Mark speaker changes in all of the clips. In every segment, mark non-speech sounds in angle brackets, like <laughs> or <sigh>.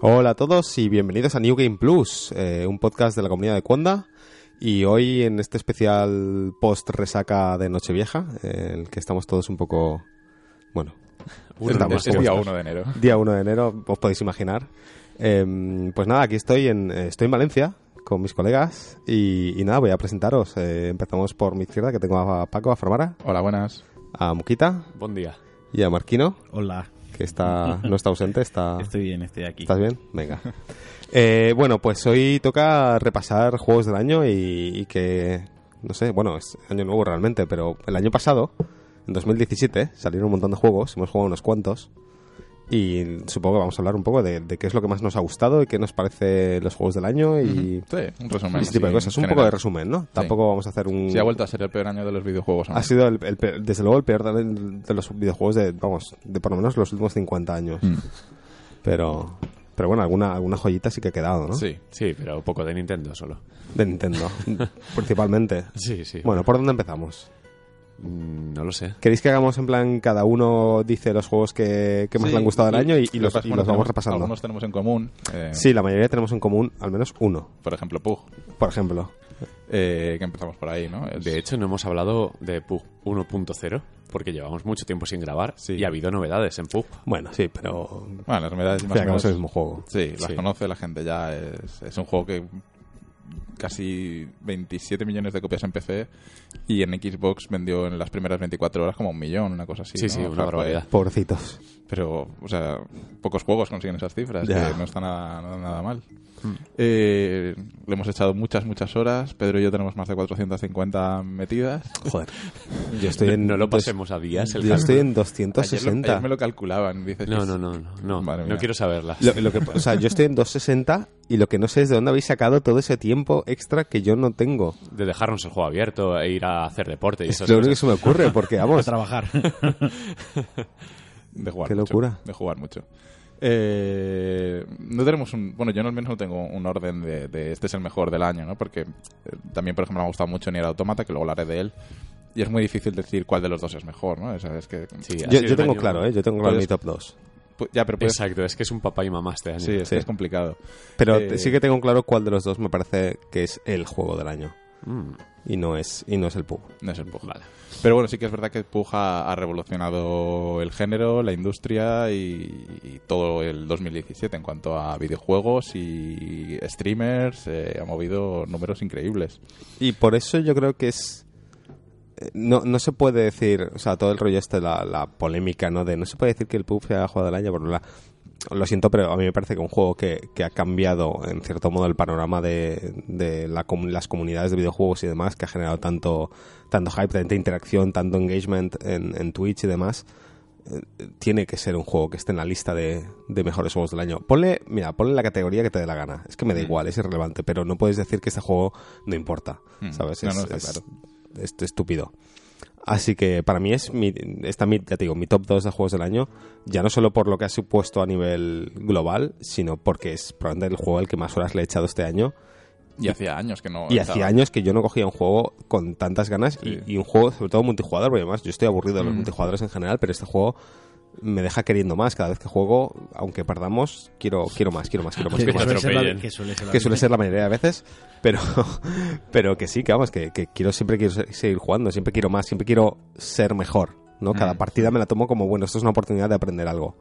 Speaker 1: Hola a todos y bienvenidos a New Game Plus, eh, un podcast de la comunidad de Cuonda. Y hoy en este especial post resaca de Nochevieja, eh, en el que estamos todos un poco.
Speaker 2: <laughs>
Speaker 1: Bueno,
Speaker 2: Estamos, es día 1 de enero.
Speaker 1: <laughs> día 1 de enero, os podéis imaginar. Eh, pues nada, aquí estoy en, eh, estoy en Valencia con mis colegas y, y nada, voy a presentaros. Eh, empezamos por mi izquierda, que tengo a Paco, a Farmara,
Speaker 2: Hola, buenas.
Speaker 1: a Muquita
Speaker 3: Buen día.
Speaker 1: y a Marquino,
Speaker 4: Hola,
Speaker 1: que
Speaker 2: <laughs>
Speaker 1: está no está ausente, está,
Speaker 4: estoy bien, estoy aquí.
Speaker 1: ¿Estás bien? Venga. <laughs> Eh, bueno, pues hoy toca repasar juegos del año y, y que, no sé, bueno, es año nuevo realmente, pero el año pasado, en 2017, salieron un montón de juegos, hemos jugado unos cuantos y supongo que vamos a hablar un poco de, de qué es lo que más nos ha gustado y qué nos parece los juegos del año y
Speaker 2: Sí, un resumen.
Speaker 1: ese tipo de
Speaker 2: así,
Speaker 1: cosas. Un
Speaker 2: general.
Speaker 1: poco de resumen, ¿no? Tampoco vamos a hacer un...
Speaker 2: Sí, ha vuelto a ser el peor año de los videojuegos.
Speaker 1: Ha sido, el- el pe- desde luego, el peor de, de los videojuegos de, vamos, de por lo menos los últimos 50 años.
Speaker 2: Mm.
Speaker 1: Pero, pero bueno, alguna, alguna joyita sí que ha quedado, ¿no?
Speaker 2: Sí.
Speaker 3: Sí, pero poco de Nintendo solo.
Speaker 1: De
Speaker 2: <laughs>
Speaker 1: Nintendo, principalmente.
Speaker 3: Sí, sí.
Speaker 1: Bueno, ¿por dónde empezamos?
Speaker 3: Mm, no lo sé.
Speaker 1: ¿Queréis que hagamos en plan cada uno dice los juegos que, que más
Speaker 2: Sí,
Speaker 1: le han gustado del
Speaker 2: y-
Speaker 1: año y, y
Speaker 2: lo
Speaker 1: los,
Speaker 2: que pasa es
Speaker 1: y
Speaker 2: que
Speaker 1: los vamos
Speaker 2: tenemos-
Speaker 1: repasando?
Speaker 2: Algunos tenemos en común. eh,
Speaker 1: Sí, la mayoría tenemos en común al menos uno,
Speaker 2: Por ejemplo, Pug,
Speaker 1: por ejemplo.
Speaker 2: eh, que empezamos por ahí, ¿no? Es-
Speaker 3: De hecho, no hemos hablado de PUG 1.0 porque llevamos mucho tiempo sin grabar
Speaker 2: Sí.
Speaker 3: y ha habido novedades en PUG.
Speaker 1: Bueno, sí, pero...
Speaker 2: Bueno, las novedades más o
Speaker 1: Fíjate que no
Speaker 2: menos-
Speaker 1: es el mismo juego.
Speaker 2: Sí, las
Speaker 3: Sí.
Speaker 2: conoce la gente ya. Es, es un juego que casi 27 millones de copias en PC y en Xbox vendió en las primeras 24 horas como un millón, una cosa así.
Speaker 3: Sí,
Speaker 2: ¿no? O
Speaker 3: sí,
Speaker 2: sea,
Speaker 3: una
Speaker 2: fue-
Speaker 3: barbaridad.
Speaker 1: Pobrecitos.
Speaker 2: Pero, o sea, pocos juegos consiguen esas cifras,
Speaker 1: Ya. Hmm.
Speaker 2: que no está nada, nada, nada mal. Eh, le hemos echado muchas, muchas horas. Pedro y yo tenemos más de 450 metidas.
Speaker 1: Joder. Yo estoy en...
Speaker 3: no lo pasemos a días el
Speaker 1: Yo estoy
Speaker 3: cálculo.
Speaker 1: en
Speaker 2: Ayer, lo-
Speaker 1: 260.
Speaker 2: ayer me lo calculaban. Dices,
Speaker 3: No, no, no, no. No,
Speaker 2: Madre
Speaker 3: no
Speaker 2: mía.
Speaker 3: quiero saberlas.
Speaker 1: Lo- lo que- o sea, yo estoy en 260 y lo que no sé es de dónde habéis sacado todo ese tiempo extra que yo no tengo.
Speaker 3: De dejarnos el juego abierto e ir a hacer deporte y
Speaker 1: Es
Speaker 3: esas
Speaker 1: lo único que
Speaker 3: cosas.
Speaker 1: se me ocurre,
Speaker 3: <laughs>
Speaker 1: porque
Speaker 4: A
Speaker 1: vamos,
Speaker 4: trabajar.
Speaker 2: De jugar
Speaker 1: Qué
Speaker 2: mucho,
Speaker 1: locura.
Speaker 2: de jugar mucho. Eh, no tenemos un... Bueno, yo al menos no tengo un orden de, de este es el mejor del año, ¿no? Porque eh, también, por ejemplo, me ha gustado mucho Nier Automata, que luego hablaré de él. Y es muy difícil decir cuál de los dos es mejor, ¿no? O sea, es que...
Speaker 3: Sí, ha
Speaker 1: Yo,
Speaker 3: sido
Speaker 1: yo
Speaker 3: un
Speaker 1: tengo
Speaker 3: año-
Speaker 1: claro, ¿eh? Yo tengo claro
Speaker 2: Puedes-
Speaker 1: mi top 2.
Speaker 2: pu- Ya, pero puedes...
Speaker 3: Exacto, es que es un papá y mamá este año.
Speaker 2: pues. Sí, es,
Speaker 1: Sí.
Speaker 2: que es complicado.
Speaker 1: Pero
Speaker 2: Eh,
Speaker 1: sí que tengo claro cuál de los dos me parece que es el juego del año.
Speaker 3: Mm,
Speaker 1: Y no es, y no es el pub.
Speaker 2: No es el Puja.
Speaker 3: vale.
Speaker 2: Pero bueno, sí que es verdad que Puja ha revolucionado el género, la industria y, y todo el 2017 en cuanto a videojuegos y streamers. eh, ha movido números increíbles.
Speaker 1: Y por eso yo creo que es. eh, No, no se puede decir, o sea, todo el rollo este, la, la polémica, ¿no? De no se puede decir que el pub sea juego del año, por la. Lo siento, pero a mí me parece que un juego que, que ha cambiado, en cierto modo, el panorama de, de la comu- las comunidades de videojuegos y demás, que ha generado tanto, tanto hype, tanta interacción, tanto engagement en, en Twitch y demás, eh, tiene que ser un juego que esté en la lista de, de mejores juegos del año. Ponle, mira, ponle la categoría que te dé la gana. Es que
Speaker 2: Mm.
Speaker 1: me da igual, es irrelevante, pero no puedes decir que este juego no importa,
Speaker 2: Mm.
Speaker 1: ¿sabes?
Speaker 2: No,
Speaker 1: es,
Speaker 2: no, está
Speaker 1: es-
Speaker 2: claro.
Speaker 1: es estúpido. Así que para mí es mi, está mi, ya te digo, mi top 2 de juegos del año, ya no solo por lo que ha supuesto a nivel global, sino porque es probablemente el juego al que más horas le he echado este año
Speaker 2: Y hacía años que no.
Speaker 1: y
Speaker 2: estaba.
Speaker 1: hacía años que yo no cogía un juego con tantas ganas y-
Speaker 2: Sí.
Speaker 1: y, un juego, sobre todo multijugador, porque además yo estoy aburrido de los
Speaker 2: Mm.
Speaker 1: multijugadores en general, pero este juego me deja queriendo más. Cada vez que juego, aunque perdamos, quiero, quiero más, quiero más, quiero
Speaker 2: <laughs>
Speaker 1: más.
Speaker 4: que,
Speaker 1: quiero más.
Speaker 3: te
Speaker 4: suele ser la-
Speaker 3: atropellen.
Speaker 4: que suele ser la-
Speaker 1: Que suele ser la mayoría de veces, pero, <laughs> pero que sí, que vamos, que, que quiero, siempre quiero se- seguir jugando, siempre quiero más, siempre quiero ser mejor. ¿no? Cada
Speaker 2: Mm.
Speaker 1: partida me la tomo como, bueno, esto es una oportunidad de aprender algo.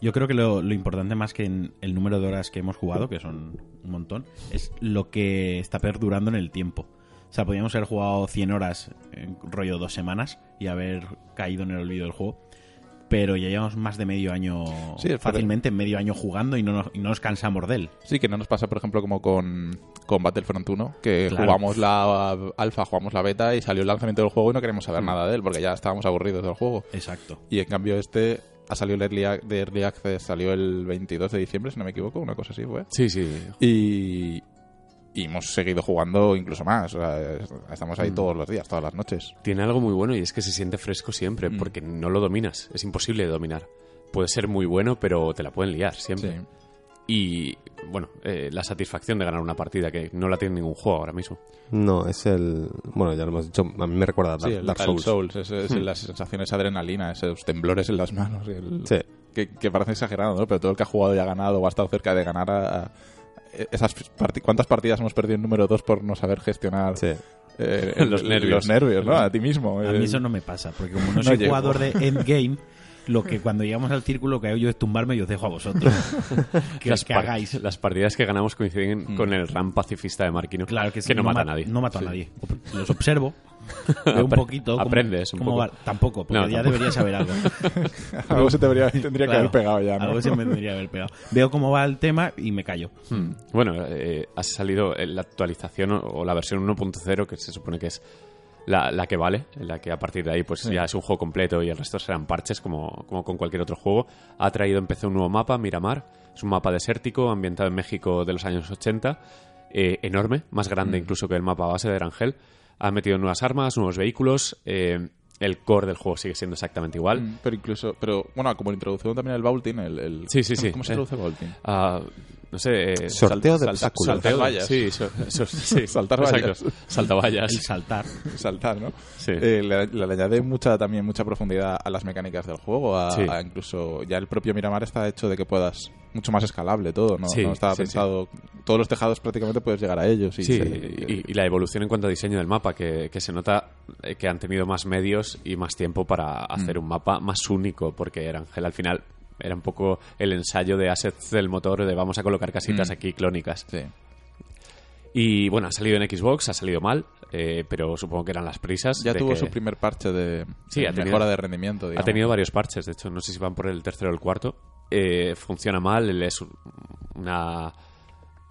Speaker 4: Yo creo que lo, lo importante más que en el número de horas que hemos jugado, que son un montón, es lo que está perdurando en el tiempo. O sea, podríamos haber jugado 100 horas, en rollo dos semanas, y haber caído en el olvido del juego. Pero ya llevamos más de medio año,
Speaker 2: Sí, es verdad.
Speaker 4: fácilmente medio año jugando y no nos, y no nos cansamos de él.
Speaker 2: Sí, que no nos pasa, por ejemplo, como con, con Battlefront 1, que
Speaker 4: Claro.
Speaker 2: jugamos la alfa, jugamos la beta y salió el lanzamiento del juego y no queremos saber nada de él porque ya estábamos aburridos del juego.
Speaker 4: Exacto.
Speaker 2: Y en cambio, este ha salido el early, ac- de early Access, salió el 22 de diciembre, si no me equivoco, una cosa así fue.
Speaker 3: Sí, sí.
Speaker 2: Y, y hemos seguido jugando incluso más. o sea, es- estamos
Speaker 4: Mm.
Speaker 2: ahí todos los días, todas las noches.
Speaker 3: Tiene algo muy bueno y es que se siente fresco siempre
Speaker 2: Mm.
Speaker 3: porque no lo dominas. Es imposible de dominar. Puede ser muy bueno, pero te la pueden liar siempre. Y bueno, eh, la satisfacción de ganar una partida que no la tiene ningún juego ahora mismo.
Speaker 1: No, es el. Bueno, ya lo hemos dicho, a mí me recuerda a Dar-
Speaker 2: Sí, el,
Speaker 1: Dark
Speaker 2: el
Speaker 1: Souls.
Speaker 2: Souls, es, es las sensaciones de adrenalina, esos temblores en las manos. y el-
Speaker 1: Sí.
Speaker 2: que, que parece exagerado, ¿no? Pero todo el que ha jugado y ha ganado o ha estado cerca de ganar a- a- esas parti- ¿Cuántas partidas hemos perdido en número 2 por no saber gestionar
Speaker 1: Sí.
Speaker 2: <laughs> eh,
Speaker 3: Los
Speaker 2: el-
Speaker 3: nervios.
Speaker 2: los nervios, ¿no? A ti mismo.
Speaker 4: A
Speaker 2: eh.
Speaker 4: mí eso no me pasa, porque como no soy
Speaker 2: llego.
Speaker 4: jugador de Endgame, lo que cuando llegamos al círculo lo que hago yo es tumbarme y os dejo a vosotros. que,
Speaker 3: las,
Speaker 4: que
Speaker 3: par-
Speaker 4: hagáis.
Speaker 3: las partidas que ganamos coinciden con el ram pacifista de Marquino.
Speaker 4: Claro que sí,
Speaker 3: Que no, mata a
Speaker 4: ma-
Speaker 3: nadie.
Speaker 4: No mato a nadie. Los observo. Veo un
Speaker 3: Apre-
Speaker 4: poquito. cómo-
Speaker 3: aprendes un
Speaker 4: cómo
Speaker 3: poco.
Speaker 4: va- Tampoco, porque
Speaker 3: No,
Speaker 4: ya
Speaker 3: tampoco.
Speaker 4: debería saber algo.
Speaker 2: <laughs> Algo se te
Speaker 4: <laughs>
Speaker 2: debería- tendría que
Speaker 4: Claro,
Speaker 2: haber pegado ya, ¿no?
Speaker 4: Algo se me tendría que haber pegado. Veo cómo va el tema y me callo.
Speaker 3: Hmm. Bueno, eh, ha salido eh, la actualización o, o la versión 1.0, que se supone que es la, la que vale, la que a partir de ahí pues ya es un juego completo y el resto serán parches como, como con cualquier otro juego. Ha traído, empezó un nuevo mapa, Miramar. Es un mapa desértico ambientado en México de los años 80, eh, enorme, más grande incluso que el mapa base de Rangel. Ha metido nuevas armas, nuevos vehículos. eh, el core del juego sigue siendo exactamente igual.
Speaker 2: Mm, Pero incluso, pero bueno, como introducción también el Vaulting, el, el-
Speaker 3: Sí, sí, sí.
Speaker 2: ¿Cómo se
Speaker 3: Eh.
Speaker 2: introduce Vaulting?
Speaker 3: Ah, no sé. eh,
Speaker 1: Sorteo de
Speaker 2: salta-
Speaker 1: obstáculos.
Speaker 2: saltar vallas.
Speaker 3: Sí, so- so- sí,
Speaker 2: Saltar vallas.
Speaker 3: exacto, Saltavallas.
Speaker 4: El saltar.
Speaker 2: Saltar, ¿no?
Speaker 3: Sí.
Speaker 2: Eh, le, le añade mucha también mucha profundidad a las mecánicas del juego, a,
Speaker 3: Sí.
Speaker 2: a incluso ya el propio Miramar está hecho de que puedas mucho más escalable todo, ¿no?
Speaker 3: Sí,
Speaker 2: No estaba
Speaker 3: sí,
Speaker 2: pensado todos los tejados prácticamente puedes llegar a ellos y,
Speaker 3: Sí,
Speaker 2: se-
Speaker 3: y, y la evolución en cuanto a diseño del mapa, que, que se nota eh, que han tenido más medios y más tiempo para hacer
Speaker 2: Mm.
Speaker 3: un mapa más único, porque Erangel al final era un poco el ensayo de assets del motor, de vamos a colocar casitas
Speaker 2: Mm.
Speaker 3: aquí clónicas.
Speaker 2: sí.
Speaker 3: Y bueno, ha salido en Xbox, ha salido mal, eh, pero supongo que eran las prisas.
Speaker 2: Ya
Speaker 3: de
Speaker 2: tuvo
Speaker 3: que
Speaker 2: su primer parche de,
Speaker 3: Sí,
Speaker 2: de
Speaker 3: ha tenido-
Speaker 2: mejora de rendimiento,
Speaker 3: Ha
Speaker 2: digamos.
Speaker 3: tenido varios parches, de hecho, no sé si van por el tercero o el cuarto. Eh, funciona mal, es una,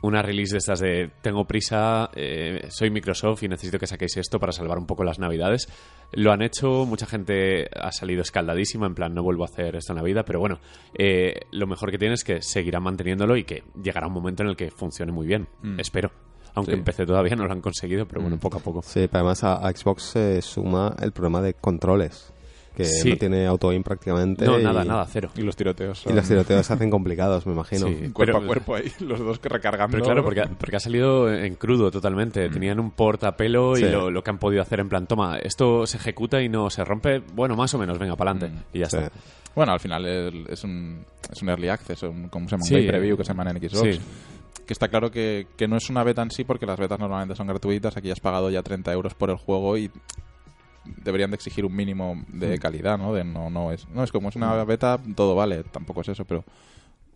Speaker 3: una release de estas de tengo prisa, eh, soy Microsoft y necesito que saquéis esto para salvar un poco las navidades. Lo han hecho, mucha gente ha salido escaldadísima, en plan no vuelvo a hacer esta navidad, pero bueno, eh, lo mejor que tiene es que seguirán manteniéndolo y que llegará un momento en el que funcione muy bien, espero. Aunque
Speaker 2: Sí.
Speaker 3: en PC todavía no lo han conseguido, pero bueno, poco a poco.
Speaker 1: Sí, pero además a, a Xbox se suma el problema de controles, que
Speaker 3: Sí.
Speaker 1: no tiene auto-aim prácticamente.
Speaker 3: No,
Speaker 1: y-
Speaker 3: nada, nada, cero.
Speaker 2: Y los tiroteos.
Speaker 1: Y
Speaker 2: son
Speaker 1: los tiroteos se hacen complicados, me imagino.
Speaker 3: Sí.
Speaker 2: Cuerpo
Speaker 3: Pero-
Speaker 2: a cuerpo ahí, <laughs> los dos que recargando.
Speaker 3: Pero claro, porque, porque ha salido en crudo totalmente. Tenían un portapelo
Speaker 1: Mm. Sí.
Speaker 3: y lo, lo que han podido hacer en plan, toma, esto se ejecuta y no se rompe. Bueno, más o menos, venga, para adelante. Y ya
Speaker 1: Mm. Sí.
Speaker 3: está.
Speaker 2: Bueno, al final el- es un, es un early access, un, como se llama,
Speaker 3: Sí.
Speaker 2: un game preview que se llama en Xbox.
Speaker 3: Sí.
Speaker 2: Que está claro que, que no es una beta en sí, porque las betas normalmente son gratuitas. Aquí has pagado ya 30 euros por el juego y deberían de exigir un mínimo de
Speaker 3: Hmm.
Speaker 2: calidad, ¿no? De no, no es no es como es una beta, todo vale, tampoco es eso, pero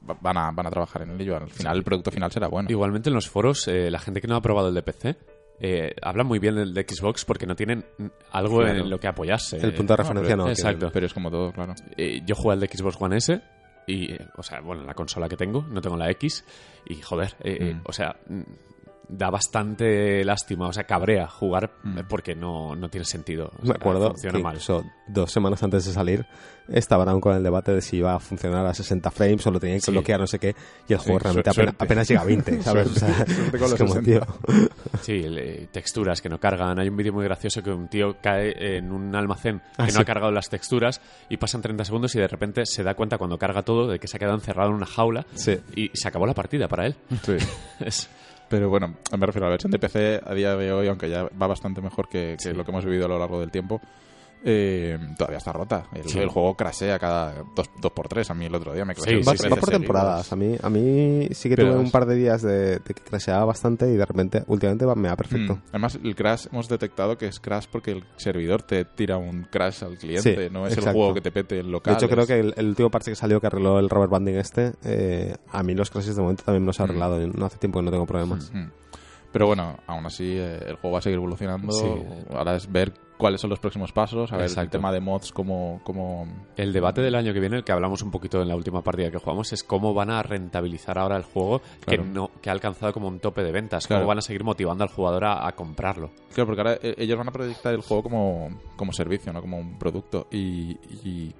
Speaker 2: va- van a, van a trabajar en ello. Al final el producto final será
Speaker 1: Mm.
Speaker 2: bueno.
Speaker 3: Igualmente en los foros, eh, la gente que no ha probado el de PC eh, habla muy bien del de Xbox porque no tienen mm, algo en lo que apoyarse.
Speaker 1: El punto de
Speaker 2: no,
Speaker 1: referencia no.
Speaker 3: pero-
Speaker 1: tiene.
Speaker 3: Eh, exacto.
Speaker 2: Pero es como todo, claro.
Speaker 3: Eh, yo jugué al de Xbox One S y, eh, o sea, bueno, la consola que tengo, no tengo la X y joder, eh, eh,
Speaker 2: Mm.
Speaker 3: o sea, mm, da bastante lástima, o sea, cabrea jugar eh, porque no, no tiene sentido. O
Speaker 1: Pues Me
Speaker 3: sea,
Speaker 1: Mm. acuerdo
Speaker 3: funciona
Speaker 1: que
Speaker 3: mal.
Speaker 1: incluso dos semanas antes de salir estaban aún con el debate de si iba a funcionar a 60 frames o lo tenían que
Speaker 3: Sí.
Speaker 1: bloquear no sé qué y el juego
Speaker 2: Sí,
Speaker 1: realmente
Speaker 2: su-
Speaker 1: apenas,
Speaker 2: suerte.
Speaker 1: apenas llega a 20,
Speaker 2: <laughs>
Speaker 1: ¿sabes? O sea,
Speaker 2: Suerte con
Speaker 1: es
Speaker 2: los
Speaker 1: como,
Speaker 2: 60.
Speaker 1: tío,
Speaker 3: Sí, le- texturas que no cargan. Hay un vídeo muy gracioso que un tío cae en un almacén que
Speaker 1: Ah,
Speaker 3: no
Speaker 1: sí.
Speaker 3: ha cargado las texturas y pasan 30 segundos y de repente se da cuenta cuando carga todo de que se ha quedado encerrado en una jaula
Speaker 1: Sí.
Speaker 3: y se acabó la partida para él.
Speaker 2: Sí.
Speaker 3: <laughs> Es-
Speaker 2: Pero bueno, me refiero a la versión de PC a día de hoy, aunque ya va bastante mejor que, que lo que hemos vivido a lo largo del tiempo, eh, todavía está rota. El,
Speaker 3: Sí.
Speaker 2: el juego crasea cada 2 dos, dos por 3 A mí el otro día me crasheó
Speaker 3: Sí,
Speaker 2: tres
Speaker 1: Va,
Speaker 2: veces
Speaker 1: va por
Speaker 2: seguidas.
Speaker 1: temporadas. A mí, a mí sí que
Speaker 2: Pero
Speaker 1: tuve un
Speaker 2: es-
Speaker 1: par de días de, de que crasheaba bastante y de repente, últimamente, va, me va perfecto.
Speaker 2: Mm. Además, el crash hemos detectado que es crash porque el servidor te tira un crash al cliente,
Speaker 1: Sí,
Speaker 2: no es el
Speaker 1: exacto.
Speaker 2: juego que te pete el
Speaker 1: De
Speaker 2: local.
Speaker 1: hecho, creo que el, el último parche que salió que arregló el rubber banding este, eh, a mí los crashes de momento también me
Speaker 2: Mm.
Speaker 1: los ha arreglado. Yo No hace tiempo que no tengo problemas.
Speaker 2: Pero bueno, aún así eh, el juego va a seguir evolucionando.
Speaker 3: Sí.
Speaker 2: Ahora es ver cuáles son los próximos pasos, a ver el
Speaker 3: Exacto.
Speaker 2: tema de mods, cómo... cómo
Speaker 3: El debate del año que viene, el que hablamos un poquito en la última partida que jugamos, es cómo van a rentabilizar ahora el juego
Speaker 2: Claro.
Speaker 3: que, no, que ha alcanzado como un tope de ventas.
Speaker 2: Claro.
Speaker 3: Cómo van a seguir motivando al jugador a, a comprarlo.
Speaker 2: Claro, porque ahora eh, ellos van a proyectar el juego como, como servicio, no como un producto. Y, y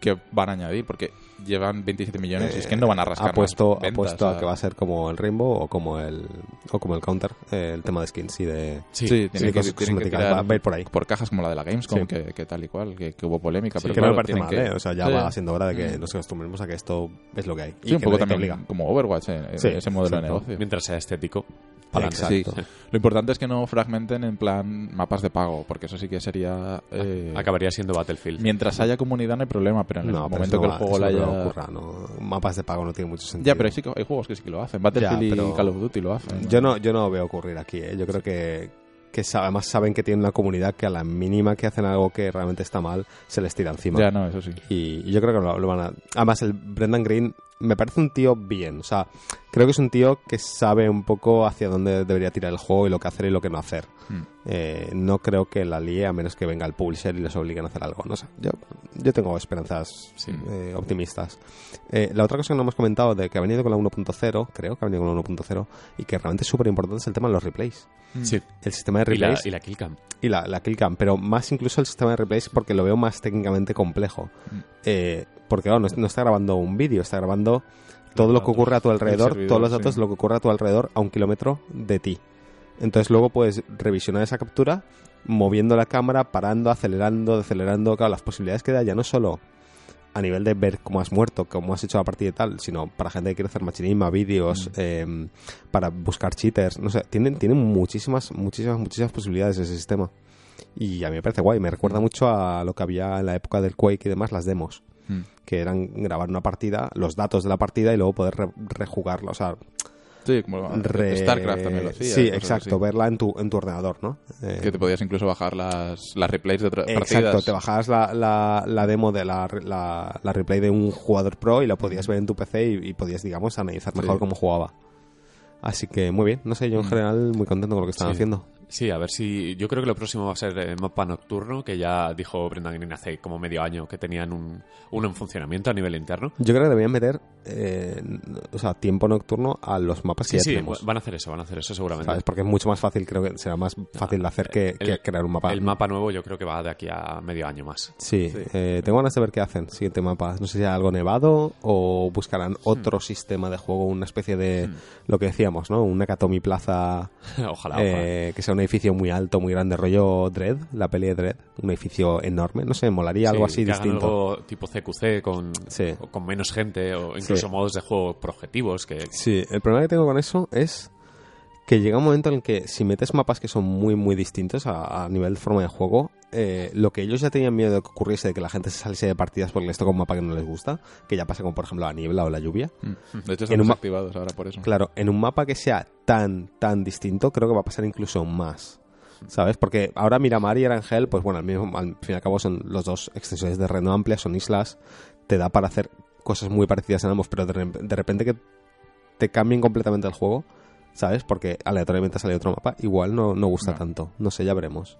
Speaker 2: qué van a añadir, porque llevan 27 millones y es que no van a rascar
Speaker 1: Ha puesto,
Speaker 2: más
Speaker 1: ha
Speaker 2: ventas,
Speaker 1: puesto
Speaker 2: o sea.
Speaker 1: a que va a ser como el Rainbow o como el, o como el Counter, eh, el tema de skins y de...
Speaker 2: Sí,
Speaker 1: sí,
Speaker 2: tienen que,
Speaker 1: cosas
Speaker 2: tienen que
Speaker 1: cosméticas,
Speaker 2: tirar
Speaker 1: va- va a ir por ahí.
Speaker 2: cajas como la de la Gamescom,
Speaker 1: Sí.
Speaker 2: que, que tal y cual, que, que hubo polémica. pero
Speaker 1: que
Speaker 2: claro,
Speaker 1: no me parece
Speaker 2: tienen
Speaker 1: mal,
Speaker 2: que-
Speaker 1: ¿eh? O sea, ya
Speaker 2: Sí.
Speaker 1: va siendo hora de que
Speaker 2: Mm.
Speaker 1: nos acostumbremos a que esto es lo que hay. y
Speaker 2: Sí, un
Speaker 1: que
Speaker 2: poco
Speaker 1: nadie te
Speaker 2: también
Speaker 1: obliga.
Speaker 2: como Overwatch, eh,
Speaker 1: Sí,
Speaker 2: ese modelo de
Speaker 1: exacto.
Speaker 2: negocio.
Speaker 3: Mientras sea estético.
Speaker 1: para adelante.
Speaker 2: Exacto. Lo importante es que no fragmenten en plan mapas de pago, porque eso sí que sería... eh,
Speaker 3: <laughs> Acabaría siendo Battlefield.
Speaker 2: Mientras haya comunidad no hay problema, pero en el
Speaker 1: No, pero
Speaker 2: momento
Speaker 1: eso
Speaker 2: que
Speaker 1: no
Speaker 2: el
Speaker 1: va-
Speaker 2: juego
Speaker 1: eso
Speaker 2: la
Speaker 1: no
Speaker 2: haya...
Speaker 1: ocurra, no. Mapas de pago no tiene mucho sentido.
Speaker 2: Ya, pero hay, sí que- hay juegos que sí que lo hacen. Battlefield
Speaker 1: Ya,
Speaker 2: y
Speaker 1: pero-
Speaker 2: Call of Duty lo hacen.
Speaker 1: Yo no, yo no veo ocurrir aquí, ¿eh? Yo creo que, que sa- además saben que tienen una comunidad que a la mínima que hacen algo que realmente está mal, se les tira encima.
Speaker 2: Ya, no, eso sí.
Speaker 1: Y, y yo creo que lo, lo van a... Además, el Brendan Green me parece un tío bien. O sea, creo que es un tío que sabe un poco hacia dónde debería tirar el juego y lo que hacer y lo que no hacer.
Speaker 2: Mm.
Speaker 3: Hmm.
Speaker 1: Eh, no creo que la líe a menos que venga el publisher y les obliguen a hacer algo. No sé, yo, yo tengo esperanzas
Speaker 2: Sí.
Speaker 1: eh, optimistas. Eh, la otra cosa que no hemos comentado de que ha venido con la 1.0, creo que ha venido con la 1.0, y que realmente es súper importante es el tema de los replays.
Speaker 3: Sí.
Speaker 1: El sistema de
Speaker 3: Y la,
Speaker 1: replays
Speaker 3: y la Killcam.
Speaker 1: y la, la killcam, pero más incluso el sistema de replays porque lo veo más técnicamente complejo.
Speaker 2: Mm.
Speaker 1: Eh, porque claro, no, no está grabando un vídeo, está grabando todo lo que
Speaker 2: datos
Speaker 1: ocurre a tu
Speaker 2: del
Speaker 1: alrededor,
Speaker 2: servidor,
Speaker 1: todos los datos,
Speaker 2: sí.
Speaker 1: lo que ocurre a tu alrededor a un kilómetro de ti. Entonces luego puedes revisionar esa captura moviendo la cámara, parando, acelerando, decelerando, claro, las posibilidades que da ya no solo a nivel de ver cómo has muerto, cómo has hecho la partida y tal, sino para gente que quiere hacer machinismo, vídeos,
Speaker 2: Mm.
Speaker 1: eh, para buscar cheaters, no sé, tienen, tienen muchísimas, muchísimas, muchísimas posibilidades ese sistema. Y a mí me parece guay, me recuerda mucho a lo que había en la época del Quake y demás, las demos,
Speaker 2: Mm.
Speaker 1: que eran grabar una partida, los datos de la partida y luego poder re- rejugarla, o sea,
Speaker 2: Sí, como
Speaker 1: re-
Speaker 2: Ah, StarCraft también lo hacía.
Speaker 1: Sí,
Speaker 2: y cosas
Speaker 1: exacto,
Speaker 2: así.
Speaker 1: verla en tu, en tu ordenador, ¿no? Eh,
Speaker 2: Que te podías incluso bajar las, las replays de otras
Speaker 1: Exacto,
Speaker 2: partidas.
Speaker 1: te bajabas la, la, la demo de la, re- la, la replay de un jugador pro y la podías ver en tu PC y, y podías, digamos, analizar mejor
Speaker 2: Mm. Sí. Mm.
Speaker 1: cómo jugaba. Así que muy bien, no sé, yo en general muy contento con lo que están
Speaker 3: Sí.
Speaker 1: haciendo.
Speaker 3: Sí, a ver si. Yo creo que lo próximo va a ser el mapa nocturno, que ya dijo Brendan Green hace como medio año que tenían un, uno en funcionamiento a nivel interno.
Speaker 1: Yo creo que deberían meter, eh, o sea, tiempo nocturno a los mapas
Speaker 3: Sí,
Speaker 1: que ya
Speaker 3: sí,
Speaker 1: tenemos.
Speaker 3: van a hacer eso, van a hacer eso seguramente.
Speaker 1: ¿sabes? Porque es mucho más fácil, creo que será más fácil de hacer que, que
Speaker 3: Ah, el-
Speaker 1: crear un mapa.
Speaker 3: El mapa nuevo yo creo que va de aquí a medio año más. <laughs>
Speaker 1: Sí, eh, tengo ganas de ver qué hacen. Siguiente mapa. No sé si hay algo nevado o
Speaker 3: Hmm.
Speaker 1: buscarán otro sistema de juego, una especie de lo que decíamos, ¿no? Una Katomi Plaza
Speaker 3: ojalá, ojalá.
Speaker 1: eh, que sea un edificio muy alto, muy grande, rollo Dread, la peli de Dread, un edificio enorme. No sé, molaría algo
Speaker 3: Sí,
Speaker 1: así
Speaker 3: que hagan
Speaker 1: distinto.
Speaker 3: algo tipo CQC con,
Speaker 1: Sí.
Speaker 3: o con menos gente o incluso
Speaker 1: Sí.
Speaker 3: modos de juego por objetivos que
Speaker 1: Sí, el problema que tengo con eso es que llega un momento en el que si metes mapas que son muy, muy distintos a, a nivel de forma de juego, eh, lo que ellos ya tenían miedo de que ocurriese, de que la gente se saliese de partidas porque les toca un mapa que no les gusta, que ya pasa como por ejemplo la niebla o la lluvia.
Speaker 2: Mm. De hecho,
Speaker 1: En
Speaker 2: están
Speaker 1: un ma-
Speaker 2: desactivados ahora por eso.
Speaker 1: Claro, en un mapa que sea tan, tan distinto, creo que va a pasar incluso más. ¿Sabes? Porque ahora Miramar y Arangel, pues bueno, al, mismo- al fin y al cabo son los dos extensiones de Reno Amplia, son islas, te da para hacer cosas muy parecidas en ambos, pero de, rep- de repente que te cambien completamente el juego, ¿sabes? Porque aleatoriamente sale otro mapa, igual no, no gusta
Speaker 2: No.
Speaker 1: tanto. No sé, ya veremos.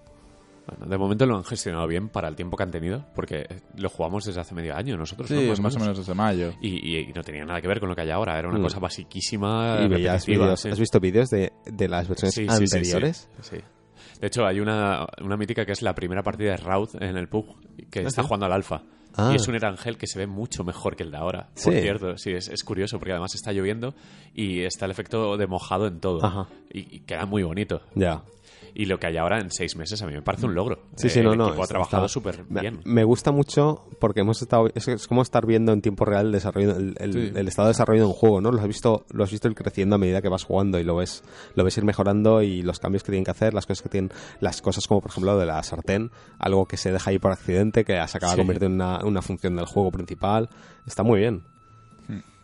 Speaker 3: bueno, de momento lo han gestionado bien para el tiempo que han tenido porque eh, lo jugamos desde hace medio año nosotros ¿no?
Speaker 2: Sí, pues más, o menos desde mayo.
Speaker 3: Y, y- y no tenía nada que ver con lo que hay ahora era una
Speaker 1: Mm.
Speaker 3: cosa basiquísima
Speaker 1: Y veías
Speaker 3: repetitiva,
Speaker 1: vídeos-
Speaker 3: sí.
Speaker 1: ¿Has visto vídeos de, de las versiones
Speaker 3: Sí, sí, sí, sí.
Speaker 1: anteriores?
Speaker 3: Sí. De hecho, hay una, una mítica que es la primera partida de Raud en el pub que está jugando al alfa.
Speaker 1: Ah.
Speaker 3: Y es un Erangel que se ve mucho mejor que el de ahora.
Speaker 1: Sí.
Speaker 3: Por cierto, sí, es, es curioso porque además está lloviendo y está el efecto de mojado en todo.
Speaker 1: Ajá.
Speaker 3: Y, y queda muy bonito.
Speaker 1: Ya.
Speaker 3: Y lo que hay ahora en seis meses a mí me parece un logro.
Speaker 1: Sí,
Speaker 3: Eh,
Speaker 1: sí, no,
Speaker 3: el
Speaker 1: no.
Speaker 3: equipo ha
Speaker 1: está-
Speaker 3: trabajado
Speaker 1: está-
Speaker 3: súper
Speaker 1: me-
Speaker 3: bien.
Speaker 1: Me gusta mucho porque hemos estado. Es, es como estar viendo en tiempo real el, desarrollo, el, el-
Speaker 2: Sí.
Speaker 1: el estado de desarrollo de un juego, ¿no? Lo has visto, lo has visto ir creciendo a medida que vas jugando y lo ves, lo ves ir mejorando y los cambios que tienen que hacer, las cosas que tienen, las cosas como por ejemplo lo de la sartén, algo que se deja ahí por accidente, que se acaba
Speaker 3: Sí.
Speaker 1: convirtiendo en una, una función del juego principal. Está muy bien.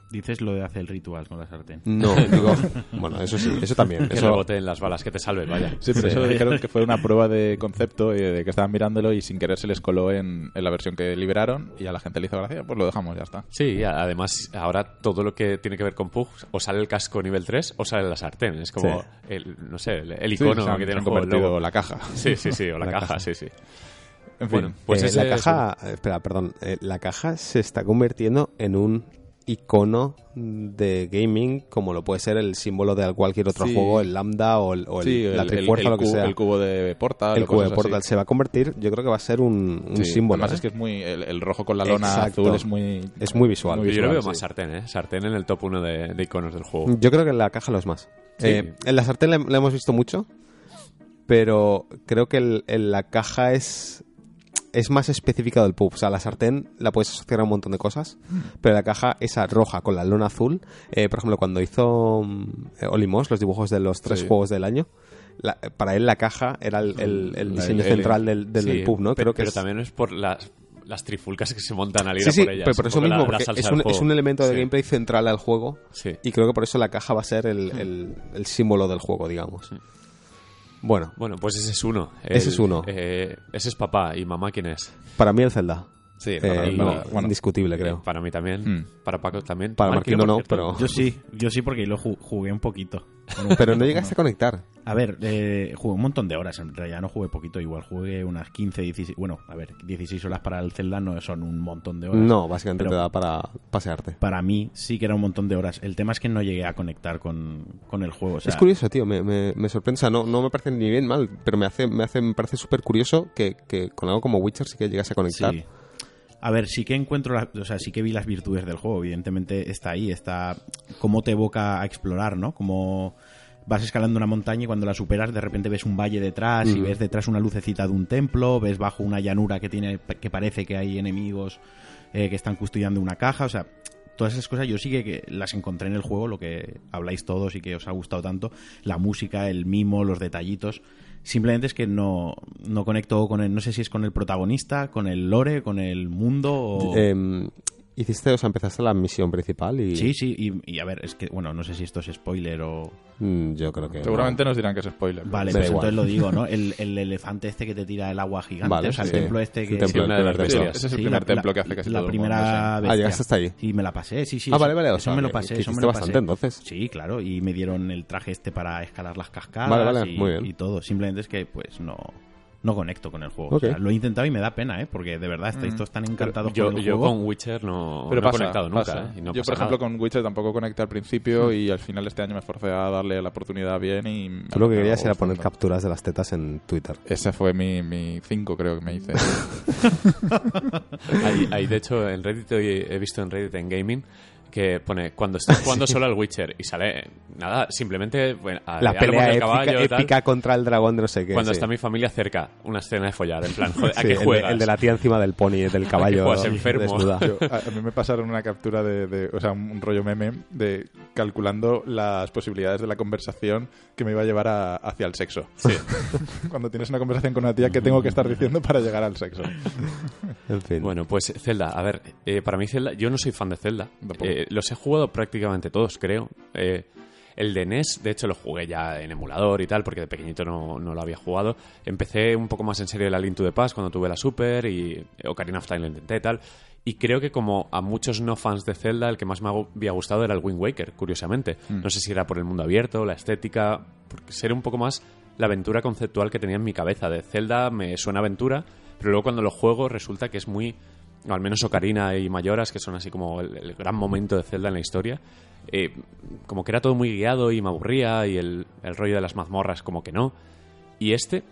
Speaker 4: Dices lo de hacer el ritual con la sartén.
Speaker 1: No, <laughs> digo, bueno, eso sí, eso también.
Speaker 3: Que
Speaker 1: Eso,
Speaker 3: reboten las balas, que te salven, vaya.
Speaker 2: Sí, pero eso dijeron que fue una <laughs> prueba de concepto y de que estaban mirándolo y sin querer se les coló en, en la versión que liberaron y a la gente le hizo gracia, pues lo dejamos, ya está.
Speaker 3: Sí, y a- además ahora todo lo que tiene que ver con Pug, o sale el casco nivel 3 o sale la sartén. Es como,
Speaker 1: Sí.
Speaker 3: el, no sé, el, el
Speaker 2: Sí,
Speaker 3: icono
Speaker 2: se han-
Speaker 3: que
Speaker 2: se
Speaker 3: tiene
Speaker 2: han
Speaker 3: el juego, el
Speaker 2: convertido
Speaker 3: logo.
Speaker 2: la caja. <laughs>
Speaker 3: Sí, sí, sí, o la,
Speaker 1: La
Speaker 3: caja,
Speaker 1: caja.
Speaker 3: sí, sí.
Speaker 2: En fin.
Speaker 3: Bueno, pues
Speaker 1: Eh,
Speaker 3: ese
Speaker 1: la
Speaker 3: es
Speaker 1: caja, espera, perdón, eh, la caja se está convirtiendo en un icono de gaming como lo puede ser el símbolo de cualquier otro
Speaker 2: Sí.
Speaker 1: juego, el lambda o, el, o el-
Speaker 2: Sí,
Speaker 1: la
Speaker 2: el- el-
Speaker 1: trifuerza,
Speaker 2: el
Speaker 1: lo que
Speaker 2: cubo-
Speaker 1: sea.
Speaker 2: El cubo de Portal.
Speaker 1: El
Speaker 2: o
Speaker 1: cubo de
Speaker 2: cosas
Speaker 1: Portal
Speaker 2: así.
Speaker 1: se va a convertir, yo creo que va a ser un, un
Speaker 2: Sí,
Speaker 1: símbolo.
Speaker 2: Además
Speaker 1: ¿eh?
Speaker 2: es que es muy. El, el rojo con la lona
Speaker 1: Exacto.
Speaker 2: azul es muy.
Speaker 1: Es muy visual.
Speaker 3: un- Yo lo
Speaker 2: visual,
Speaker 3: veo
Speaker 2: sí.
Speaker 3: más sartén, ¿eh? Sartén en el top 1 de, de iconos del juego.
Speaker 1: Yo creo que en la caja lo es más.
Speaker 3: Sí.
Speaker 1: Eh, en la sartén la, la hemos visto mucho, pero creo que el- en la caja es es más específica del pub. O sea, la sartén la puedes asociar a un montón de cosas, pero la caja esa roja con la lona azul, eh, por ejemplo, cuando hizo mm, Olimos los dibujos de los tres
Speaker 2: Sí.
Speaker 1: juegos del año, la- para él la caja era el, el- el
Speaker 2: La-
Speaker 1: diseño
Speaker 2: el-
Speaker 1: central del, del-
Speaker 3: Sí,
Speaker 1: del pub, ¿no? Creo
Speaker 3: Pero,
Speaker 1: que
Speaker 3: pero
Speaker 1: es-
Speaker 3: también es por las, las trifulcas que se montan al ir
Speaker 1: Sí,
Speaker 3: a
Speaker 1: sí,
Speaker 3: por ellas.
Speaker 1: pero por
Speaker 3: un
Speaker 1: eso
Speaker 3: poco la-
Speaker 1: mismo,
Speaker 3: la
Speaker 1: porque
Speaker 3: salsa
Speaker 1: es
Speaker 3: del
Speaker 1: un, es
Speaker 3: juego.
Speaker 1: un elemento de
Speaker 3: Sí,
Speaker 1: gameplay central al juego
Speaker 3: Sí.
Speaker 1: y creo que por eso la caja va a ser el, el- el símbolo del juego, digamos. Bueno,
Speaker 3: Bueno, pues ese es uno.
Speaker 1: Ese es uno.
Speaker 3: eh, ese es papá y mamá, ¿quién es?
Speaker 1: para mí el Zelda.
Speaker 2: Sí,
Speaker 1: Eh,
Speaker 2: para-
Speaker 1: no,
Speaker 2: para- bueno,
Speaker 1: indiscutible, creo.
Speaker 3: <laughs>
Speaker 1: Hmm.
Speaker 3: Eh, para mí también.
Speaker 2: Mm.
Speaker 3: Para Paco también.
Speaker 1: Para Marquino no,
Speaker 3: por cierto.
Speaker 1: pero-
Speaker 4: Yo sí, yo sí porque lo ju- jugué un poquito.
Speaker 1: Pero no llegaste a conectar.
Speaker 4: A ver, eh, jugué un montón de horas, en realidad no jugué poquito, igual jugué unas 15, 16, bueno, a ver, 16 horas para el Zelda no son un montón de horas.
Speaker 1: No, básicamente te
Speaker 4: Pero-
Speaker 1: da para pasearte.
Speaker 4: Para mí sí que era un montón de horas. El tema es que no llegué a conectar con, con el juego. o sea,
Speaker 1: es curioso, tío, me, me, me sorprende. O sea, no, no me parece ni bien mal, pero me hace, me hace, me parece súper curioso que, que con algo como Witcher sí que llegase a conectar.
Speaker 4: Sí. A ver, sí que encuentro, la- o sea, sí que vi las virtudes del juego, evidentemente está ahí, está cómo te evoca a explorar, ¿no? Cómo vas escalando una montaña y cuando la superas de repente ves un valle detrás y
Speaker 1: Mm.
Speaker 4: ves detrás una lucecita de un templo, ves bajo una llanura que tiene que parece que hay enemigos eh, que están custodiando una caja, o sea, todas esas cosas yo sí que, que las encontré en el juego, lo que habláis todos y que os ha gustado tanto, la música, el mimo, los detallitos. Simplemente es que no, no conecto con el, no sé si es con el protagonista, con el lore, con el mundo o...
Speaker 1: Eh, hiciste, o sea, empezaste la misión principal y
Speaker 4: Sí, sí, y, y a ver, es que, bueno, no sé si esto es spoiler o...
Speaker 1: Mm, yo creo que...
Speaker 2: seguramente nos dirán que es spoiler.
Speaker 4: Vale,
Speaker 1: Da
Speaker 4: pues
Speaker 1: igual.
Speaker 4: entonces lo digo, ¿no? El, el elefante este que te tira el agua gigante,
Speaker 1: Vale,
Speaker 4: o sea, el
Speaker 1: sí.
Speaker 4: templo este que...
Speaker 1: El templo,
Speaker 3: Sí, una
Speaker 1: el
Speaker 3: de las
Speaker 1: primer
Speaker 2: Sí,
Speaker 1: templo.
Speaker 3: bestias.
Speaker 2: ese es el
Speaker 4: Sí,
Speaker 2: primer
Speaker 4: la-
Speaker 2: templo
Speaker 4: la-
Speaker 2: que hace casi todo
Speaker 4: La
Speaker 2: el mundo,
Speaker 4: primera
Speaker 2: sí.
Speaker 1: Ah,
Speaker 4: bestia.
Speaker 1: llegaste hasta ahí.
Speaker 4: Sí, me la pasé, sí, sí.
Speaker 1: Ah,
Speaker 4: eso-
Speaker 1: vale, vale, o
Speaker 4: Eso
Speaker 1: sea,
Speaker 4: me lo
Speaker 1: que-
Speaker 4: pasé,
Speaker 1: que
Speaker 4: eso me
Speaker 1: hiciste
Speaker 4: lo
Speaker 1: bastante,
Speaker 4: pasé.
Speaker 1: entonces.
Speaker 4: Sí, claro, y me dieron el traje este para escalar las cascadas
Speaker 1: Vale, vale,
Speaker 4: y,
Speaker 1: muy bien.
Speaker 4: y todo. Simplemente es que, pues, no, no conecto con el juego.
Speaker 1: Ok.
Speaker 4: O sea, lo he intentado y me da pena, ¿eh? Porque de verdad
Speaker 2: Mm.
Speaker 4: estáis todos tan encantados
Speaker 3: Yo,
Speaker 4: con el
Speaker 3: yo
Speaker 4: juego.
Speaker 3: con Witcher no,
Speaker 2: Pero
Speaker 3: no he
Speaker 2: pasa,
Speaker 3: conectado nunca.
Speaker 2: pasa.
Speaker 3: ¿eh? Y no
Speaker 2: Yo,
Speaker 3: pasa
Speaker 2: por ejemplo,
Speaker 3: nada.
Speaker 2: con Witcher tampoco conecté al principio y al final este año me esforcé a darle la oportunidad bien y...
Speaker 1: Tú lo que querías
Speaker 2: acabó
Speaker 1: era poner
Speaker 2: gustando.
Speaker 1: capturas de las tetas en Twitter.
Speaker 2: Ese fue mi, mi cinco, creo que me
Speaker 3: <laughs>
Speaker 2: hice.
Speaker 3: Hay, hay, de hecho, en Reddit hoy he visto en Reddit en Gaming que pone
Speaker 1: <laughs>
Speaker 3: cuando estás jugando solo al Witcher y sale nada, simplemente bueno, a-
Speaker 1: La
Speaker 3: al
Speaker 1: pelea
Speaker 3: árbol del
Speaker 1: épica,
Speaker 3: caballo y tal.
Speaker 1: épica contra el dragón de no sé qué.
Speaker 3: cuando
Speaker 1: sí.
Speaker 3: está mi familia cerca, una escena de follar,
Speaker 1: <laughs>
Speaker 3: en plan, joder, ¿a
Speaker 1: Sí,
Speaker 3: qué
Speaker 1: el de-
Speaker 3: juegas?
Speaker 1: El de, la tía encima del pony,
Speaker 3: <laughs>
Speaker 1: del caballo.
Speaker 3: juegas, enfermo? <laughs>
Speaker 1: desnuda.
Speaker 2: Yo- a, a mí me pasaron una captura de, de- o sea, un rollo meme de calculando las posibilidades de la conversación que me iba a llevar a- hacia el sexo. <laughs> Cuando tienes una conversación con una tía, ¿qué tengo que estar diciendo para llegar al
Speaker 3: <laughs>
Speaker 2: sexo?
Speaker 1: En fin.
Speaker 3: Bueno, pues Zelda, a ver, eh, para mí Zelda, yo no soy fan de Zelda.
Speaker 2: Tampoco.
Speaker 3: Eh, los he jugado prácticamente todos, creo. Eh, el de NES, de hecho, lo jugué ya en emulador y tal, porque de pequeñito no, no lo había jugado. Empecé un poco más en serio la Link to the Past cuando tuve la Super y Ocarina of Time lo intenté y tal. Y creo que como a muchos no fans de Zelda, el que más me ha gu- había gustado era el Wind Waker, curiosamente. No sé si era por el mundo abierto, la estética, porque ser un poco más la aventura conceptual que tenía en mi cabeza. De Zelda me suena aventura, pero luego cuando lo juego resulta que es muy, o al menos Ocarina y Mayoras, que son así como el, el gran momento de Zelda en la historia, eh, como que era todo muy guiado y me aburría y el, el rollo de las mazmorras como que no. Y este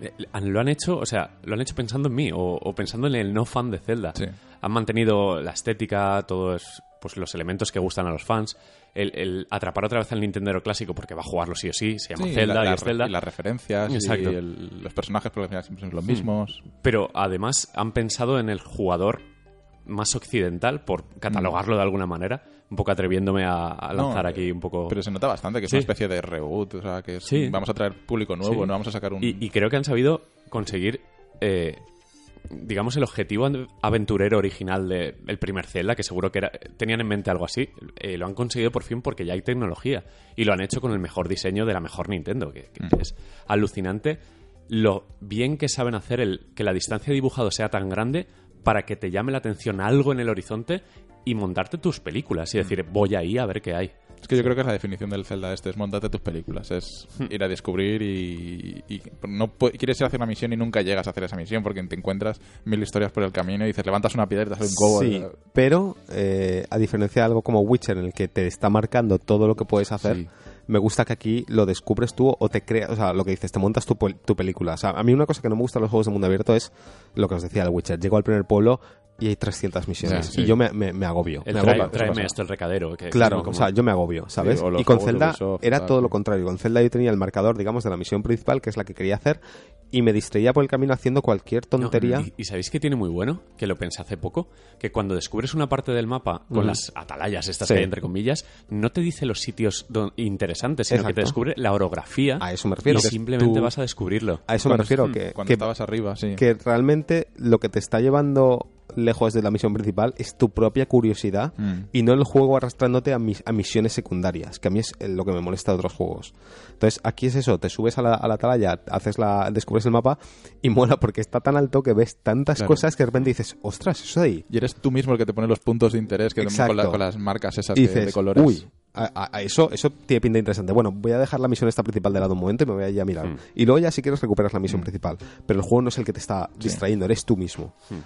Speaker 3: eh, lo han hecho, o sea, lo han hecho pensando en mí o, o pensando en el no fan de Zelda.
Speaker 2: Sí.
Speaker 3: Han mantenido la estética, todos pues, los elementos que gustan a los fans. El, el atrapar otra vez al Nintendero clásico porque va a jugarlo sí o sí, se llama
Speaker 2: Sí,
Speaker 3: Zelda
Speaker 2: la-
Speaker 3: y
Speaker 2: la
Speaker 3: es
Speaker 2: re-
Speaker 3: Zelda.
Speaker 2: y las referencias
Speaker 3: Exacto.
Speaker 2: y el- los personajes, pero al final siempre son los mismos.
Speaker 3: pero además han pensado en el jugador más occidental, por catalogarlo de alguna manera, un poco atreviéndome a, a
Speaker 2: No,
Speaker 3: lanzar
Speaker 2: eh,
Speaker 3: aquí un poco...
Speaker 2: Pero se nota bastante que es
Speaker 3: Sí.
Speaker 2: una especie de reboot, o sea, que es-
Speaker 3: Sí.
Speaker 2: vamos a traer público nuevo,
Speaker 3: Sí.
Speaker 2: no vamos a sacar un...
Speaker 3: y, y creo que han sabido conseguir, eh, digamos, el objetivo an- aventurero original del primer Zelda, que seguro que era- tenían en mente algo así. Eh, lo han conseguido por fin porque ya hay tecnología. Y lo han hecho con el mejor diseño de la mejor Nintendo, que, que es alucinante lo bien que saben hacer el que la distancia de dibujado sea tan grande para que te llame la atención algo en el horizonte y montarte tus películas y decir, voy ahí a ver qué hay.
Speaker 2: Es que yo creo que es la definición del Zelda este, es montarte tus películas, es
Speaker 1: Hmm.
Speaker 2: ir a descubrir y, y no pu- quieres ir a hacer una misión y nunca llegas a hacer esa misión porque te encuentras mil historias por el camino y dices, levantas una piedra y te hace un cobo.
Speaker 1: Sí, pero eh, a diferencia de algo como Witcher, en el que te está marcando todo lo que puedes hacer,
Speaker 2: Sí.
Speaker 1: me gusta que aquí lo descubres tú o te creas, o sea, lo que dices, te montas tu, pel- tu película. O sea, a mí una cosa que no me gusta de los juegos de mundo abierto es lo que os decía el Witcher. Llego al primer pueblo, y hay 300 misiones.
Speaker 2: Ya, sí.
Speaker 1: Y yo me, me- me agobio.
Speaker 3: El
Speaker 1: me
Speaker 3: trae-
Speaker 1: agobio.
Speaker 3: tráeme esto el recadero. que-
Speaker 1: Claro,
Speaker 3: como-
Speaker 1: o sea, yo me agobio, ¿sabes?
Speaker 2: Sí, o los
Speaker 1: y con
Speaker 2: juegos de
Speaker 1: Zelda
Speaker 2: Ubisoft,
Speaker 1: era
Speaker 2: tal,
Speaker 1: todo
Speaker 2: sí.
Speaker 1: lo contrario. Con Zelda yo tenía el marcador, digamos, de la misión principal, que es la que quería hacer, y me distraía por el camino haciendo cualquier
Speaker 3: No,
Speaker 1: tontería.
Speaker 3: y, y sabéis que tiene muy bueno, que lo pensé hace poco, que cuando descubres una parte del mapa con
Speaker 1: Ujú.
Speaker 3: las atalayas estas
Speaker 1: Sí.
Speaker 3: que hay entre comillas, no te dice los sitios don- interesantes, sino que
Speaker 1: Exacto.
Speaker 3: te descubre la orografía.
Speaker 1: A eso me refiero,
Speaker 3: Y
Speaker 1: que es
Speaker 3: simplemente
Speaker 1: tú-
Speaker 3: vas a descubrirlo.
Speaker 1: A eso me
Speaker 2: Cuando-
Speaker 1: refiero,
Speaker 2: mm,
Speaker 1: que,
Speaker 2: Cuando
Speaker 1: que,
Speaker 2: estabas arriba, sí.
Speaker 1: que realmente lo que te está llevando lejos de la misión principal es tu propia curiosidad
Speaker 2: Mm.
Speaker 1: y no el juego arrastrándote a, mis- a misiones secundarias, que a mí es eh, lo que me molesta de otros juegos. Entonces, aquí es eso, te subes a la, a la atalaya, haces la, descubres el mapa y <laughs> mola porque está tan alto que ves tantas
Speaker 2: Claro.
Speaker 1: cosas que de repente dices, ostras, eso de ahí.
Speaker 2: Y eres tú mismo el que te pone los puntos de interés que te-
Speaker 1: Exacto.
Speaker 2: con, la- con las marcas esas
Speaker 1: Y
Speaker 2: de,
Speaker 1: dices,
Speaker 2: de colores.
Speaker 1: uy, a, a- a eso, eso tiene pinta interesante. Bueno, voy a dejar la misión esta principal de lado un momento y me voy a ir a mirar.
Speaker 2: Hmm.
Speaker 1: Y luego ya si quieres recuperas la misión principal. Pero el juego no es el que te está distrayendo, eres tú mismo.
Speaker 2: Hmm.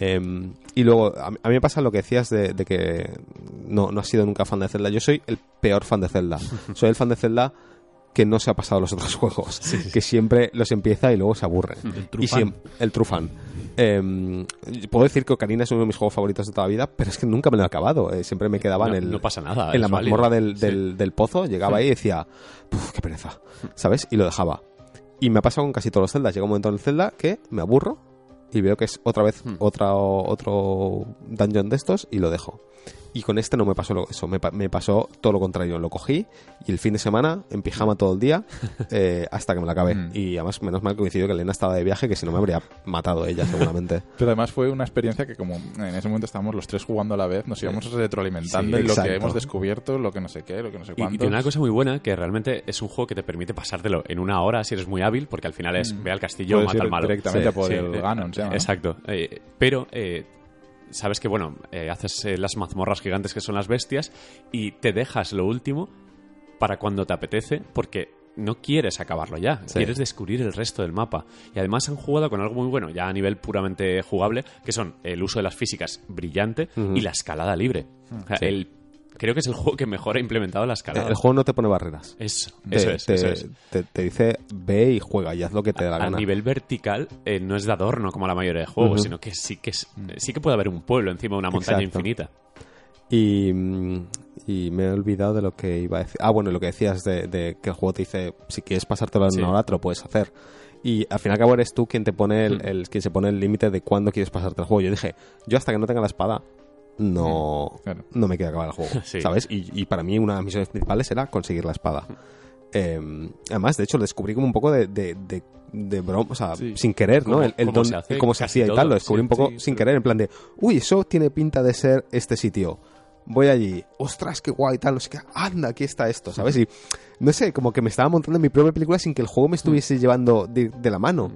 Speaker 1: Em, y luego, a, mí- a mí me pasa lo que decías de, de que no, no has sido nunca fan de Zelda. Yo soy el peor fan de
Speaker 2: <laughs>
Speaker 1: Zelda. soy el fan de Zelda que no se ha pasado los otros <laughs> juegos. Que siempre los empieza y luego se aburre.
Speaker 2: Hmm.
Speaker 4: El true
Speaker 1: y
Speaker 4: fan.
Speaker 1: siem- el true fan. Em, puedo decir que Ocarina es uno de mis juegos favoritos de toda la vida, pero es que nunca me lo he acabado. Eh, siempre me quedaba
Speaker 3: No-
Speaker 1: en el-
Speaker 3: no pasa nada,
Speaker 1: En la
Speaker 3: es válido.
Speaker 1: mazmorra del, del- del pozo, llegaba ahí y decía, "Puf, qué pereza, ¿sabes? Y lo dejaba. Y me ha pasado con casi todos los celdas. Llega un momento en el celda que me aburro y veo que es otra vez
Speaker 3: Hmm.
Speaker 1: otra, otro dungeon de estos y lo dejo. Y con este no me pasó lo- eso, me, pa- me pasó todo lo contrario. Lo cogí y el fin de semana, en pijama todo el
Speaker 3: <laughs>
Speaker 1: día, eh, hasta que me lo acabé.
Speaker 3: Hmm.
Speaker 2: Mm.
Speaker 1: Y además, menos mal que coincidió que Elena estaba de viaje, que si no me habría matado ella
Speaker 3: <laughs>
Speaker 1: seguramente.
Speaker 2: Pero además fue una experiencia que como en ese momento estábamos los tres jugando a la vez, nos íbamos retroalimentando
Speaker 1: Sí,
Speaker 2: en lo
Speaker 1: exacto.
Speaker 2: que hemos descubierto, lo que no sé qué, lo que no sé
Speaker 3: Y, y
Speaker 2: cuánto.
Speaker 3: tiene una cosa muy buena que realmente es un juego que te permite pasártelo en una hora si eres muy hábil, porque al final es ve al castillo,
Speaker 2: Puedes
Speaker 3: mata
Speaker 2: ir
Speaker 3: al malo. Eh,
Speaker 2: directamente a por el Ganon, se llama, ¿no?
Speaker 3: Exacto. Eh, pero eh, sabes que, bueno, eh, haces eh, las mazmorras gigantes que son las bestias y te dejas lo último para cuando te apetece, porque no quieres acabarlo ya, quieres descubrir el resto del mapa. Y además han jugado con algo muy bueno, ya a nivel puramente jugable, que son el uso de las físicas brillante y la escalada libre. O sea, el- creo que es el juego que mejor ha implementado la escalada.
Speaker 1: Eh, El juego no te pone barreras.
Speaker 3: Eso,
Speaker 1: Te-
Speaker 3: eso es,
Speaker 1: te,
Speaker 3: eso es.
Speaker 1: te- te dice ve y juega y haz lo que te dé la
Speaker 3: A
Speaker 1: gana.
Speaker 3: nivel vertical eh, no es de adorno como la mayoría de juegos,
Speaker 1: Ujú.
Speaker 3: sino que sí que es- sí que puede haber un pueblo encima de una montaña
Speaker 1: Exacto.
Speaker 3: infinita.
Speaker 1: Y, mm, y me he olvidado de lo que iba a decir. Ah, bueno, lo que decías de, de que el juego te dice, si quieres pasártelo en
Speaker 3: Sí.
Speaker 1: una hora, te lo puedes hacer. Y al fin y al cabo eres tú quien te pone
Speaker 3: Mm.
Speaker 1: el, el- quien se pone el límite de cuándo quieres pasarte el juego. Yo dije, yo hasta que no tenga la espada, no,
Speaker 2: claro.
Speaker 1: no me queda acabar el juego.
Speaker 3: Mm, <laughs> Sí.
Speaker 1: ¿Sabes? Y, y para mí una de las misiones principales era conseguir la espada. Eh, además, de hecho, lo descubrí como un poco de, de, de, de broma, o sea,
Speaker 2: Sí.
Speaker 1: sin querer, ¿no?
Speaker 3: Cómo-
Speaker 1: El, el
Speaker 3: cómo
Speaker 1: don-
Speaker 3: se hace
Speaker 1: el cómo se
Speaker 3: casi
Speaker 1: hacía y
Speaker 3: todo,
Speaker 1: tal, lo descubrí
Speaker 3: sí,
Speaker 1: un poco
Speaker 3: sí,
Speaker 1: sin
Speaker 3: sí.
Speaker 1: querer, en plan de, uy, eso tiene pinta de ser este sitio. Voy allí, ostras, qué guay, tal, no sé qué, anda, aquí está esto, ¿sabes? Y no sé, como que me estaba montando en mi propia película sin que el juego me
Speaker 3: Mm.
Speaker 1: estuviese llevando de, de la mano.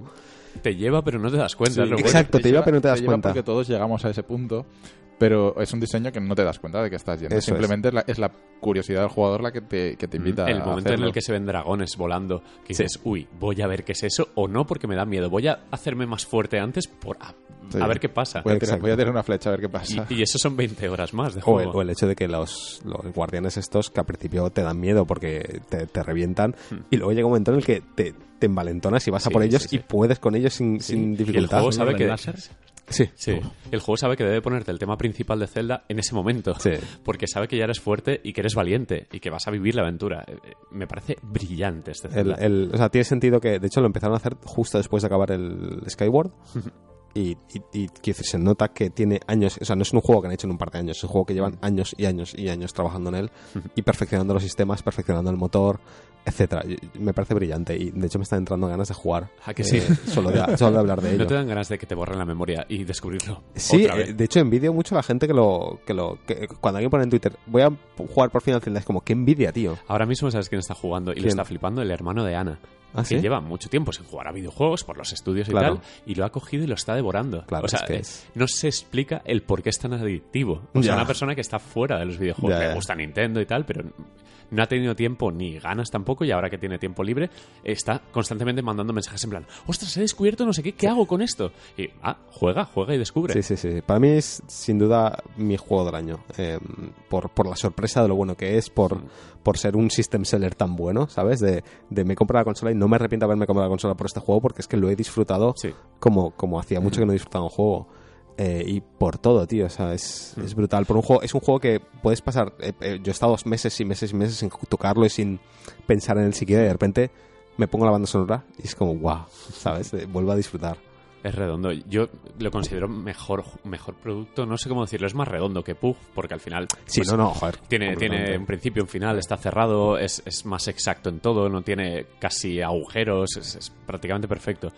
Speaker 3: Te lleva, pero no te das cuenta. es lo bueno.
Speaker 1: exacto, te lleva, pero no te das
Speaker 2: lleva
Speaker 1: cuenta.
Speaker 2: Porque todos llegamos a ese punto, pero es un diseño que no te das cuenta de que estás yendo.
Speaker 1: Eso Mm.
Speaker 2: Simplemente es. la, es la curiosidad del jugador la que te, que te invita
Speaker 3: El
Speaker 2: a
Speaker 3: momento en
Speaker 2: hacerlo.
Speaker 3: el que se ven dragones volando, que dices, uy, voy a ver qué es eso, o no, porque me da miedo. Voy a hacerme más fuerte antes por a,
Speaker 2: Sí.
Speaker 3: a ver qué pasa.
Speaker 2: Voy a, tirar,
Speaker 1: Exacto.
Speaker 2: voy a tirar una flecha a ver qué pasa.
Speaker 3: Y, y eso son 20 horas más de
Speaker 1: O el,
Speaker 3: juego.
Speaker 1: o el hecho de que los, los guardianes estos, que al principio te dan miedo porque te, te revientan, y luego llega un momento en el que te, te envalentonas y vas a
Speaker 3: Mm. Sí,
Speaker 1: por ellos
Speaker 3: sí, sí.
Speaker 1: y puedes con ellos sin, sin
Speaker 3: Y el
Speaker 1: dificultad.
Speaker 3: juego sabe
Speaker 4: ¿El
Speaker 3: que...
Speaker 4: láser?
Speaker 1: Sí.
Speaker 3: Sí, el juego sabe que debe ponerte el tema principal de Zelda en ese momento.
Speaker 1: Sí.
Speaker 3: Porque sabe que ya eres fuerte y que eres valiente y que vas a vivir la aventura. Eh, eh, Me parece brillante este
Speaker 1: El-
Speaker 3: Zelda.
Speaker 1: el- o sea, tiene sentido que, de hecho, lo empezaron a hacer justo después de acabar el Skyward. Y, y- y quiero decir, se nota que tiene años, o sea, no es un juego que han hecho en un par de años, es un juego que llevan años y años y años trabajando en él y perfeccionando los sistemas, perfeccionando el motor, etcétera. Y- y Me parece brillante y de hecho me están entrando ganas de jugar. eh,
Speaker 3: ¿A Ah, que sí?
Speaker 1: solo, de, solo de hablar de ello.
Speaker 3: <laughs> No te dan ganas de que te borren la memoria y descubrirlo.
Speaker 1: Sí,
Speaker 3: otra vez.
Speaker 1: eh, de hecho envidio mucho a la gente que lo, que lo que cuando alguien pone en Twitter, voy a jugar por fin al Zelda", es como qué envidia, tío.
Speaker 3: Ahora mismo sabes quién está jugando y le
Speaker 1: ¿Quién?
Speaker 3: está flipando el hermano de Ana.
Speaker 1: ¿Ah,
Speaker 3: que
Speaker 1: sí?
Speaker 3: lleva mucho tiempo sin jugar a videojuegos por los estudios y
Speaker 1: Claro.
Speaker 3: tal, y lo ha cogido y lo está devorando.
Speaker 1: Claro,
Speaker 3: o sea,
Speaker 1: es que
Speaker 3: eh,
Speaker 1: es-
Speaker 3: no se explica el por qué es tan adictivo. O sea,
Speaker 1: Ya.
Speaker 3: una persona que está fuera de los videojuegos,
Speaker 1: Ya, ya.
Speaker 3: le gusta Nintendo y tal, pero no ha tenido tiempo ni ganas tampoco, y ahora que tiene tiempo libre, está constantemente mandando mensajes en plan, ostras, he descubierto no sé qué, ¿qué hago con esto? Y, ah, juega, juega y descubre.
Speaker 1: Sí, sí, sí. Para mí es sin duda mi juego del año. Eh, por, por la sorpresa de lo bueno que es, por, por ser un system seller tan bueno, ¿sabes? De, de me compro la consola y no me arrepiento de haberme comprado la consola por este juego porque es que lo he disfrutado
Speaker 3: Sí.
Speaker 1: como, como hacía mucho que no disfrutaba un juego. eh, y por todo, tío. O sea, es, es brutal. Por un juego, es un juego que puedes pasar. eh, eh, yo he estado dos meses y meses y meses sin tocarlo y sin pensar en él siquiera. Y de repente me pongo la banda sonora y es como, wow, ¿sabes? Eh, vuelvo a disfrutar.
Speaker 3: Es redondo. Yo lo considero mejor, mejor producto, no sé cómo decirlo, es más redondo que Puff, porque al final
Speaker 1: Sí,
Speaker 3: pues,
Speaker 1: no, no, joder.
Speaker 3: tiene, tiene un
Speaker 1: completamente.
Speaker 3: principio, un final, está cerrado, es, es más exacto en todo, no tiene casi agujeros, es, es prácticamente perfecto.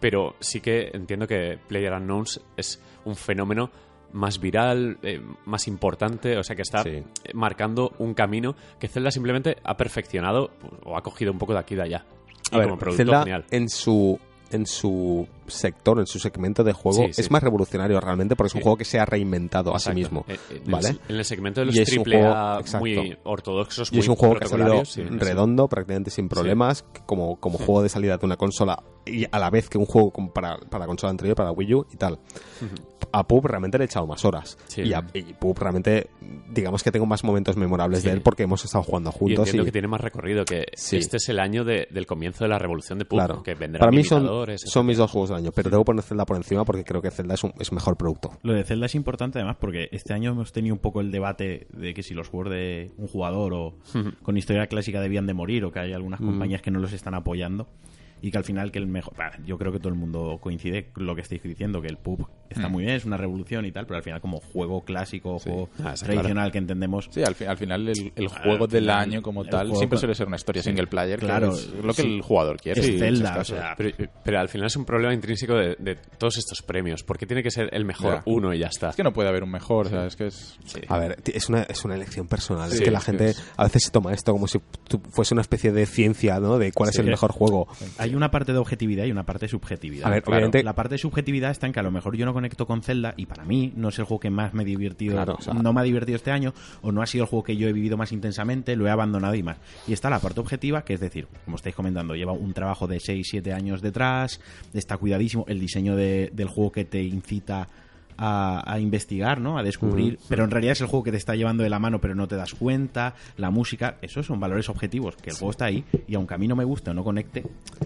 Speaker 3: Pero sí que entiendo que Player Unknowns es un fenómeno más viral, eh, más importante, o sea que está
Speaker 1: Sí.
Speaker 3: eh, marcando un camino que Zelda simplemente ha perfeccionado o ha cogido un poco de aquí y de allá. Y
Speaker 1: A ver,
Speaker 3: como producto
Speaker 1: Zelda
Speaker 3: genial.
Speaker 1: en su en su sector, en su segmento de juego,
Speaker 3: Sí, sí.
Speaker 1: es más revolucionario realmente porque es un
Speaker 3: Sí.
Speaker 1: juego que se ha reinventado a sí
Speaker 3: Exacto.
Speaker 1: mismo.
Speaker 3: Eh, eh, en
Speaker 1: ¿Vale?
Speaker 3: el- En el segmento de los
Speaker 1: Y es un
Speaker 3: triple A
Speaker 1: juego- exacto.
Speaker 3: muy ortodoxos,
Speaker 1: Y es
Speaker 3: muy
Speaker 1: un juego que ha salido
Speaker 3: protocolarios, sí, es-
Speaker 1: redondo, prácticamente sin problemas, que como, como juego de salida de una consola y a la vez que un juego como para, para consola anterior, para Wii U y tal. A Pub realmente le he echado más horas.
Speaker 3: Sí.
Speaker 1: Y a y Pub realmente, digamos que tengo más momentos memorables
Speaker 3: Sí.
Speaker 1: de él porque hemos estado jugando
Speaker 3: Y
Speaker 1: juntos.
Speaker 3: entiendo
Speaker 1: y-
Speaker 3: que tiene más recorrido, que
Speaker 1: Sí.
Speaker 3: este es el año de- del comienzo de la revolución de Pug,
Speaker 1: claro.
Speaker 3: que vendrán
Speaker 1: Para mí son,
Speaker 3: imitadores,
Speaker 1: son mis dos juegos del año, pero debo poner Zelda por encima porque creo que Zelda es un es mejor producto.
Speaker 4: Lo de Zelda es importante además porque este año hemos tenido un poco el debate de que si los juegos de un jugador o
Speaker 1: <laughs>
Speaker 4: con historia clásica debían de morir o que hay algunas
Speaker 1: Mm.
Speaker 4: compañías que no los están apoyando y que al final que el mejor... bah, yo creo que todo el mundo coincide con lo que estáis diciendo, que el pub
Speaker 1: Mm.
Speaker 4: está muy bien, es una revolución y tal, pero al final como juego clásico, juego
Speaker 3: Ah, está
Speaker 4: tradicional que entendemos...
Speaker 2: Sí, al, fi- al final el, el
Speaker 4: Al
Speaker 2: juego del
Speaker 4: final,
Speaker 2: año como
Speaker 4: el
Speaker 2: tal
Speaker 4: juego
Speaker 2: siempre
Speaker 4: con-
Speaker 2: suele ser una historia single player,
Speaker 4: Claro,
Speaker 2: claro, es lo que
Speaker 4: sí.
Speaker 2: el jugador quiere.
Speaker 4: Es
Speaker 2: en
Speaker 4: Zelda,
Speaker 2: muchos
Speaker 4: o
Speaker 2: casos.
Speaker 4: sea,
Speaker 3: Pero, pero al final es un problema intrínseco de, de todos estos premios, porque tiene que ser el mejor
Speaker 2: Ya.
Speaker 3: uno y ya está.
Speaker 2: Es que no puede haber un mejor, o sea, es que es...
Speaker 1: A ver, t- es una, es una elección personal. es
Speaker 2: Sí,
Speaker 1: que la
Speaker 2: es que
Speaker 1: gente
Speaker 2: es-
Speaker 1: a veces se toma esto como si tu- fuese una especie de ciencia, ¿no? De cuál es
Speaker 4: Sí. Pues
Speaker 1: el mejor juego.
Speaker 4: Hay una parte de objetividad y una parte de subjetividad.
Speaker 1: A ver,
Speaker 4: Claro,
Speaker 1: obviamente-
Speaker 4: La parte de subjetividad está en que a lo mejor yo no conecto con Zelda y para mí no es el juego que más me he divertido,
Speaker 1: Claro, o sea-
Speaker 4: no me ha divertido este año o no ha sido el juego que yo he vivido más intensamente, lo he abandonado y más. Y está la parte objetiva, que es decir, como estáis comentando, lleva un trabajo de 6, 7 años detrás, está cuidadísimo el diseño de- del juego que te incita a, a investigar, ¿no? A descubrir. Pero en realidad es el juego que te está llevando de la mano, pero no te das cuenta. La música, esos son valores objetivos, que el juego está ahí. Y aunque a mí no me guste o no conecte,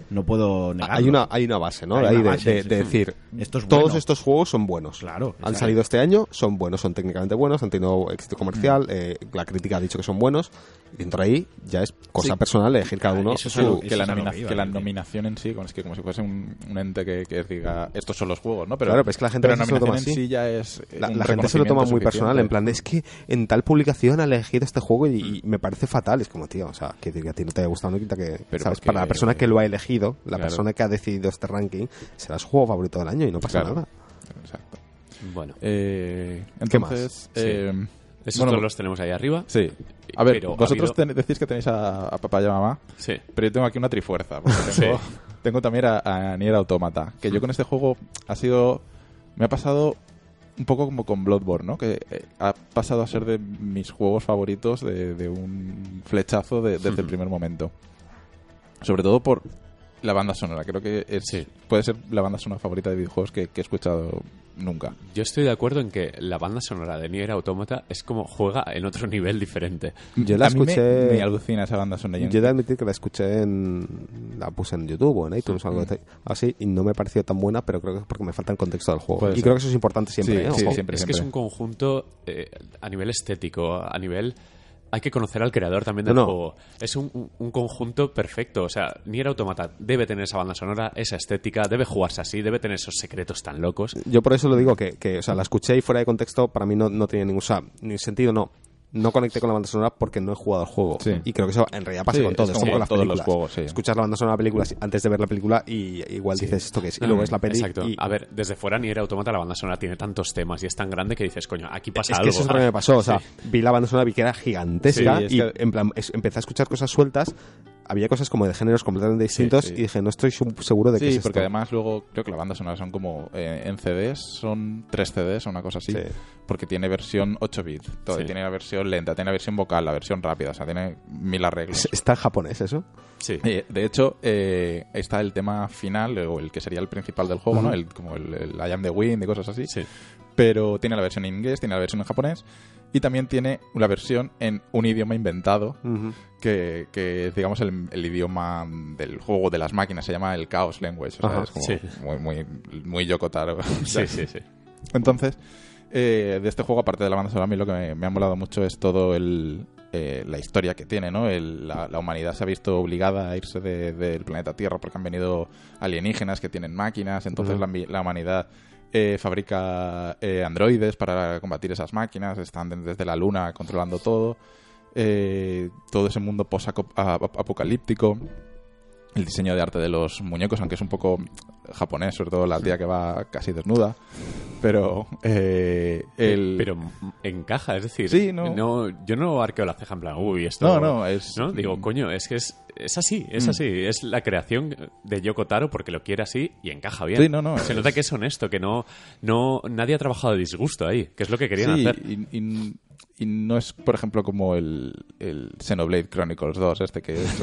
Speaker 4: no puedo negarlo.
Speaker 1: Hay una, hay una base, ¿no?
Speaker 4: Hay
Speaker 1: Ahí
Speaker 4: una
Speaker 1: de,
Speaker 4: base,
Speaker 1: de-
Speaker 4: sí,
Speaker 1: de
Speaker 4: sí.
Speaker 1: decir,
Speaker 4: Esto es
Speaker 1: todos
Speaker 4: bueno.
Speaker 1: estos juegos son buenos.
Speaker 4: Claro,
Speaker 1: Han
Speaker 4: exacto.
Speaker 1: salido este año, son buenos, son técnicamente buenos, han tenido éxito comercial, eh, la crítica ha dicho que son buenos. Y dentro ahí ya es cosa personal de elegir cada uno.
Speaker 4: eso es
Speaker 1: su-
Speaker 4: algo-
Speaker 2: que la,
Speaker 4: es a lo
Speaker 2: nomina-
Speaker 4: que iba,
Speaker 2: que la
Speaker 4: tío.
Speaker 2: nominación en sí, como es que como si fuese un, un ente que, que diga estos son los juegos, ¿no? Pero,
Speaker 1: Claro, pero es que la gente
Speaker 2: pero
Speaker 1: a veces se lo
Speaker 2: nominación
Speaker 1: toma
Speaker 2: en sí ya es
Speaker 1: la,
Speaker 2: un
Speaker 1: la gente se lo toma muy
Speaker 2: reconocimiento
Speaker 1: personal, en
Speaker 2: suficiente.
Speaker 1: plan, es que en tal publicación ha elegido este juego y, y me parece fatal. Es como, tío, o sea, que, que a ti no te haya gustado, no quita que,
Speaker 2: Pero
Speaker 1: ¿sabes?
Speaker 2: porque-
Speaker 1: Para la persona que lo ha elegido, la
Speaker 2: Claro.
Speaker 1: persona que ha decidido este ranking, será su juego favorito del año y no pasa
Speaker 2: Claro.
Speaker 1: nada.
Speaker 2: Exacto.
Speaker 3: Bueno,
Speaker 2: Eh,
Speaker 1: ¿Qué más?
Speaker 2: entonces,
Speaker 3: Sí.
Speaker 2: eh,
Speaker 3: esos
Speaker 2: bueno,
Speaker 3: dos los tenemos ahí arriba.
Speaker 2: sí. A ver,
Speaker 3: Pero ha
Speaker 2: vosotros
Speaker 3: habido-
Speaker 2: ten- decís que tenéis a, a papá y a mamá,
Speaker 3: Sí.
Speaker 2: pero yo tengo aquí una trifuerza.
Speaker 3: <laughs>
Speaker 2: porque Tengo, tengo también a, a Nier Automata, que yo con este juego ha sido... Me ha pasado un poco como con Bloodborne, ¿no? Que eh, ha pasado a ser de mis juegos favoritos de, de un flechazo de- desde el primer momento. Sobre todo por la banda sonora. Creo que es,
Speaker 3: Sí.
Speaker 2: puede ser la banda sonora favorita de videojuegos que, que he escuchado nunca.
Speaker 3: Yo estoy de acuerdo en que la banda sonora de Nier Automata es como juega en otro nivel diferente.
Speaker 1: Yo la
Speaker 2: A mí me-
Speaker 1: escuché-
Speaker 2: Me, alucina esa banda sonora.
Speaker 1: Yo he de admitir que la escuché en. La puse en YouTube o en iTunes o algo de- así y no me pareció tan buena, pero creo que es porque me falta el contexto del juego.
Speaker 2: Puede
Speaker 1: y
Speaker 2: ser.
Speaker 1: creo que eso es importante siempre.
Speaker 2: Sí,
Speaker 1: ¿eh?
Speaker 2: sí,
Speaker 1: Ojo.
Speaker 2: siempre.
Speaker 3: es que es un conjunto eh, a nivel estético, a nivel... Hay que conocer al creador también del
Speaker 1: No, no.
Speaker 3: juego. Es un, un- un conjunto perfecto. O sea, Nier Automata debe tener esa banda sonora, esa estética, debe jugarse así, debe tener esos secretos tan locos.
Speaker 1: Yo por eso lo digo que, que, o sea, la escuché y fuera de contexto para mí no, no tenía ningún, o sea, ni sentido, no. No conecté con la banda sonora porque no he jugado al juego.
Speaker 2: Sí.
Speaker 1: Y creo que eso en realidad pasa
Speaker 2: Sí,
Speaker 1: con todo.
Speaker 2: es
Speaker 1: esto
Speaker 2: como
Speaker 1: con las
Speaker 2: todos los
Speaker 1: películas.
Speaker 2: juegos, sí.
Speaker 1: Escuchas la banda sonora de la película sí, antes de ver la película y igual dices esto que es. Y luego es la peli.
Speaker 3: Exacto.
Speaker 1: y-
Speaker 3: A ver, desde fuera Nier Automata la banda sonora tiene tantos temas y es tan grande que dices, coño, aquí pasa
Speaker 1: es que
Speaker 3: algo.
Speaker 1: eso es lo que me pasó. O sea,
Speaker 3: Sí.
Speaker 1: vi la banda sonora, vi que era gigantesca
Speaker 2: ah, Sí, es
Speaker 1: y
Speaker 2: que-
Speaker 1: en plan, es- empecé a escuchar cosas sueltas. Había cosas como de géneros completamente distintos
Speaker 2: sí.
Speaker 1: y dije, no estoy su- seguro de
Speaker 2: Sí,
Speaker 1: que es esto.
Speaker 2: porque además luego creo que la banda sonora son como eh, en CDs, son tres CDs o una cosa así,
Speaker 1: Sí.
Speaker 2: porque tiene versión 8 bit, todo,
Speaker 3: Sí.
Speaker 2: tiene la versión lenta, tiene la versión vocal, la versión rápida, o sea, tiene mil arreglos.
Speaker 1: ¿Está en japonés eso?
Speaker 3: Sí.
Speaker 2: Eh, de hecho, eh, está el tema final, o el que sería el principal del juego, ¿no? El, como el, el I Am the Wind y cosas así.
Speaker 3: Sí.
Speaker 2: Pero tiene la versión en inglés, tiene la versión en japonés y también tiene la versión en un idioma inventado,
Speaker 1: Ujú.
Speaker 2: que, que es, digamos, el, el idioma del juego de las máquinas, se llama el Chaos Language. O sea,
Speaker 1: Ajá,
Speaker 2: es como
Speaker 3: sí.
Speaker 2: <laughs> muy, muy, muy Yoko Taro.
Speaker 3: Sí, sí, sí.
Speaker 2: Entonces, eh, de este juego, aparte de la banda sonora, a mí lo que me, me ha molado mucho es todo el, eh, la historia que tiene, ¿no? El- la, la humanidad se ha visto obligada a irse de- del planeta Tierra porque han venido alienígenas que tienen máquinas, entonces la ambi- la, humanidad eh, fabrica eh, androides para combatir esas máquinas, están de- desde la luna controlando todo, eh, todo ese mundo post-apocalíptico. El diseño de arte de los muñecos, aunque es un poco japonés, sobre todo la tía que va casi desnuda. Pero. eh, el...
Speaker 3: Pero m- encaja, es decir,
Speaker 2: Sí, no.
Speaker 3: yo no arqueo la ceja en plan, uy, esto.
Speaker 2: No, no, es. mm.
Speaker 3: ¿no? Digo, coño, es que es, es así, es así. Es la creación de Yoko Taro porque lo quiere así y encaja bien.
Speaker 2: Sí, no, no,
Speaker 3: Se
Speaker 2: es-
Speaker 3: nota que es honesto, que no, no nadie ha trabajado de disgusto ahí, que es lo que querían
Speaker 2: Sí,
Speaker 3: hacer.
Speaker 2: y, y- y no es, por ejemplo, como el, el Xenoblade Chronicles 2, este que
Speaker 3: <laughs>
Speaker 2: es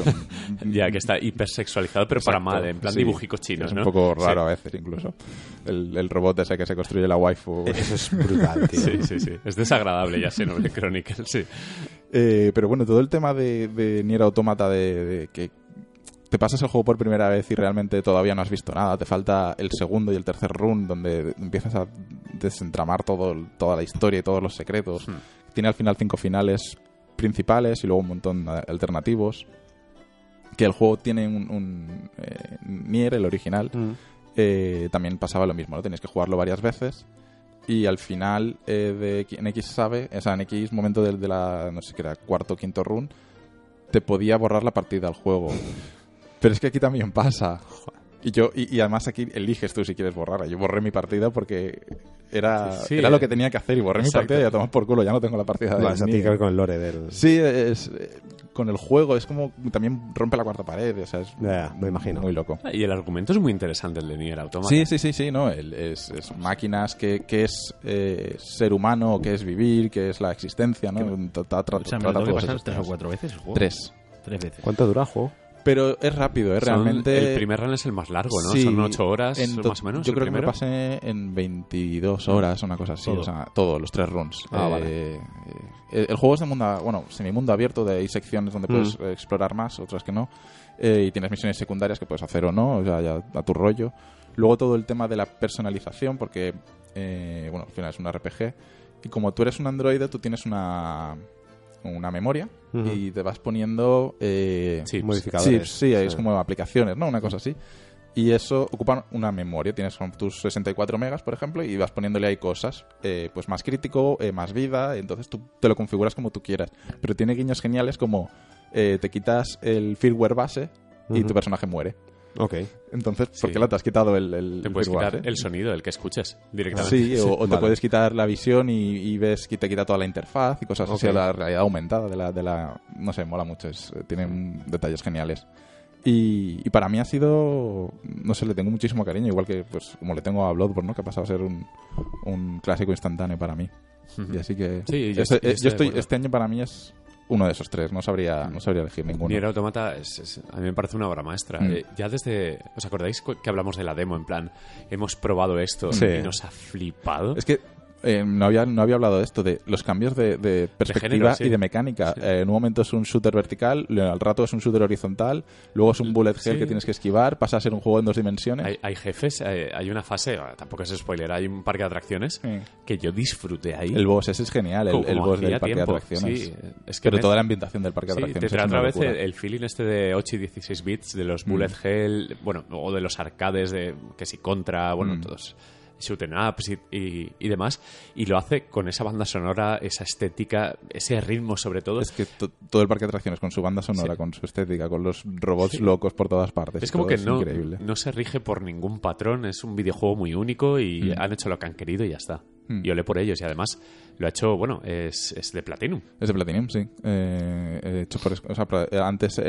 Speaker 2: un-
Speaker 3: Ya que está hipersexualizado, pero para
Speaker 2: Exacto,
Speaker 3: mal, en plan
Speaker 2: sí.
Speaker 3: dibujicos chinos,
Speaker 2: Es un
Speaker 3: ¿no?
Speaker 2: poco
Speaker 3: Sí.
Speaker 2: raro a veces, incluso. El, el robot ese que se construye la waifu.
Speaker 1: Eso es brutal,
Speaker 2: <laughs>
Speaker 1: tío.
Speaker 3: Sí, sí, sí. Es desagradable ya <laughs> Xenoblade Chronicles, sí.
Speaker 2: Eh, pero bueno, todo el tema de, de Nier Automata, de, de que te pasas el juego por primera vez y realmente todavía no has visto nada. Te falta el segundo y el tercer run, donde empiezas a desentramar todo, toda la historia y todos los secretos. Tiene al final cinco finales principales y luego un montón de alternativos. Que el juego tiene un, un, eh, Nier, el original, eh, también pasaba lo mismo, ¿no? Tenías que jugarlo varias veces. Y al final eh, de X- en X sabe, o sea, en X momento del- de, la, no sé qué era, cuarto o quinto run, te podía borrar la partida
Speaker 1: <laughs>
Speaker 2: al juego. Pero es que aquí también pasa. Y yo y, y además aquí eliges tú si quieres borrarla. Yo borré mi partida porque era,
Speaker 3: Sí, sí,
Speaker 2: era
Speaker 3: eh.
Speaker 2: lo que tenía que hacer y borré
Speaker 3: Exacto.
Speaker 2: mi partida y a tomar por culo, ya no tengo la partida de
Speaker 1: Vas a
Speaker 2: Nier.
Speaker 1: tirar con el lore del...
Speaker 2: Sí, es, eh, con el juego es como también rompe la cuarta pared, o sea, es
Speaker 1: Ya, me imagino.
Speaker 2: muy loco.
Speaker 3: Ah, Y el argumento es muy interesante, el de Nier Automata.
Speaker 2: Sí, sí, sí, sí, no, el- es, es máquinas, que, que es eh, ser humano, que es vivir, que es la existencia, ¿no? Tra- tra- tra-
Speaker 4: O sea, me lo
Speaker 2: trata
Speaker 4: tengo que
Speaker 2: todos
Speaker 4: pasar
Speaker 2: esos
Speaker 4: tres o
Speaker 2: temas.
Speaker 4: cuatro veces el juego.
Speaker 2: Tres.
Speaker 4: Tres veces.
Speaker 1: ¿Cuánto dura el juego?
Speaker 2: Pero es rápido, es
Speaker 3: Son-
Speaker 2: realmente...
Speaker 3: el primer run es el más largo, ¿no?
Speaker 2: Sí,
Speaker 3: Son ocho horas,
Speaker 2: en to-
Speaker 3: más o menos.
Speaker 2: Yo
Speaker 3: el
Speaker 2: creo que me lo
Speaker 3: primero.
Speaker 2: pasé en 22 horas, una cosa así.
Speaker 4: Todo.
Speaker 2: O sea, todos los tres runs.
Speaker 1: Ah,
Speaker 2: Eh,
Speaker 1: vale.
Speaker 2: eh, el- el juego es de mundo, bueno, semimundo abierto, de, hay secciones donde
Speaker 1: Mm.
Speaker 2: puedes eh, explorar más, otras que no. Eh, y tienes misiones secundarias que puedes hacer o no, o sea, ya a tu rollo. Luego todo el tema de la personalización, porque, eh, bueno, al final es un RPG. Y como tú eres un androide, tú tienes una, una memoria
Speaker 1: Ujú.
Speaker 2: y te vas poniendo... eh,
Speaker 3: Chips.
Speaker 1: Modificadores.
Speaker 2: Sí, sí, es como aplicaciones, ¿no? Una cosa así. Y eso ocupa una memoria. Tienes con tus 64 megas, por ejemplo, y vas poniéndole ahí cosas. eh, pues más crítico, eh, más vida. Entonces tú te lo configuras como tú quieras. Pero tiene guiños geniales como eh, te quitas el firmware base y
Speaker 1: Ujú.
Speaker 2: tu personaje muere.
Speaker 1: Ok.
Speaker 2: Entonces, ¿por
Speaker 3: Sí.
Speaker 2: qué la te has quitado el, el-
Speaker 3: Te
Speaker 2: el
Speaker 3: puedes
Speaker 2: firmware,
Speaker 3: quitar
Speaker 2: eh?
Speaker 3: el sonido, el que escuches directamente.
Speaker 2: Sí, o, o te
Speaker 1: Vale.
Speaker 2: puedes quitar la visión y, y ves que te quita toda la interfaz y cosas así,
Speaker 1: Ok.
Speaker 2: o la realidad aumentada de la, de la... No sé, mola mucho, es- eh, tiene un- detalles geniales. Y, y para mí ha sido... No sé, le tengo muchísimo cariño, igual que pues como le tengo a Bloodborne, ¿no? Que ha pasado a ser un, un clásico instantáneo para mí.
Speaker 3: Ujú.
Speaker 2: Y así que...
Speaker 3: Sí, yo
Speaker 2: este,
Speaker 3: estoy-
Speaker 2: eh,
Speaker 3: estoy
Speaker 2: yo
Speaker 3: de
Speaker 2: estoy-
Speaker 3: acuerdo.
Speaker 2: este año para mí es uno de esos tres, no sabría, no sabría elegir ninguno.
Speaker 3: Nier Automata es, es- a mí me parece una obra maestra.
Speaker 2: Mm.
Speaker 3: Eh, ya desde... ¿Os acordáis cu- que hablamos de la demo? En plan, hemos probado esto
Speaker 1: Sí.
Speaker 3: y nos ha flipado.
Speaker 2: Es que eh, no, había, no había hablado de esto, de los cambios de, de perspectiva
Speaker 3: género, sí.
Speaker 2: y de mecánica.
Speaker 3: Sí.
Speaker 2: Eh, en un momento es un shooter vertical, le- al rato es un shooter horizontal, luego es un bullet hell
Speaker 3: Sí.
Speaker 2: que tienes que esquivar, pasa a ser un juego en dos dimensiones.
Speaker 3: Hay, hay jefes, hay, hay una fase, ah, tampoco es spoiler, hay un parque de atracciones
Speaker 2: Sí.
Speaker 3: que yo disfruté ahí.
Speaker 2: El boss ese es genial, el,
Speaker 3: Como
Speaker 2: el boss
Speaker 3: hacía
Speaker 2: del parque
Speaker 3: tiempo.
Speaker 2: de atracciones.
Speaker 3: Sí, es que
Speaker 2: Pero
Speaker 3: me-
Speaker 2: toda la ambientación del parque de
Speaker 3: Sí, te
Speaker 2: atracciones
Speaker 3: trae
Speaker 2: es una
Speaker 3: otra vez el,
Speaker 2: locura. Mm.
Speaker 3: el feeling este de 8 y 16 bits, de los bullet hell, bueno, o de los arcades, de que si contra, bueno,
Speaker 2: Mm.
Speaker 3: todos shooting ups y, y- y demás. Y lo hace con esa banda sonora, esa estética, ese ritmo sobre todo.
Speaker 2: Es que to- todo el parque de atracciones, con su banda sonora, con su estética, con los robots locos por todas partes.
Speaker 3: Es como
Speaker 2: todo
Speaker 3: que
Speaker 2: es
Speaker 3: no,
Speaker 2: increíble.
Speaker 3: no se rige por ningún patrón, es un videojuego muy único y
Speaker 2: Mm.
Speaker 3: han hecho lo que han querido y ya está.
Speaker 2: Mm.
Speaker 3: Y olé por ellos. Y además lo ha hecho, bueno, es, es de Platinum.
Speaker 2: Es de Platinum, sí. Eh, eh, hecho por- o sea, pra- eh, antes el,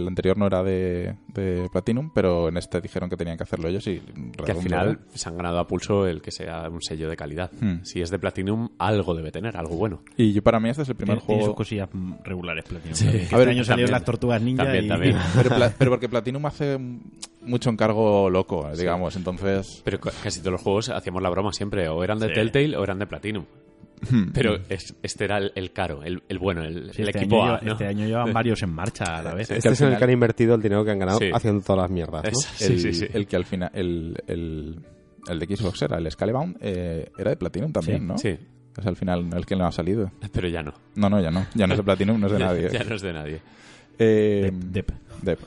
Speaker 2: el anterior no era de, de Platinum, pero en este dijeron que tenían que hacerlo ellos y
Speaker 3: Que al
Speaker 2: redondo,
Speaker 3: final
Speaker 2: ¿no?
Speaker 3: se han ganado a pulso el que sea un sello de calidad.
Speaker 2: Mm.
Speaker 3: Si es de Platinum, algo debe tener, algo bueno.
Speaker 2: Y yo para mí este es el primer
Speaker 4: Tiene, tiene sus
Speaker 2: juego...
Speaker 4: cosillas mm, regulares, Platinum.
Speaker 3: Sí.
Speaker 4: Que
Speaker 3: A
Speaker 4: Este
Speaker 3: ver,
Speaker 4: año salieron
Speaker 3: también.
Speaker 4: las tortugas ninja
Speaker 3: También,
Speaker 4: y... <laughs>
Speaker 3: también. <laughs>
Speaker 2: Pero, Pla- pero porque Platinum hace mm, mucho encargo loco, eh, digamos, entonces...
Speaker 3: Pero ca- casi todos los juegos hacíamos la broma siempre, o eran de
Speaker 4: Sí.
Speaker 3: Telltale o eran de Platinum. <laughs>
Speaker 2: Mm.
Speaker 3: Pero es- este era el, el caro, el, el bueno, el,
Speaker 4: Sí,
Speaker 3: el
Speaker 4: este,
Speaker 3: equipo
Speaker 4: año
Speaker 3: A.
Speaker 4: lleva- este
Speaker 3: ¿no? <laughs>
Speaker 4: año llevan varios en marcha a la vez.
Speaker 1: Este es en el que han invertido el dinero que han ganado
Speaker 3: Sí.
Speaker 1: haciendo todas las mierdas, ¿no?
Speaker 3: Es-
Speaker 2: El,
Speaker 3: sí, sí, sí.
Speaker 2: el que al final... El, el- el de Xbox era el Scalebound, eh, era de Platinum también,
Speaker 4: Sí,
Speaker 2: ¿no?
Speaker 3: Sí,
Speaker 2: Es al final el que no ha salido.
Speaker 3: pero ya no.
Speaker 2: No, no, ya no. Ya no es de Platinum, no es de
Speaker 3: <laughs> Ya-
Speaker 2: nadie.
Speaker 3: Ya, no es de nadie.
Speaker 2: Eh,
Speaker 4: Dep, dep.
Speaker 2: Dep.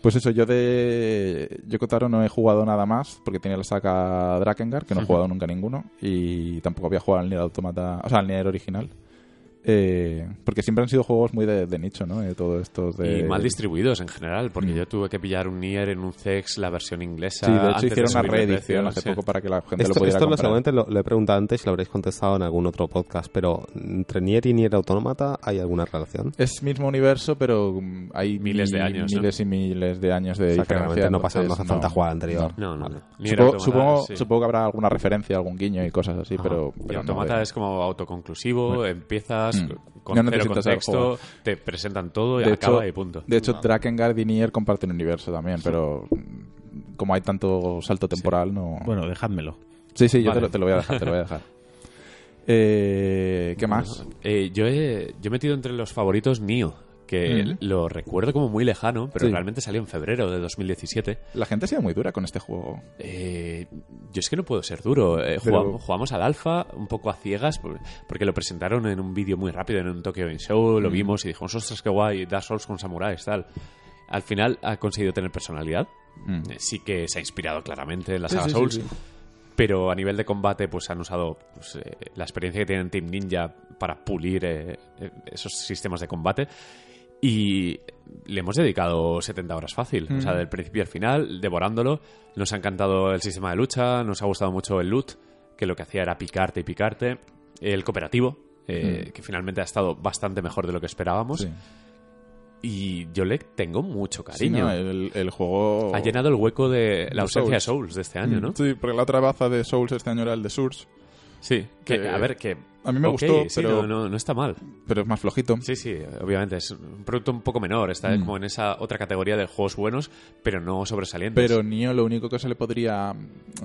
Speaker 2: Pues eso, yo de Yokotaro no he jugado nada más porque tenía la saca Drakengard, que no he jugado nunca ninguno, y tampoco había jugado al Nier Automata, o sea, al Nier original. Eh, porque siempre han sido juegos muy de, de nicho, ¿no? Eh, todos estos de...
Speaker 3: Y mal distribuidos en general, porque
Speaker 2: Mm.
Speaker 3: yo tuve que pillar un Nier en un CEX, la versión inglesa.
Speaker 2: Sí, de
Speaker 3: antes
Speaker 2: hecho hicieron una
Speaker 3: subirle
Speaker 2: reedición
Speaker 3: precio,
Speaker 2: hace
Speaker 3: sí.
Speaker 2: poco para que la gente lo
Speaker 1: Esto,
Speaker 2: pudiera
Speaker 1: esto lo,
Speaker 2: comprar.
Speaker 1: seguramente lo, lo he preguntado antes y lo habréis contestado en algún otro podcast, pero entre Nier y Nier Automata hay alguna relación.
Speaker 2: Es mismo universo, pero mm, hay
Speaker 3: Miles de años, ¿no?
Speaker 2: miles y miles de años de
Speaker 1: O sea, que
Speaker 2: diferencia.
Speaker 1: realmente no, pasa, no
Speaker 2: entonces,
Speaker 1: hace falta
Speaker 2: no,
Speaker 1: jugar al anterior.
Speaker 2: no.
Speaker 3: No, no,
Speaker 1: Vale.
Speaker 3: no. Nier
Speaker 2: supongo,
Speaker 3: Automata,
Speaker 2: supongo,
Speaker 3: sí. Ah,
Speaker 2: supongo que habrá alguna referencia, algún guiño y cosas así,
Speaker 3: Ajá.
Speaker 2: pero...
Speaker 3: y
Speaker 2: pero no
Speaker 3: Automata
Speaker 2: de-
Speaker 3: es como autoconclusivo, empiezas
Speaker 2: Mm.
Speaker 3: con
Speaker 2: No
Speaker 3: cero
Speaker 2: necesitas saber
Speaker 3: contexto, te presentan todo y
Speaker 2: De
Speaker 3: acaba
Speaker 2: hecho-
Speaker 3: y punto.
Speaker 2: De hecho, Drakengard y Nier comparten universo también, pero mm, como hay tanto salto temporal, no...
Speaker 4: Bueno, dejádmelo.
Speaker 2: sí, sí, yo
Speaker 3: vale.
Speaker 2: te, lo, te lo voy a dejar, te lo voy a
Speaker 3: <laughs>
Speaker 2: dejar. Eh, ¿Qué más?
Speaker 3: Eh, yo, he, yo he metido entre los favoritos Nio, que
Speaker 2: Mm.
Speaker 3: lo recuerdo como muy lejano, pero
Speaker 2: Sí.
Speaker 3: realmente salió en febrero de 2017.
Speaker 2: La gente ha sido muy dura con este juego.
Speaker 3: Eh, yo es que no puedo ser duro. Eh,
Speaker 2: Pero-
Speaker 3: jugam- jugamos al alfa un poco a ciegas por- porque lo presentaron en un vídeo muy rápido en un Tokyo Game Show,
Speaker 2: Mm.
Speaker 3: lo vimos y dijimos, ostras, qué guay, Dark Souls con samuráis, tal. Al final ha conseguido tener personalidad.
Speaker 2: Mm.
Speaker 3: Eh, Sí que se ha inspirado claramente en la
Speaker 2: Sí,
Speaker 3: saga
Speaker 2: sí, sí,
Speaker 3: Souls.
Speaker 2: sí.
Speaker 3: Pero a nivel de combate, pues han usado pues, eh, la experiencia que tienen Team Ninja para pulir eh, eh, esos sistemas de combate. Y le hemos dedicado 70 horas fácil, o sea, del principio al final, devorándolo. Nos ha encantado el sistema de lucha, nos ha gustado mucho el loot, que lo que hacía era picarte y picarte. El cooperativo, eh, que finalmente ha estado bastante mejor de lo que esperábamos.
Speaker 2: Sí.
Speaker 3: Y yo le tengo mucho
Speaker 2: Sí,
Speaker 3: cariño.
Speaker 2: no, el, el juego...
Speaker 3: Ha llenado el hueco de la
Speaker 2: De Souls. Mm,
Speaker 3: ausencia de Souls de este año, ¿no?
Speaker 2: Sí, porque la otra baza de Souls este año era el de Source,
Speaker 3: Sí, que,
Speaker 2: Que-
Speaker 3: a ver, que...
Speaker 2: Eh, a mí me
Speaker 3: ok,
Speaker 2: gustó,
Speaker 3: sí,
Speaker 2: pero-
Speaker 3: no, no, no está mal.
Speaker 2: pero es más flojito.
Speaker 3: Sí, sí, obviamente, es un producto un poco menor, está
Speaker 2: Mm.
Speaker 3: como en esa otra categoría de juegos buenos, pero no sobresalientes.
Speaker 2: Pero Nio lo único que se le podría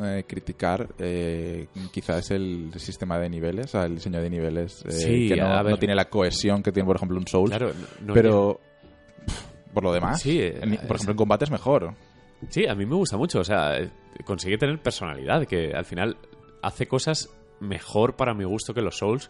Speaker 2: eh, criticar eh, quizás es el sistema de niveles, o sea, el diseño de niveles eh,
Speaker 3: Sí,
Speaker 2: que no,
Speaker 3: a ver.
Speaker 2: no tiene la cohesión que tiene, por ejemplo, un Souls.
Speaker 3: Claro, no- no
Speaker 2: pero pff, por lo demás,
Speaker 3: Sí, eh,
Speaker 2: en- por
Speaker 3: es-
Speaker 2: ejemplo, en combate es mejor.
Speaker 3: Sí, a mí me gusta mucho. O sea, eh, consigue tener personalidad, que al final hace cosas mejor para mi gusto que los Souls,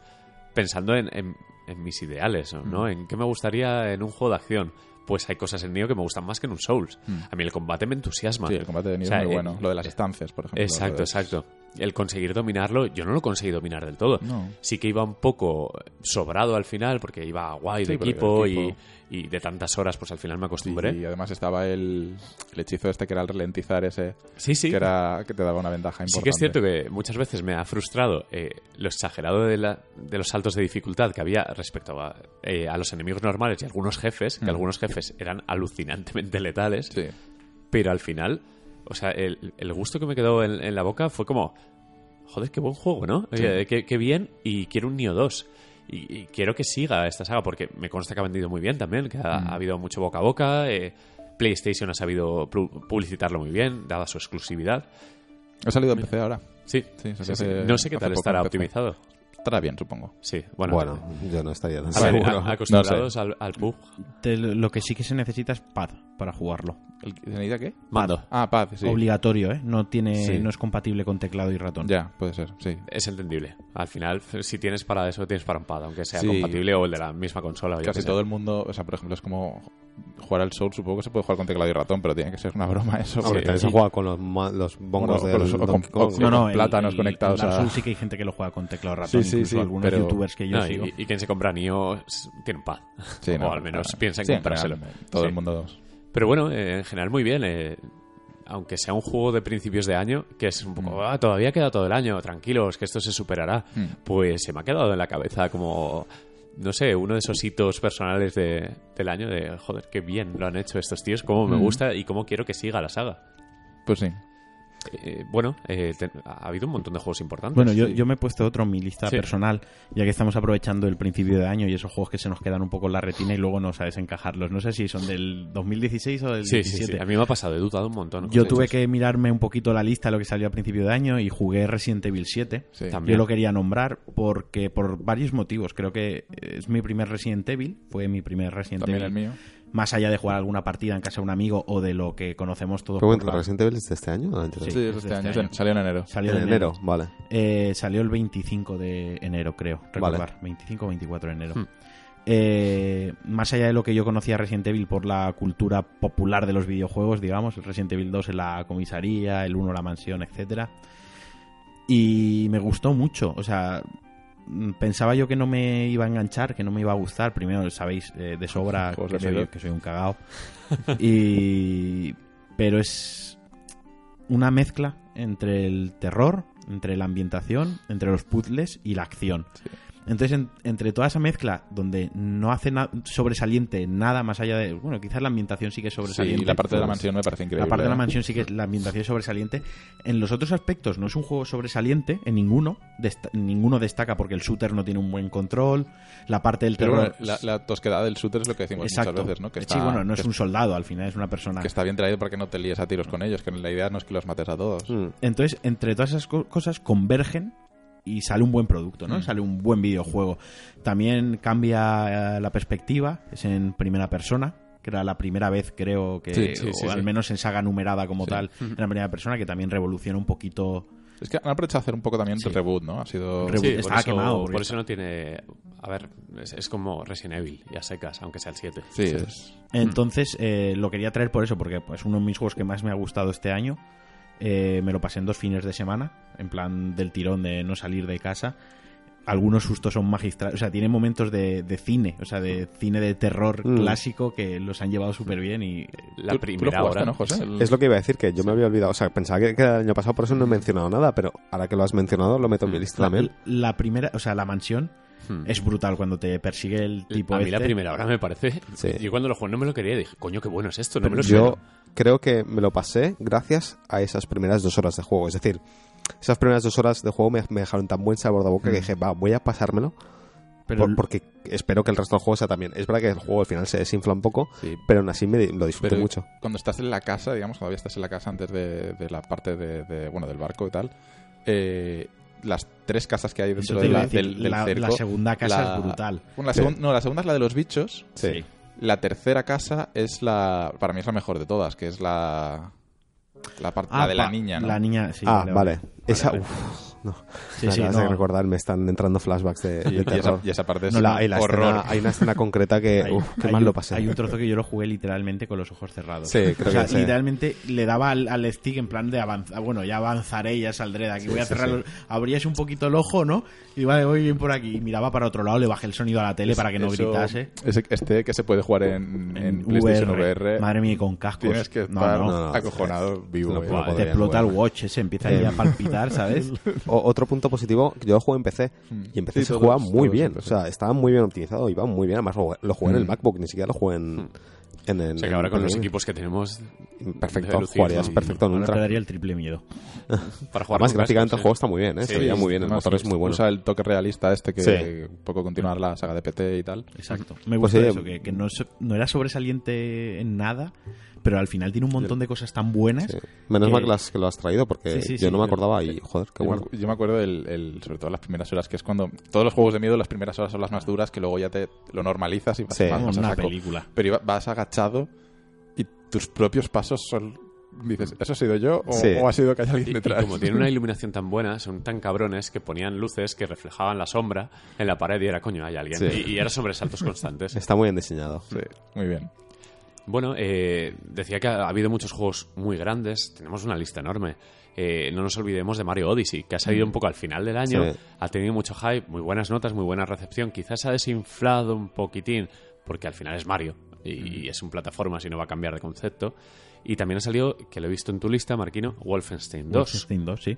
Speaker 3: pensando en, en- en mis ideales,
Speaker 2: Mm.
Speaker 3: ¿no? En qué me gustaría en un juego de acción. Pues hay cosas en Nioh que me gustan más que en un Souls. A mí el combate me entusiasma.
Speaker 2: Mm. Sí, el combate de Nio
Speaker 3: O sea,
Speaker 2: es muy
Speaker 3: eh,
Speaker 2: bueno. lo de las estancias, por ejemplo. lo
Speaker 3: Exacto,
Speaker 2: de-
Speaker 3: exacto. El conseguir dominarlo, yo no lo conseguí dominar del todo.
Speaker 2: No.
Speaker 3: Sí que iba un poco sobrado al final, porque iba guay de
Speaker 2: Sí, porque
Speaker 3: equipo,
Speaker 2: el
Speaker 3: y,
Speaker 2: equipo.
Speaker 3: y de tantas horas, pues al final me
Speaker 2: Y,
Speaker 3: acostumbré.
Speaker 2: y además estaba el, el hechizo este que era el ralentizar ese,
Speaker 3: Sí, sí.
Speaker 2: que, era, que te daba una ventaja importante.
Speaker 3: Sí que es cierto que muchas veces me ha frustrado eh, lo exagerado de, la- de los saltos de dificultad que había respecto a, eh, a los enemigos normales y algunos jefes, que algunos jefes eran alucinantemente letales,
Speaker 2: Mm. Sí.
Speaker 3: pero al final, o sea, el, el gusto que me quedó en, en la boca fue como, joder, qué buen juego, ¿no? Eh, qué, qué bien y quiero un Nioh 2. Y, y quiero que siga esta saga porque me consta que ha vendido muy bien también, que
Speaker 2: Mm.
Speaker 3: ha, ha habido mucho boca a boca, eh, PlayStation ha sabido pu- publicitarlo muy bien, dada su exclusividad.
Speaker 2: Ha salido en PC ahora.
Speaker 3: Sí,
Speaker 2: Sí, se
Speaker 3: sí,
Speaker 2: hace-
Speaker 3: sí. No sé qué
Speaker 2: hace
Speaker 3: tal
Speaker 2: poco
Speaker 3: estará
Speaker 2: empezó.
Speaker 3: optimizado.
Speaker 2: Estará bien, supongo.
Speaker 3: Sí, bueno.
Speaker 1: Bueno, yo no estaría tan
Speaker 3: a ver,
Speaker 1: seguro.
Speaker 3: a- acostumbrados al, al PUB.
Speaker 4: Te- lo que sí que se necesita es pad para jugarlo.
Speaker 2: ¿El- ¿Se necesita qué?
Speaker 3: Mando.
Speaker 2: Ah, Paz, sí.
Speaker 4: Obligatorio, ¿eh? No, tiene,
Speaker 3: Sí.
Speaker 4: no es compatible con teclado y ratón.
Speaker 2: Ya, puede ser, sí.
Speaker 3: Es entendible. Al final, si tienes para eso, tienes para un pad, aunque sea
Speaker 2: Sí.
Speaker 3: compatible o el de la misma consola. yo qué
Speaker 2: Casi
Speaker 3: sé.
Speaker 2: todo el mundo, o sea, por ejemplo, es como jugar al Soul, supongo que se puede jugar con teclado y ratón, pero tiene que ser una <laughs> broma eso.
Speaker 1: Hombre,
Speaker 2: porque-
Speaker 1: también se juega con los, ma- los bongos
Speaker 2: Bueno,
Speaker 1: de
Speaker 2: con los- o con- o con-
Speaker 4: No, no,
Speaker 2: Con plátanos conectados
Speaker 4: el Dark
Speaker 2: a-
Speaker 4: Souls sí que hay gente que lo juega con teclado y
Speaker 2: Sí,
Speaker 4: ratón.
Speaker 2: sí,
Speaker 4: incluso
Speaker 2: sí,
Speaker 4: algunos
Speaker 2: pero-
Speaker 4: youtubers que yo
Speaker 3: No,
Speaker 4: sigo.
Speaker 3: y, y quien se compra Nio s- tiene un pad.
Speaker 2: Sí,
Speaker 3: <laughs> o
Speaker 2: no,
Speaker 3: al menos
Speaker 2: no, no.
Speaker 3: piensa en
Speaker 2: Sí,
Speaker 3: comprárselo.
Speaker 2: general, Todo
Speaker 3: Sí.
Speaker 2: el mundo.
Speaker 3: Pero bueno, eh, en general muy bien. eh, aunque sea un juego de principios de año, que es un
Speaker 2: Mm.
Speaker 3: poco, "Ah, todavía queda todo el año, tranquilos, que esto se superará.
Speaker 2: Hmm.
Speaker 3: Pues se me ha quedado en la cabeza como, no sé, uno de esos hitos personales de- del año de, joder, qué bien lo han hecho estos tíos, cómo me
Speaker 2: Mm.
Speaker 3: gusta y cómo quiero que siga la saga.
Speaker 2: Pues sí.
Speaker 3: Eh, bueno, eh, te- ha habido un montón de juegos importantes.
Speaker 4: Bueno, yo, yo me he puesto otro en mi lista
Speaker 3: Sí.
Speaker 4: personal, ya que estamos aprovechando el principio de año y esos juegos que se nos quedan un poco en la retina y luego no sabes encajarlos. No sé si son del 2016 o del
Speaker 3: sí, sí,
Speaker 4: 17.
Speaker 3: sí, a mí me ha pasado, he dudado un montón.
Speaker 4: Yo
Speaker 3: Sí,
Speaker 4: tuve
Speaker 3: sí,
Speaker 4: que mirarme un poquito la lista de lo que salió a principio de año y jugué Resident Evil 7.
Speaker 2: sí.
Speaker 4: Yo
Speaker 3: También.
Speaker 4: lo quería nombrar eh, porque por varios motivos. Creo que es mi primer Resident Evil, fue mi primer Resident
Speaker 2: También
Speaker 4: Evil.
Speaker 2: el mío.
Speaker 4: más allá de jugar alguna partida en casa de un amigo o de lo que conocemos todos.
Speaker 1: ¿Cómo
Speaker 4: por
Speaker 1: entra?
Speaker 4: la-
Speaker 1: ¿Resident Evil es de este año? o antes de-
Speaker 2: Sí,
Speaker 4: Sí,
Speaker 2: es
Speaker 4: es
Speaker 2: este
Speaker 4: de
Speaker 2: año,
Speaker 4: este año.
Speaker 2: salió en enero.
Speaker 4: Salió
Speaker 1: en enero, vale.
Speaker 4: Eh, salió el 25 de enero, creo. Recordar. 25 o 24 de enero.
Speaker 3: Hmm.
Speaker 4: Eh, más allá de lo que yo conocía Resident Evil por la cultura popular de los videojuegos, digamos, el Resident Evil 2 en la comisaría, el 1 en la mansión, etcétera. Y me gustó mucho, o sea, mm, pensaba yo que no me iba a enganchar, que no me iba a gustar, primero sabéis eh, de sobra
Speaker 2: Juegos
Speaker 4: que
Speaker 2: de
Speaker 4: soy,
Speaker 2: miedo.
Speaker 4: que soy un cagao. y pero es una mezcla entre el terror, entre la ambientación, entre los puzzles y la acción. Entonces, en- entre toda esa mezcla, donde no hace na- sobresaliente nada más allá de. Bueno, quizás la ambientación sí que es
Speaker 2: Sí,
Speaker 4: sobresaliente.
Speaker 2: y la parte de la
Speaker 4: pero-
Speaker 2: mansión me parece increíble.
Speaker 4: la parte de la
Speaker 2: ¿eh?
Speaker 4: mansión sí que es- la ambientación es sobresaliente. En los otros aspectos no es un juego sobresaliente, en ninguno. Dest- ninguno destaca porque el shooter no tiene un buen control. La parte del
Speaker 2: Pero
Speaker 4: terror.
Speaker 2: bueno, la, la tosquedad del shooter es lo que decimos
Speaker 4: Exacto.
Speaker 2: muchas veces, ¿no? Que
Speaker 4: sí,
Speaker 2: está-
Speaker 4: bueno, no es
Speaker 2: que-
Speaker 4: un soldado, al final es una persona.
Speaker 2: que está bien traído para que no te líes a tiros con ellos, que la idea no es que los mates a todos.
Speaker 1: Mm.
Speaker 4: Entonces, entre todas esas co- cosas convergen y sale un buen producto, ¿no?
Speaker 2: Mm.
Speaker 4: Sale un buen videojuego. También cambia eh, la perspectiva, es en primera persona, que era la primera vez, creo, que,
Speaker 2: Sí, sí, sí,
Speaker 4: o al
Speaker 2: sí.
Speaker 4: menos en saga numerada como
Speaker 2: Sí. Mm.
Speaker 4: tal, en la primera persona, que también revoluciona un poquito.
Speaker 2: Es que han aprovechado a hacer un poco también
Speaker 4: Sí.
Speaker 2: de reboot, ¿no? Ha sido...
Speaker 4: Reboot.
Speaker 3: por
Speaker 4: estaba
Speaker 3: eso-
Speaker 4: quemado, porque
Speaker 3: Por eso no tiene. A ver, es, es como Resident Evil y a secas, aunque sea el 7.
Speaker 2: Sí, es-
Speaker 1: Mm.
Speaker 4: Entonces, eh, lo quería traer por eso, porque es uno de mis juegos que más me ha gustado este año. Eh, me lo pasé en dos fines de semana, en plan del tirón de no salir de casa. Algunos sustos son magistrales, o sea, tiene momentos de, de cine, o sea, de cine de terror
Speaker 1: Mm.
Speaker 4: clásico que los han llevado súper bien y...
Speaker 3: La
Speaker 2: Tú- tú lo
Speaker 3: primera
Speaker 2: jugaste,
Speaker 3: hora.
Speaker 2: ¿no, José? El-
Speaker 1: Es lo que iba a decir, que yo me había olvidado. O sea, pensaba que, que era el año pasado, por eso no he mencionado nada, pero ahora que lo has mencionado, lo meto en mi lista también. Mm.
Speaker 4: La primera, o sea, la mansión
Speaker 3: Hmm.
Speaker 4: es brutal cuando te persigue el tipo
Speaker 3: a mí la
Speaker 4: este.
Speaker 3: primera hora me parece.
Speaker 1: Sí.
Speaker 3: Yo cuando lo jugué no me lo quería. Dije, coño, qué bueno es esto. No me lo
Speaker 1: yo
Speaker 3: espero.
Speaker 1: creo que me lo pasé gracias a esas primeras dos horas de juego. Es decir, esas primeras dos horas de juego me, me dejaron tan buen sabor de boca que dije, va, voy a pasármelo.
Speaker 4: Pero
Speaker 1: por- porque espero que el resto del juego sea también. Es verdad que el juego al final se desinfla un poco,
Speaker 2: Sí.
Speaker 1: pero aún así me di- lo disfruté
Speaker 2: Pero
Speaker 1: mucho.
Speaker 2: cuando estás en la casa, digamos, todavía estás en la casa antes de, de la parte de, de- bueno, del barco y tal, eh, las tres casas que hay
Speaker 4: eso
Speaker 2: dentro
Speaker 4: te
Speaker 2: de
Speaker 4: iba
Speaker 2: la,
Speaker 4: a decir,
Speaker 2: del, del
Speaker 4: la-
Speaker 2: cerco...
Speaker 4: la segunda casa
Speaker 2: la-
Speaker 4: es brutal.
Speaker 2: Bueno, la
Speaker 1: Sí.
Speaker 2: segun- no, la segunda es la de los bichos.
Speaker 1: Sí.
Speaker 2: La tercera casa es la... Para mí es la mejor de todas, que es la... La, parte, la de la
Speaker 4: Ah, pa-
Speaker 2: niña, ¿no?
Speaker 4: La niña, sí.
Speaker 1: ah, vale. Esa, uff, no.
Speaker 4: Sí,
Speaker 1: Me
Speaker 4: sí,
Speaker 1: acabas
Speaker 4: no.
Speaker 1: de recordar, me están entrando flashbacks de,
Speaker 2: Y,
Speaker 1: de
Speaker 2: y esa,
Speaker 1: terror.
Speaker 2: y esa parte es
Speaker 1: No, la- hay, la
Speaker 2: horror.
Speaker 1: escena, hay una escena concreta que,
Speaker 4: Hay-
Speaker 1: uff, Eh, qué
Speaker 4: hay
Speaker 1: mal
Speaker 4: un-
Speaker 1: lo pasé.
Speaker 4: Hay un trozo que yo lo jugué literalmente con los ojos cerrados.
Speaker 1: Sí, creo
Speaker 4: o sea,
Speaker 1: que sí.
Speaker 4: literalmente le daba al, al stick en plan de avanzar. Bueno, ya avanzaré, ya saldré de aquí. voy a cerrar. los- Abrías un poquito el ojo, ¿no? Y vale, voy bien por aquí. Y miraba para otro lado, le bajé el sonido a la tele para que no
Speaker 2: Eso-
Speaker 4: gritase.
Speaker 2: ese- este que se puede jugar en, en,
Speaker 4: En
Speaker 2: PlayStation
Speaker 4: VR.
Speaker 2: VR.
Speaker 4: Madre mía, y con cascos.
Speaker 2: Tienes que
Speaker 4: No,
Speaker 2: estar
Speaker 4: no.
Speaker 1: no, no.
Speaker 2: acojonado vivo.
Speaker 1: No
Speaker 2: eh.
Speaker 1: puedo.
Speaker 4: Te
Speaker 1: Podrían
Speaker 4: explota el
Speaker 1: jugar. Eh,
Speaker 4: watch ese, empieza ahí a palpitar,
Speaker 1: <laughs>
Speaker 4: ¿sabes?
Speaker 1: O- otro punto positivo, yo lo jugué en PC y en PC
Speaker 2: Hmm. Sí,
Speaker 1: se
Speaker 2: todos-
Speaker 1: jugaba muy
Speaker 2: todos
Speaker 1: bien.
Speaker 2: en Hmm.
Speaker 1: O
Speaker 2: PC.
Speaker 1: sea, estaba muy bien optimizado, iba muy bien. Además, lo, lo jugué en el MacBook, ni siquiera lo jugué
Speaker 2: Hmm.
Speaker 1: en, en el.
Speaker 3: O sea que ahora
Speaker 1: en
Speaker 3: con los
Speaker 1: el-
Speaker 3: equipos que tenemos.
Speaker 1: Perfecto,
Speaker 3: de lucir,
Speaker 1: jugarías
Speaker 3: ¿no?
Speaker 1: perfecto en un
Speaker 4: Ahora te
Speaker 1: track.
Speaker 4: daría el triple miedo.
Speaker 3: Para jugar
Speaker 1: Además,
Speaker 3: con cascos,
Speaker 1: gráficamente el
Speaker 3: sí.
Speaker 1: juego está muy bien, ¿eh?
Speaker 3: Sí,
Speaker 1: se veía muy bien, el
Speaker 2: Además,
Speaker 1: motor es muy bueno.
Speaker 2: Usa el toque realista este que
Speaker 1: Sí.
Speaker 2: un poco continuar la saga de PT y tal.
Speaker 4: Exacto. Me
Speaker 1: Pues
Speaker 4: gusta
Speaker 1: sí,
Speaker 4: eso, que, que no, es- no era sobresaliente en nada, pero al final tiene un montón de cosas tan buenas.
Speaker 1: Sí. Menos
Speaker 4: que-
Speaker 1: mal que, las- que lo has traído porque
Speaker 4: Sí, sí,
Speaker 1: yo
Speaker 4: sí,
Speaker 1: no me
Speaker 4: pero-
Speaker 1: acordaba y, joder, qué
Speaker 2: yo,
Speaker 1: bueno.
Speaker 2: me, acu- yo me acuerdo, del- el- sobre todo las primeras horas, que es cuando todos los juegos de miedo, las primeras horas son las más duras, que luego ya te lo normalizas y vas,
Speaker 1: Sí.
Speaker 2: vas-
Speaker 4: Vamos,
Speaker 2: vas a
Speaker 4: una
Speaker 2: saco.
Speaker 4: película.
Speaker 2: Pero iba- vas agachado y tus propios pasos son... Dices, ¿eso ha sido yo o,
Speaker 1: Sí.
Speaker 2: o ha sido que hay
Speaker 3: Y,
Speaker 2: alguien
Speaker 3: y
Speaker 2: detrás?
Speaker 3: como tiene una iluminación tan buena, son tan cabrones que ponían luces que reflejaban la sombra en la pared y era coño, hay alguien.
Speaker 1: Sí.
Speaker 3: Y, y era sobresaltos constantes.
Speaker 1: Está muy bien diseñado.
Speaker 2: <laughs> Sí, muy bien.
Speaker 3: Bueno, eh, decía que ha habido muchos juegos muy grandes, tenemos una lista enorme. Eh, no nos olvidemos de Mario Odyssey, que ha salido un poco al final del año,
Speaker 1: Mm. Sí.
Speaker 3: ha tenido mucho hype, muy buenas notas, muy buena recepción, quizás ha desinflado un poquitín, porque al final es Mario
Speaker 1: Mm.
Speaker 3: y, y es un plataforma, si no va a cambiar de concepto. Y también ha salido, que lo he visto en tu lista, Marquino, Wolfenstein 2.
Speaker 4: Wolfenstein 2, sí.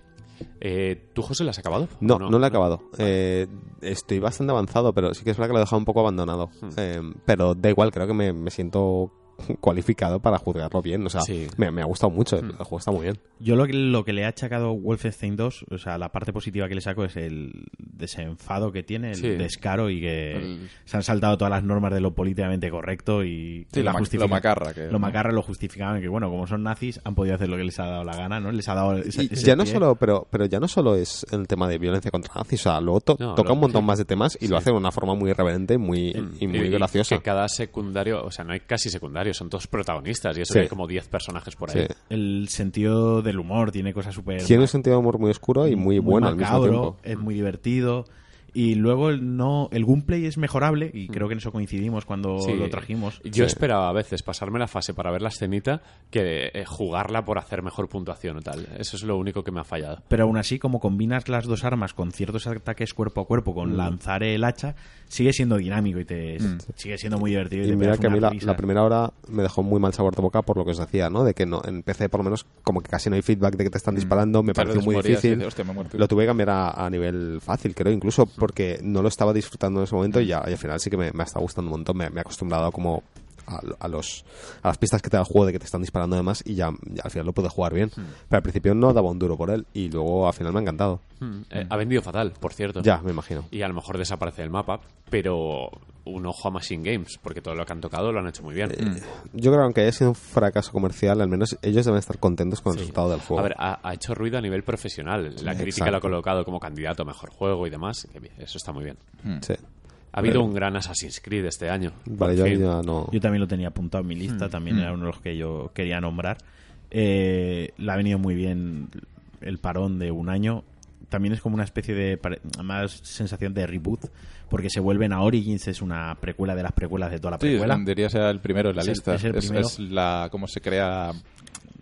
Speaker 3: Eh, ¿Tú, José, la has acabado?
Speaker 1: Pues No,
Speaker 3: ¿O
Speaker 1: no, lo he acabado. Eh, estoy bastante avanzado, pero sí que es verdad que lo he dejado un poco abandonado. Eh, pero da igual, creo que me, me siento <laughs> cualificado para juzgarlo bien. O sea,
Speaker 3: Sí.
Speaker 1: me, me ha gustado mucho. El juego está muy bien.
Speaker 4: Yo lo que, lo que le ha achacado Wolfenstein 2, o sea, la parte positiva que le saco es el desenfado que tiene, el
Speaker 3: Sí.
Speaker 4: descaro y que
Speaker 2: El-
Speaker 4: se han saltado todas las normas de lo políticamente correcto y
Speaker 2: Sí,
Speaker 4: que
Speaker 2: lo ma-
Speaker 4: justifican-
Speaker 2: lo macarra que-
Speaker 4: lo macarra lo justificaban que bueno, como son nazis han podido hacer lo que les ha dado la gana, ¿no? Les ha dado ese-
Speaker 1: Y
Speaker 4: ese
Speaker 1: ya no
Speaker 4: pie.
Speaker 1: solo, pero, pero ya no solo es el tema de violencia contra nazis, o sea, luego to-
Speaker 3: No,
Speaker 1: toca
Speaker 3: lo-
Speaker 1: un montón
Speaker 3: sí.
Speaker 1: más de temas y lo hace de una forma muy irreverente y muy, y muy graciosa.
Speaker 3: Mm. Que cada secundario, o sea, no hay casi secundarios, son todos protagonistas y eso
Speaker 1: Sí.
Speaker 3: que hay como 10 personajes por ahí.
Speaker 1: Sí.
Speaker 4: el sentido del humor tiene cosas súper
Speaker 1: Tiene un sentido de humor muy oscuro y muy, bueno al mismo
Speaker 4: macabro,
Speaker 1: tiempo.
Speaker 4: Es muy divertido. Y luego el no el gameplay es mejorable y creo que en eso coincidimos cuando
Speaker 3: Sí.
Speaker 4: lo trajimos.
Speaker 3: Yo esperaba a veces pasarme la fase para ver la escenita que eh, jugarla por hacer mejor puntuación o tal. Eso es lo único que me ha fallado.
Speaker 4: Pero aún así, como combinas las dos armas con ciertos ataques cuerpo a cuerpo,
Speaker 1: Mm.
Speaker 4: con lanzar el hacha, sigue siendo dinámico y te sigue siendo muy divertido. Y,
Speaker 1: Y
Speaker 4: te
Speaker 1: mira
Speaker 4: pegas
Speaker 1: que a mí
Speaker 4: unas
Speaker 1: la,
Speaker 4: risas.
Speaker 1: la primera hora me dejó muy mal sabor de boca por lo que os decía, ¿no? De que no, en PC por lo menos como que casi no hay feedback de que te están disparando, me
Speaker 2: Claro,
Speaker 1: pareció muy
Speaker 2: morías y
Speaker 1: difícil.
Speaker 2: dices, "Hostia, me he muerto".
Speaker 1: Lo tuve que cambiar a, a nivel fácil, creo, incluso porque no lo estaba disfrutando en ese momento y, ya- y al final sí que me, me ha estado gustando un montón, me, me he acostumbrado como a, lo- a los, a las pistas que te da el juego de que te están disparando además y ya, ya al final lo pude jugar bien. Pero al principio no daba un duro por él y luego al final me ha encantado.
Speaker 3: Eh, ha vendido fatal, por cierto.
Speaker 1: Hmm, Ya, me imagino.
Speaker 3: Y a lo mejor desaparece del mapa, pero un ojo a Machine Games, porque todo lo que han tocado lo han hecho muy bien.
Speaker 1: Eh,
Speaker 3: Hmm.
Speaker 1: Yo creo que aunque haya sido un fracaso comercial, al menos ellos deben estar contentos con el resultado del juego.
Speaker 3: A ver, ha, ha hecho ruido a nivel profesional. La crítica
Speaker 1: exacto.
Speaker 3: lo ha colocado como candidato a mejor juego y demás. que bien, Eso está muy bien.
Speaker 2: Hmm.
Speaker 1: Sí.
Speaker 3: Ha habido un gran Assassin's Creed este año.
Speaker 1: Vale, yo
Speaker 3: Por fin.
Speaker 1: ya no.
Speaker 4: Yo también lo tenía apuntado en mi
Speaker 1: Mm.
Speaker 4: lista, también era uno de los que yo quería nombrar. Eh, le ha venido muy bien el parón de un año. También es como una especie de pare- más sensación de reboot, porque se vuelven a Origins, es una precuela de las precuelas de toda la
Speaker 2: Sí,
Speaker 4: precuela.
Speaker 2: diría sea el primero en la
Speaker 4: Es el-
Speaker 2: lista.
Speaker 4: es el primero.
Speaker 2: la cómo se crea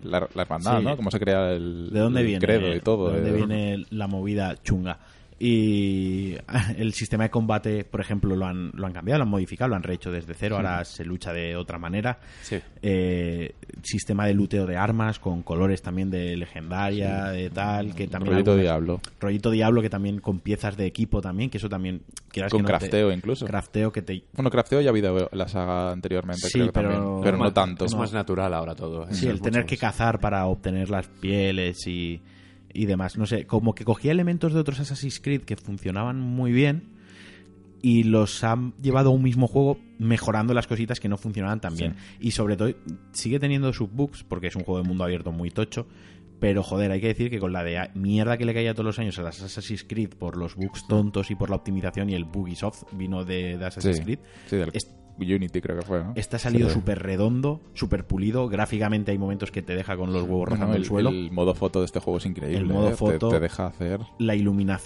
Speaker 2: la, la hermandad,
Speaker 4: Sí.
Speaker 2: ¿no? Cómo se crea el,
Speaker 4: ¿De dónde
Speaker 2: el
Speaker 4: viene?
Speaker 2: credo y todo.
Speaker 4: ¿De dónde
Speaker 2: eh.
Speaker 4: viene la movida chunga? Y <laughs> el sistema de combate, por ejemplo, lo han, lo han cambiado, lo han modificado, lo han rehecho desde cero, ahora se lucha de otra manera.
Speaker 3: Sí.
Speaker 4: Eh, sistema de luteo de armas con colores también de legendaria, de tal, que también...
Speaker 2: Rollito
Speaker 4: algunas-
Speaker 2: Diablo.
Speaker 4: rollito Diablo, que también con piezas de equipo también, que eso también... quieras
Speaker 2: Con
Speaker 4: que no te-
Speaker 2: crafteo incluso.
Speaker 4: Crafteo que te...
Speaker 2: Bueno, crafteo ya ha habido la saga anteriormente,
Speaker 4: Sí,
Speaker 2: creo
Speaker 4: pero-
Speaker 2: también. Pero no
Speaker 3: Más-
Speaker 2: tanto.
Speaker 3: Es más natural ahora todo. ¿eh?
Speaker 4: Sí,
Speaker 3: Eso
Speaker 4: el
Speaker 3: es
Speaker 4: tener
Speaker 3: mucho
Speaker 4: que
Speaker 3: más-
Speaker 4: cazar para obtener las pieles y, y demás. No sé, como que cogía elementos de otros Assassin's Creed que funcionaban muy bien y los han llevado a un mismo juego mejorando las cositas que no funcionaban tan bien. Y sobre todo sigue teniendo sus bugs porque es un juego de mundo abierto muy tocho. Pero joder, hay que decir que con la de a- mierda que le caía todos los años a las Assassin's Creed por los bugs tontos y por la optimización y el Bugisoft vino de, de Assassin's
Speaker 2: Sí,
Speaker 4: Creed,
Speaker 2: sí, del
Speaker 4: es-
Speaker 2: Unity creo que fue, ¿no?
Speaker 4: Está salido
Speaker 1: Sí.
Speaker 4: súper redondo, súper pulido. Gráficamente hay momentos que te deja con los huevos
Speaker 2: No, no,
Speaker 4: rozando el,
Speaker 2: el,
Speaker 4: suelo.
Speaker 2: el modo foto de este juego es increíble.
Speaker 4: El modo
Speaker 2: ¿eh? Te-
Speaker 4: foto.
Speaker 2: Te, deja hacer.
Speaker 4: La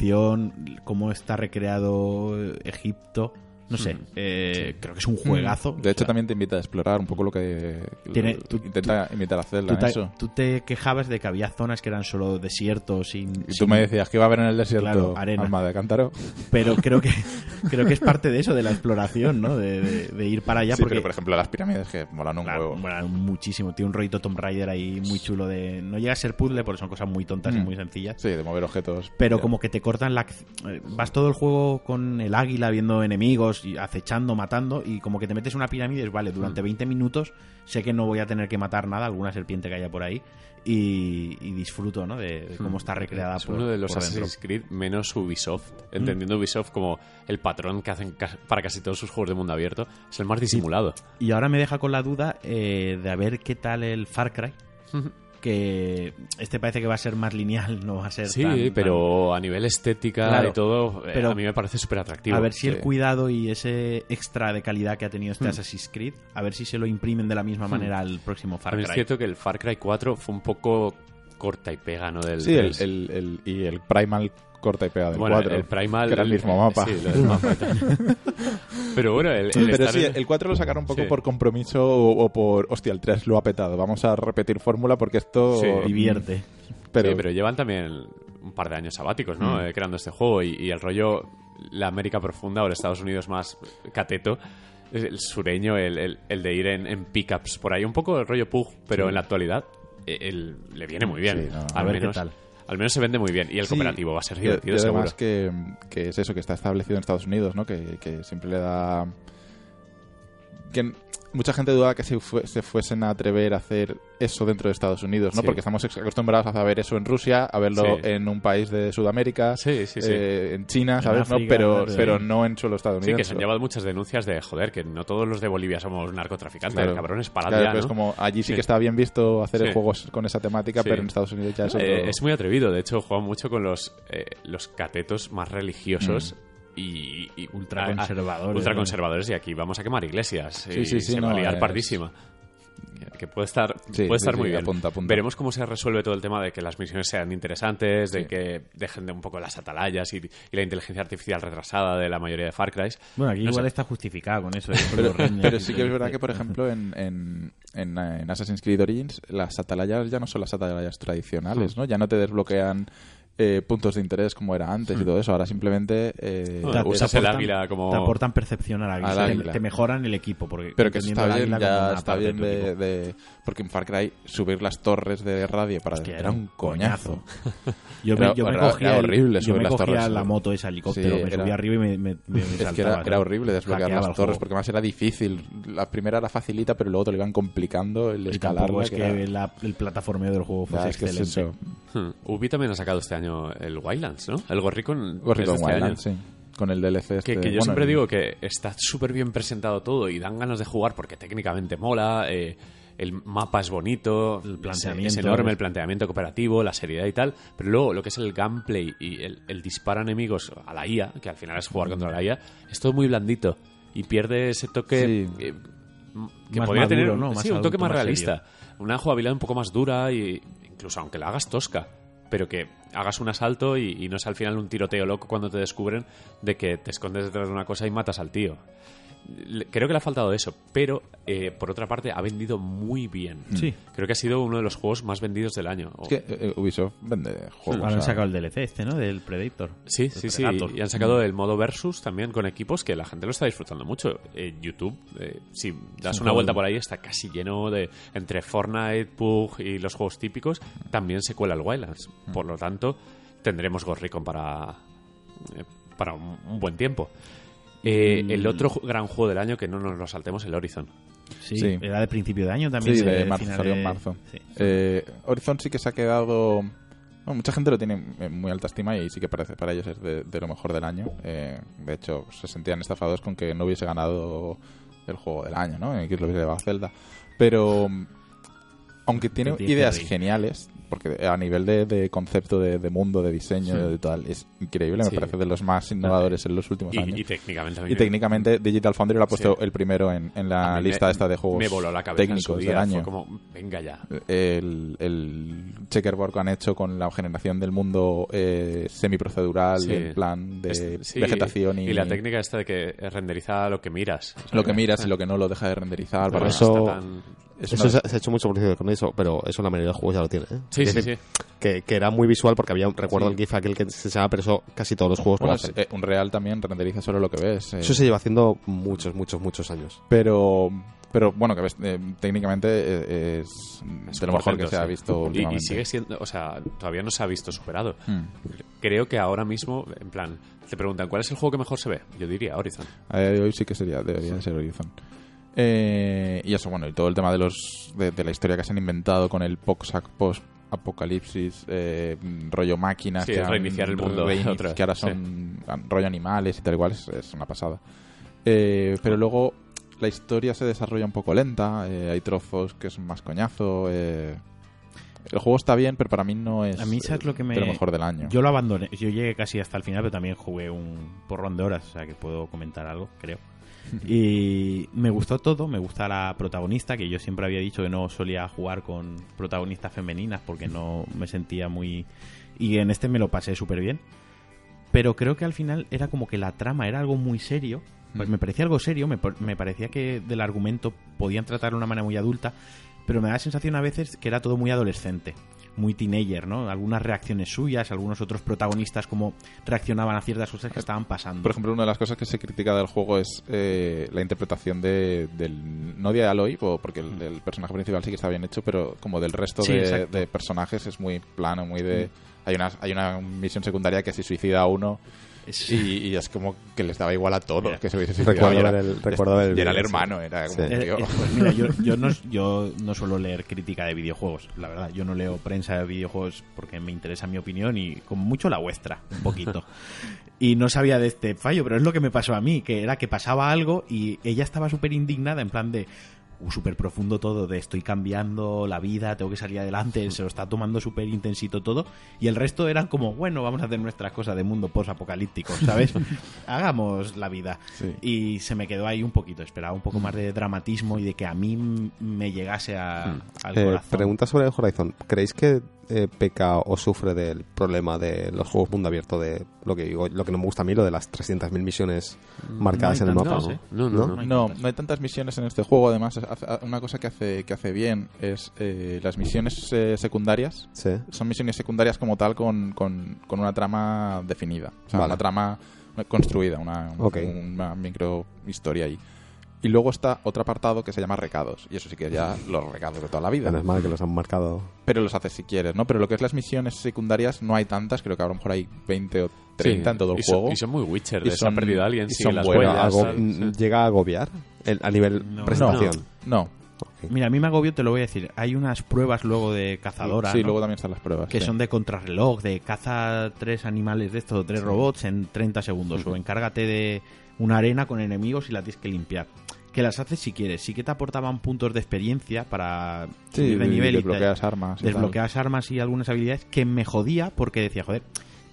Speaker 4: iluminación, cómo está recreado eh, Egipto. No sé, eh, creo que es un juegazo.
Speaker 2: Hmm. Mm. De
Speaker 4: O
Speaker 2: hecho,
Speaker 4: sea,
Speaker 2: también te invita a explorar un poco lo que.
Speaker 4: Tiene- tú-
Speaker 2: intenta imitar a Zelda
Speaker 4: tú
Speaker 2: en
Speaker 4: te,
Speaker 2: eso.
Speaker 4: tú te quejabas de que había zonas que eran solo desiertos, sin,
Speaker 2: Y tú
Speaker 4: sin-
Speaker 2: me decías que iba a haber en el desierto
Speaker 4: Claro, arena.
Speaker 2: alma de
Speaker 4: <laughs>
Speaker 2: cántaro.
Speaker 4: pero creo que creo que es parte de eso, de la exploración, ¿no? De, de- de ir para allá.
Speaker 2: sí,
Speaker 4: porque
Speaker 2: pero por ejemplo, las pirámides que molan un
Speaker 4: Claro,
Speaker 2: huevo.
Speaker 4: mola muchísimo. Tiene un rollito Tomb Raider ahí muy chulo de... No llega a ser puzzle porque son cosas muy tontas y
Speaker 2: Mm.
Speaker 4: muy sencillas.
Speaker 2: Sí, de mover objetos.
Speaker 4: pero
Speaker 2: Ya.
Speaker 4: como que te cortan la ac- eh, vas todo el juego con el águila viendo enemigos y acechando matando y como que te metes en una pirámide y dices, vale durante
Speaker 3: Hmm.
Speaker 4: 20 minutos sé que no voy a tener que matar nada alguna serpiente que haya por ahí y, y disfruto ¿no? de, de cómo está recreada
Speaker 3: Hmm. Es
Speaker 4: por,
Speaker 3: uno de los
Speaker 4: por dentro.
Speaker 3: Assassin's Creed menos Ubisoft, entendiendo Ubisoft como el patrón que hacen ca- para casi todos sus juegos de mundo abierto. Es el más disimulado.
Speaker 4: y ahora me deja con la duda eh, de a ver qué tal el Far Cry que este parece que va a ser más lineal <laughs> no va a ser
Speaker 3: Sí,
Speaker 4: tan- tan-
Speaker 3: pero a nivel estética
Speaker 4: Claro,
Speaker 3: y todo, eh,
Speaker 4: pero-
Speaker 3: a mí me parece súper atractivo.
Speaker 4: A ver si el
Speaker 2: sí. Hmm.
Speaker 4: cuidado y ese extra de calidad que ha tenido este Assassin's Creed, a ver si se lo imprimen de la misma manera al próximo Far
Speaker 3: También
Speaker 4: Cry.
Speaker 3: es cierto que el Far Cry 4 fue un poco corta y pega, ¿no? Del,
Speaker 2: Sí, el,
Speaker 3: del-
Speaker 2: el- el- y el Primal corta y pega del
Speaker 3: bueno,
Speaker 2: 4.
Speaker 3: el Primal.
Speaker 2: Que era el mismo mapa.
Speaker 3: Sí, lo del mapa
Speaker 4: <laughs>
Speaker 3: y tal. Pero bueno, el, el
Speaker 2: Pero
Speaker 3: estar
Speaker 2: sí,
Speaker 3: en-
Speaker 2: el 4 lo sacaron un poco
Speaker 3: Sí.
Speaker 2: por compromiso o, o por, hostia, el 3 lo ha petado, vamos a repetir fórmula porque esto...
Speaker 3: Sí.
Speaker 4: Divierte.
Speaker 2: Pero, Mm.
Speaker 3: Sí, pero llevan también un par de años sabáticos, ¿no? Eh, creando este juego y, y el rollo, la América profunda o el Estados Unidos más cateto, el sureño, el, el- el de ir en, en pickups por ahí, un poco el rollo Pug, pero en la actualidad eh, el- le viene muy
Speaker 2: Sí,
Speaker 3: bien.
Speaker 2: no,
Speaker 4: a
Speaker 3: al
Speaker 4: ver qué
Speaker 3: menos,
Speaker 4: tal.
Speaker 3: Al menos se vende muy bien y el
Speaker 2: Sí,
Speaker 3: cooperativo va a ser
Speaker 2: y-
Speaker 3: divertido,
Speaker 2: y
Speaker 3: seguro.
Speaker 2: además que, que es eso, que está establecido en Estados Unidos, ¿no? Que, que siempre le da... Que mucha gente dudaba que se, fue- se fuesen a atrever a hacer eso dentro de Estados Unidos, ¿no?
Speaker 3: Sí.
Speaker 2: Porque estamos ex- acostumbrados a ver eso en Rusia, a verlo
Speaker 3: Sí.
Speaker 2: en un país de Sudamérica,
Speaker 3: Sí, sí, sí.
Speaker 2: eh, en China,
Speaker 4: En
Speaker 2: ¿sabes? ¿no?
Speaker 4: África,
Speaker 2: Pero,
Speaker 4: sí.
Speaker 2: pero no en suelo
Speaker 3: Sí,
Speaker 2: estadounidense.
Speaker 3: que se han llevado muchas denuncias de, joder, que no todos los de Bolivia somos narcotraficantes,
Speaker 2: Claro.
Speaker 3: cabrones, parad
Speaker 2: Claro,
Speaker 3: ya,
Speaker 2: pero es
Speaker 3: ¿no?
Speaker 2: como allí sí,
Speaker 3: Sí.
Speaker 2: que está bien visto hacer
Speaker 3: Sí.
Speaker 2: juegos con esa temática,
Speaker 3: Sí.
Speaker 2: pero en Estados Unidos ya es otro-
Speaker 3: Eh, es muy atrevido, de hecho, juega mucho con los, eh, los catetos más religiosos
Speaker 2: Mm.
Speaker 3: y, y-
Speaker 4: Ultraconservadores,
Speaker 3: ah, ah, ultraconservadores, y aquí vamos a quemar iglesias. y
Speaker 2: sí, sí,
Speaker 3: se va
Speaker 2: no,
Speaker 3: a liar
Speaker 2: es-
Speaker 3: pardísima. Que puede estar,
Speaker 2: Sí,
Speaker 3: puede
Speaker 2: sí,
Speaker 3: estar
Speaker 2: sí,
Speaker 3: muy bien.
Speaker 2: apunta, apunta.
Speaker 3: Veremos cómo se resuelve todo el tema de que las misiones sean interesantes, de
Speaker 2: Sí.
Speaker 3: que dejen de un poco las atalayas y, y la inteligencia artificial retrasada de la mayoría de Far Cry.
Speaker 4: Bueno, aquí
Speaker 3: No
Speaker 4: igual
Speaker 3: sé.
Speaker 4: está justificado con
Speaker 2: <laughs>
Speaker 4: eso. ¿eh? Con
Speaker 2: Pero,
Speaker 4: los rednecks
Speaker 2: pero
Speaker 4: y
Speaker 2: sí que
Speaker 4: tal.
Speaker 2: es verdad que, por ejemplo, en, en, en, eh, en Assassin's Creed Origins, las atalayas ya no son las atalayas tradicionales, ¿no? Ya no te desbloquean eh, puntos de interés como era antes y todo eso. Ahora simplemente eh,
Speaker 3: Te
Speaker 4: Te
Speaker 3: usas el
Speaker 4: aportan-
Speaker 3: águila como-
Speaker 4: Te aportan percepción al águila.
Speaker 2: Al
Speaker 4: Te-
Speaker 2: águila.
Speaker 4: Te mejoran el equipo. Porque
Speaker 2: Pero que eso
Speaker 4: teniendo
Speaker 2: está
Speaker 4: al
Speaker 2: bien,
Speaker 4: águila como
Speaker 2: ya
Speaker 4: una
Speaker 2: está
Speaker 4: parte de
Speaker 2: bien
Speaker 4: tu equipo.
Speaker 2: de, de- Porque en Far Cry subir las torres de radio para
Speaker 4: Hostia,
Speaker 2: adentro era un coñazo.
Speaker 4: Yo me,
Speaker 2: Era-
Speaker 4: yo me
Speaker 2: era-
Speaker 4: cogía,
Speaker 2: era
Speaker 4: el-
Speaker 2: horrible
Speaker 4: yo
Speaker 2: subir
Speaker 4: me
Speaker 2: las
Speaker 4: cogía
Speaker 2: torres.
Speaker 4: la moto esa helicóptero,
Speaker 2: Sí,
Speaker 4: me
Speaker 2: era-
Speaker 4: subía arriba y me, me, me-
Speaker 2: <laughs>
Speaker 4: me
Speaker 2: Es que
Speaker 4: saltaba,
Speaker 2: era,
Speaker 4: ¿no?
Speaker 2: era horrible desbloquear
Speaker 4: Hackeaba el
Speaker 2: las torres,
Speaker 4: juego.
Speaker 2: porque más era difícil. La primera era facilita, pero luego te lo iban complicando el
Speaker 4: Y
Speaker 2: escalar.
Speaker 4: tampoco es que la- el plataformeo del juego fuese
Speaker 2: es que es
Speaker 4: excelente.
Speaker 2: eso.
Speaker 3: Hmm. Ubi también ha sacado este año el Wildlands, ¿no? El Gorricon.
Speaker 2: Gorricón
Speaker 3: es de este año.
Speaker 2: Wildlands, sí. Con el DLC este.
Speaker 3: Que, que yo
Speaker 2: bueno,
Speaker 3: siempre
Speaker 2: el-
Speaker 3: digo que está súper bien presentado todo y dan ganas de jugar porque técnicamente mola, eh, el mapa es bonito,
Speaker 4: El
Speaker 3: es-
Speaker 4: planteamiento
Speaker 3: es, enorme,
Speaker 4: es-
Speaker 3: el planteamiento cooperativo, la seriedad y tal, pero luego lo que es el gameplay y el, el disparo a enemigos a la IA, que al final es jugar contra la IA, es todo muy blandito y pierde ese toque
Speaker 2: Sí.
Speaker 3: eh, m- que
Speaker 4: Más
Speaker 3: podría tener
Speaker 4: maduro, ¿no?
Speaker 3: sí,
Speaker 4: Más
Speaker 3: un toque
Speaker 4: adulto,
Speaker 3: más
Speaker 4: más
Speaker 3: realista, una jugabilidad un poco más dura y incluso aunque la hagas tosca, pero que hagas un asalto y, y no es al final un tiroteo loco cuando te descubren de que te escondes detrás de una cosa y matas al tío. Le- Creo que le ha faltado eso, pero eh, por otra parte ha vendido muy bien.
Speaker 4: Sí.
Speaker 3: Creo que ha sido uno de los juegos más vendidos del año.
Speaker 2: Es que eh, Ubisoft vende juegos.
Speaker 4: Ahora
Speaker 2: o
Speaker 4: han
Speaker 2: sea,
Speaker 4: sacado el DLC este, ¿no? Del Predator.
Speaker 3: Sí,
Speaker 4: El
Speaker 3: sí, sí.
Speaker 4: Predator.
Speaker 3: Y han sacado
Speaker 2: Mm.
Speaker 3: el modo versus también con equipos que la gente lo está disfrutando mucho. Eh, YouTube, eh, si das una vuelta por ahí, está casi lleno de... Entre Fortnite, Pug y los juegos típicos, también se cuela el Wildlands.
Speaker 2: Mm.
Speaker 3: Por lo tanto, tendremos Gorricon para, eh, para un, un buen tiempo.
Speaker 2: Mm.
Speaker 3: Eh, El otro ju- gran juego del año, que no nos lo saltemos, el Horizon.
Speaker 4: Mm, Sí,
Speaker 2: Sí.
Speaker 4: era de principio de año también.
Speaker 2: Sí,
Speaker 4: se-
Speaker 2: de marzo,
Speaker 4: final
Speaker 2: salió en
Speaker 4: de-
Speaker 2: marzo.
Speaker 4: Sí.
Speaker 2: Eh, Horizon sí que se ha quedado... bueno, mucha gente lo tiene en muy alta estima y sí que parece para ellos es de, de lo mejor del año. Eh, de hecho, se sentían estafados con que no hubiese ganado el juego del año, ¿no? Eh, Que lo hubiese llevado Zelda. Pero... Aunque tiene
Speaker 4: Tiene
Speaker 2: ideas
Speaker 4: que ir.
Speaker 2: geniales, porque a nivel de, de concepto, de, de mundo, de diseño, de tal, es increíble,
Speaker 3: Sí.
Speaker 2: me parece de los más innovadores en los últimos años.
Speaker 3: Y, y técnicamente a mí
Speaker 2: Y
Speaker 3: me-
Speaker 2: técnicamente Digital Foundry lo ha puesto el primero en, en
Speaker 3: a
Speaker 2: la
Speaker 3: mí
Speaker 2: lista
Speaker 3: me-
Speaker 2: esta de juegos
Speaker 3: me voló la cabeza en
Speaker 2: técnicos
Speaker 3: su día,
Speaker 2: del año.
Speaker 3: Fue como, venga ya.
Speaker 2: El, el checkerboard que han hecho con la generación del mundo eh, semiprocedural,
Speaker 3: Sí.
Speaker 2: en plan de
Speaker 3: Es- sí,
Speaker 2: vegetación y,
Speaker 3: la técnica esta de que renderiza lo que miras. O sea,
Speaker 2: lo que miras y lo que no lo deja de renderizar.
Speaker 3: no
Speaker 2: para
Speaker 1: eso-
Speaker 3: está tan-
Speaker 2: es
Speaker 1: eso
Speaker 2: una-
Speaker 1: se, se ha hecho mucho publicidad con eso, pero eso la mayoría de los juegos ya lo tiene. ¿eh?
Speaker 3: Sí,
Speaker 1: Es
Speaker 3: sí,
Speaker 1: decir,
Speaker 3: sí.
Speaker 1: Que, que era muy visual porque había, recuerdo
Speaker 2: Sí.
Speaker 1: el GIF aquel que se llama, pero eso casi todos los juegos lo
Speaker 2: bueno,
Speaker 3: pues,
Speaker 1: hacen.
Speaker 2: es- eh, un real también renderiza solo lo que ves. eh.
Speaker 1: Eso se lleva haciendo muchos, muchos, muchos años.
Speaker 2: Pero pero bueno, que ves, eh, técnicamente eh, es, de lo mejor que se ha visto
Speaker 3: Y- Y,
Speaker 2: últimamente.
Speaker 3: sigue siendo, o sea, todavía no se ha visto superado.
Speaker 2: Mm.
Speaker 3: Creo que ahora mismo, en plan, te preguntan cuál es el juego que mejor se ve. Yo diría Horizon.
Speaker 2: A día de hoy sí que sería, debería de ser Horizon. Eh, y eso, bueno, y todo el tema de los de, de la historia que se han inventado con el post, post apocalipsis, eh, rollo máquinas,
Speaker 3: Sí,
Speaker 2: que
Speaker 3: el
Speaker 2: han
Speaker 3: reiniciar el mundo
Speaker 2: reinici-
Speaker 3: otra vez,
Speaker 2: que ahora
Speaker 3: sí.
Speaker 2: son an- rollo animales y tal igual, es, es una pasada. Eh, pero luego la historia se desarrolla un poco lenta, eh, hay trozos que es más coñazo. eh. el juego está bien, pero para mí no es
Speaker 4: A mí, ¿sabes
Speaker 2: eh,
Speaker 4: lo que me-
Speaker 2: de lo mejor del año.
Speaker 4: Yo lo abandoné. Yo llegué casi hasta el final, pero también jugué un porrón de horas, o sea que puedo comentar algo,
Speaker 2: <laughs>
Speaker 4: creo. Y me gustó todo, me gusta la protagonista, que yo siempre había dicho que no solía jugar con protagonistas femeninas porque no me sentía muy... Y en este me lo pasé súper bien. Pero creo que al final era como que la trama era algo muy serio. Pues me parecía algo serio, me, por- me parecía que del argumento podían tratarlo de una manera muy adulta, pero me da la sensación a veces que era todo muy adolescente, muy teenager, ¿no? Algunas reacciones suyas, algunos otros protagonistas como reaccionaban a ciertas cosas que estaban pasando.
Speaker 2: Por ejemplo, una de las cosas que se critica del juego es eh, la interpretación de, del. No de Aloy, po- porque el, el personaje principal sí que está bien hecho, pero como del resto
Speaker 4: Mm. Sí,
Speaker 2: de,
Speaker 4: exacto. Mm.
Speaker 2: de personajes es muy plano, muy de. Hay una, hay una misión secundaria que si suicida a uno.
Speaker 4: Es-
Speaker 2: Y, y es como que les daba igual a todos
Speaker 4: Mira,
Speaker 2: que se hubiese suicidado.
Speaker 1: Recuerdo
Speaker 2: y era,
Speaker 1: ver el, recuerdo ver
Speaker 2: y era el
Speaker 1: vídeo, sí.
Speaker 2: hermano, era como,
Speaker 1: Sí.
Speaker 4: Eh,
Speaker 2: tío,
Speaker 4: eh, pues mira, yo, yo, no, yo no suelo leer crítica de videojuegos, la verdad. Yo no leo prensa de videojuegos porque me interesa mi opinión y como mucho la vuestra, un poquito. Y no sabía de este fallo, pero es lo que me pasó a mí, que era que pasaba algo y ella estaba súper indignada en plan de uh, súper profundo todo, de estoy cambiando la vida, tengo que salir adelante, se lo está tomando súper intensito todo. Y el resto eran como, bueno, vamos a hacer nuestras cosas de mundo post-apocalíptico, ¿sabes? Hagamos la vida.
Speaker 2: Sí.
Speaker 4: Y se me quedó ahí un poquito, esperaba un poco más de dramatismo y de que a mí m- me llegase a- al
Speaker 1: Eh,
Speaker 4: corazón.
Speaker 1: pregunta sobre Horizon. ¿Creéis que eh, peca o sufre del problema de los juegos mundo abierto de lo que digo, lo que no me gusta a mí, lo de las 300.000 misiones marcadas
Speaker 4: no
Speaker 1: en
Speaker 4: hay
Speaker 1: el mapa?
Speaker 3: tantas, ¿eh? No, no, no.
Speaker 2: No, no hay tantas misiones en este juego. Además, hace- una cosa que hace, que hace bien es eh, las misiones eh, secundarias.
Speaker 1: Sí.
Speaker 2: Son misiones secundarias como tal con, con- con una trama definida. O sea,
Speaker 1: Vale.
Speaker 2: una trama eh, construida, una,
Speaker 1: Ok.
Speaker 2: una micro historia ahí. Y luego está otro apartado que se llama recados. Y eso sí que ya los recados de toda la vida.
Speaker 1: Menos mal que los han marcado.
Speaker 2: Pero los haces si quieres, ¿no? Pero lo que es las misiones secundarias no hay tantas. Creo que a lo mejor hay 20 o 30 en todo el
Speaker 3: y son-
Speaker 2: juego.
Speaker 3: y son muy Witcher.
Speaker 2: Y
Speaker 3: de se ha
Speaker 2: son-
Speaker 3: perdido alguien,
Speaker 2: y
Speaker 3: sigue
Speaker 2: son mm,
Speaker 3: las
Speaker 2: buenas,
Speaker 3: huellas,
Speaker 1: Ago-
Speaker 3: ¿sabes?
Speaker 1: n-
Speaker 3: Sí.
Speaker 1: ¿Llega a agobiar el- a nivel
Speaker 4: No.
Speaker 1: presentación?
Speaker 2: No.
Speaker 4: Mira, a mí me agobio, te lo voy a decir. Hay unas pruebas luego de cazadora.
Speaker 2: sí,
Speaker 4: ¿no?
Speaker 2: luego también están las pruebas.
Speaker 4: que
Speaker 2: sí.
Speaker 4: son de contrarreloj, de caza tres animales de estos, tres robots en 30 segundos, o encárgate de una arena con enemigos y la tienes que limpiar. Que las haces si quieres, sí que te aportaban puntos de experiencia para
Speaker 2: Sí,
Speaker 4: subir de nivel y te-
Speaker 2: desbloqueas armas. y tal.
Speaker 4: desbloqueas armas y algunas habilidades que me jodía porque decía, joder,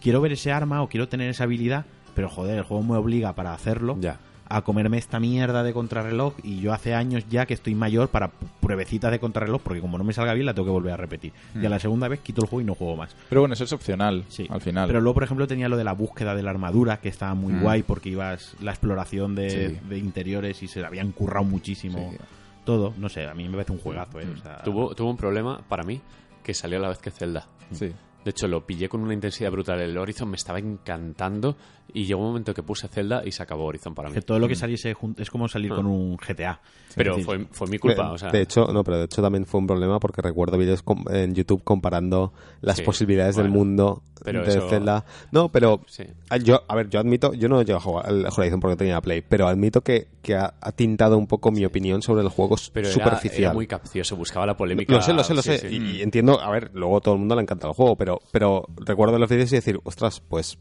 Speaker 4: quiero ver ese arma o quiero tener esa habilidad, pero joder, el juego me obliga para hacerlo
Speaker 3: Ya.
Speaker 4: a comerme esta mierda de contrarreloj y yo hace años ya que estoy mayor para pu- pruebecitas de contrarreloj porque como no me salga bien la tengo que volver a repetir. Y a la segunda vez quito el juego y no juego más.
Speaker 2: Pero bueno, eso es opcional Mm. al final.
Speaker 4: Pero luego, por ejemplo, tenía lo de la búsqueda de la armadura, que estaba muy
Speaker 2: Mm.
Speaker 4: guay porque ibas la exploración de,
Speaker 2: Sí.
Speaker 4: de interiores y se la habían currado muchísimo
Speaker 2: Sí. Mm.
Speaker 4: todo. No sé, a mí me parece un juegazo, ¿eh? O sea,
Speaker 3: Tuvo, tuvo un problema para mí que salió a la vez que Zelda.
Speaker 2: Sí.
Speaker 3: De hecho, lo pillé con una intensidad brutal. El Horizon me estaba encantando y llegó un momento que puse Zelda y se acabó Horizon para mí.
Speaker 4: que todo lo que saliese jun- es como salir con un GTA.
Speaker 3: Pero
Speaker 4: Es decir,
Speaker 3: fue, fue mi culpa.
Speaker 1: De-
Speaker 3: o sea,
Speaker 1: de hecho, no, pero de hecho también fue un problema porque recuerdo vídeos com- en YouTube comparando las
Speaker 3: Sí,
Speaker 1: posibilidades del
Speaker 3: bueno,
Speaker 1: mundo
Speaker 3: pero
Speaker 1: de
Speaker 3: eso-
Speaker 1: Zelda. No, pero
Speaker 3: sí.
Speaker 1: Ah, Yo, a ver, yo admito, yo no llego a jugar al Horizon porque tenía Play, pero admito que, que ha, ha tintado un poco mi opinión sobre el juego s-
Speaker 3: Pero era-
Speaker 1: superficial.
Speaker 3: Era, muy capcioso, buscaba la polémica.
Speaker 1: Lo sé, lo sé, lo
Speaker 3: sí,
Speaker 1: sé.
Speaker 3: sí. Eh, Mm.
Speaker 1: Y, y entiendo, a ver, luego todo el mundo le encanta el juego, pero, pero recuerdo los vídeos y decir, ostras, pues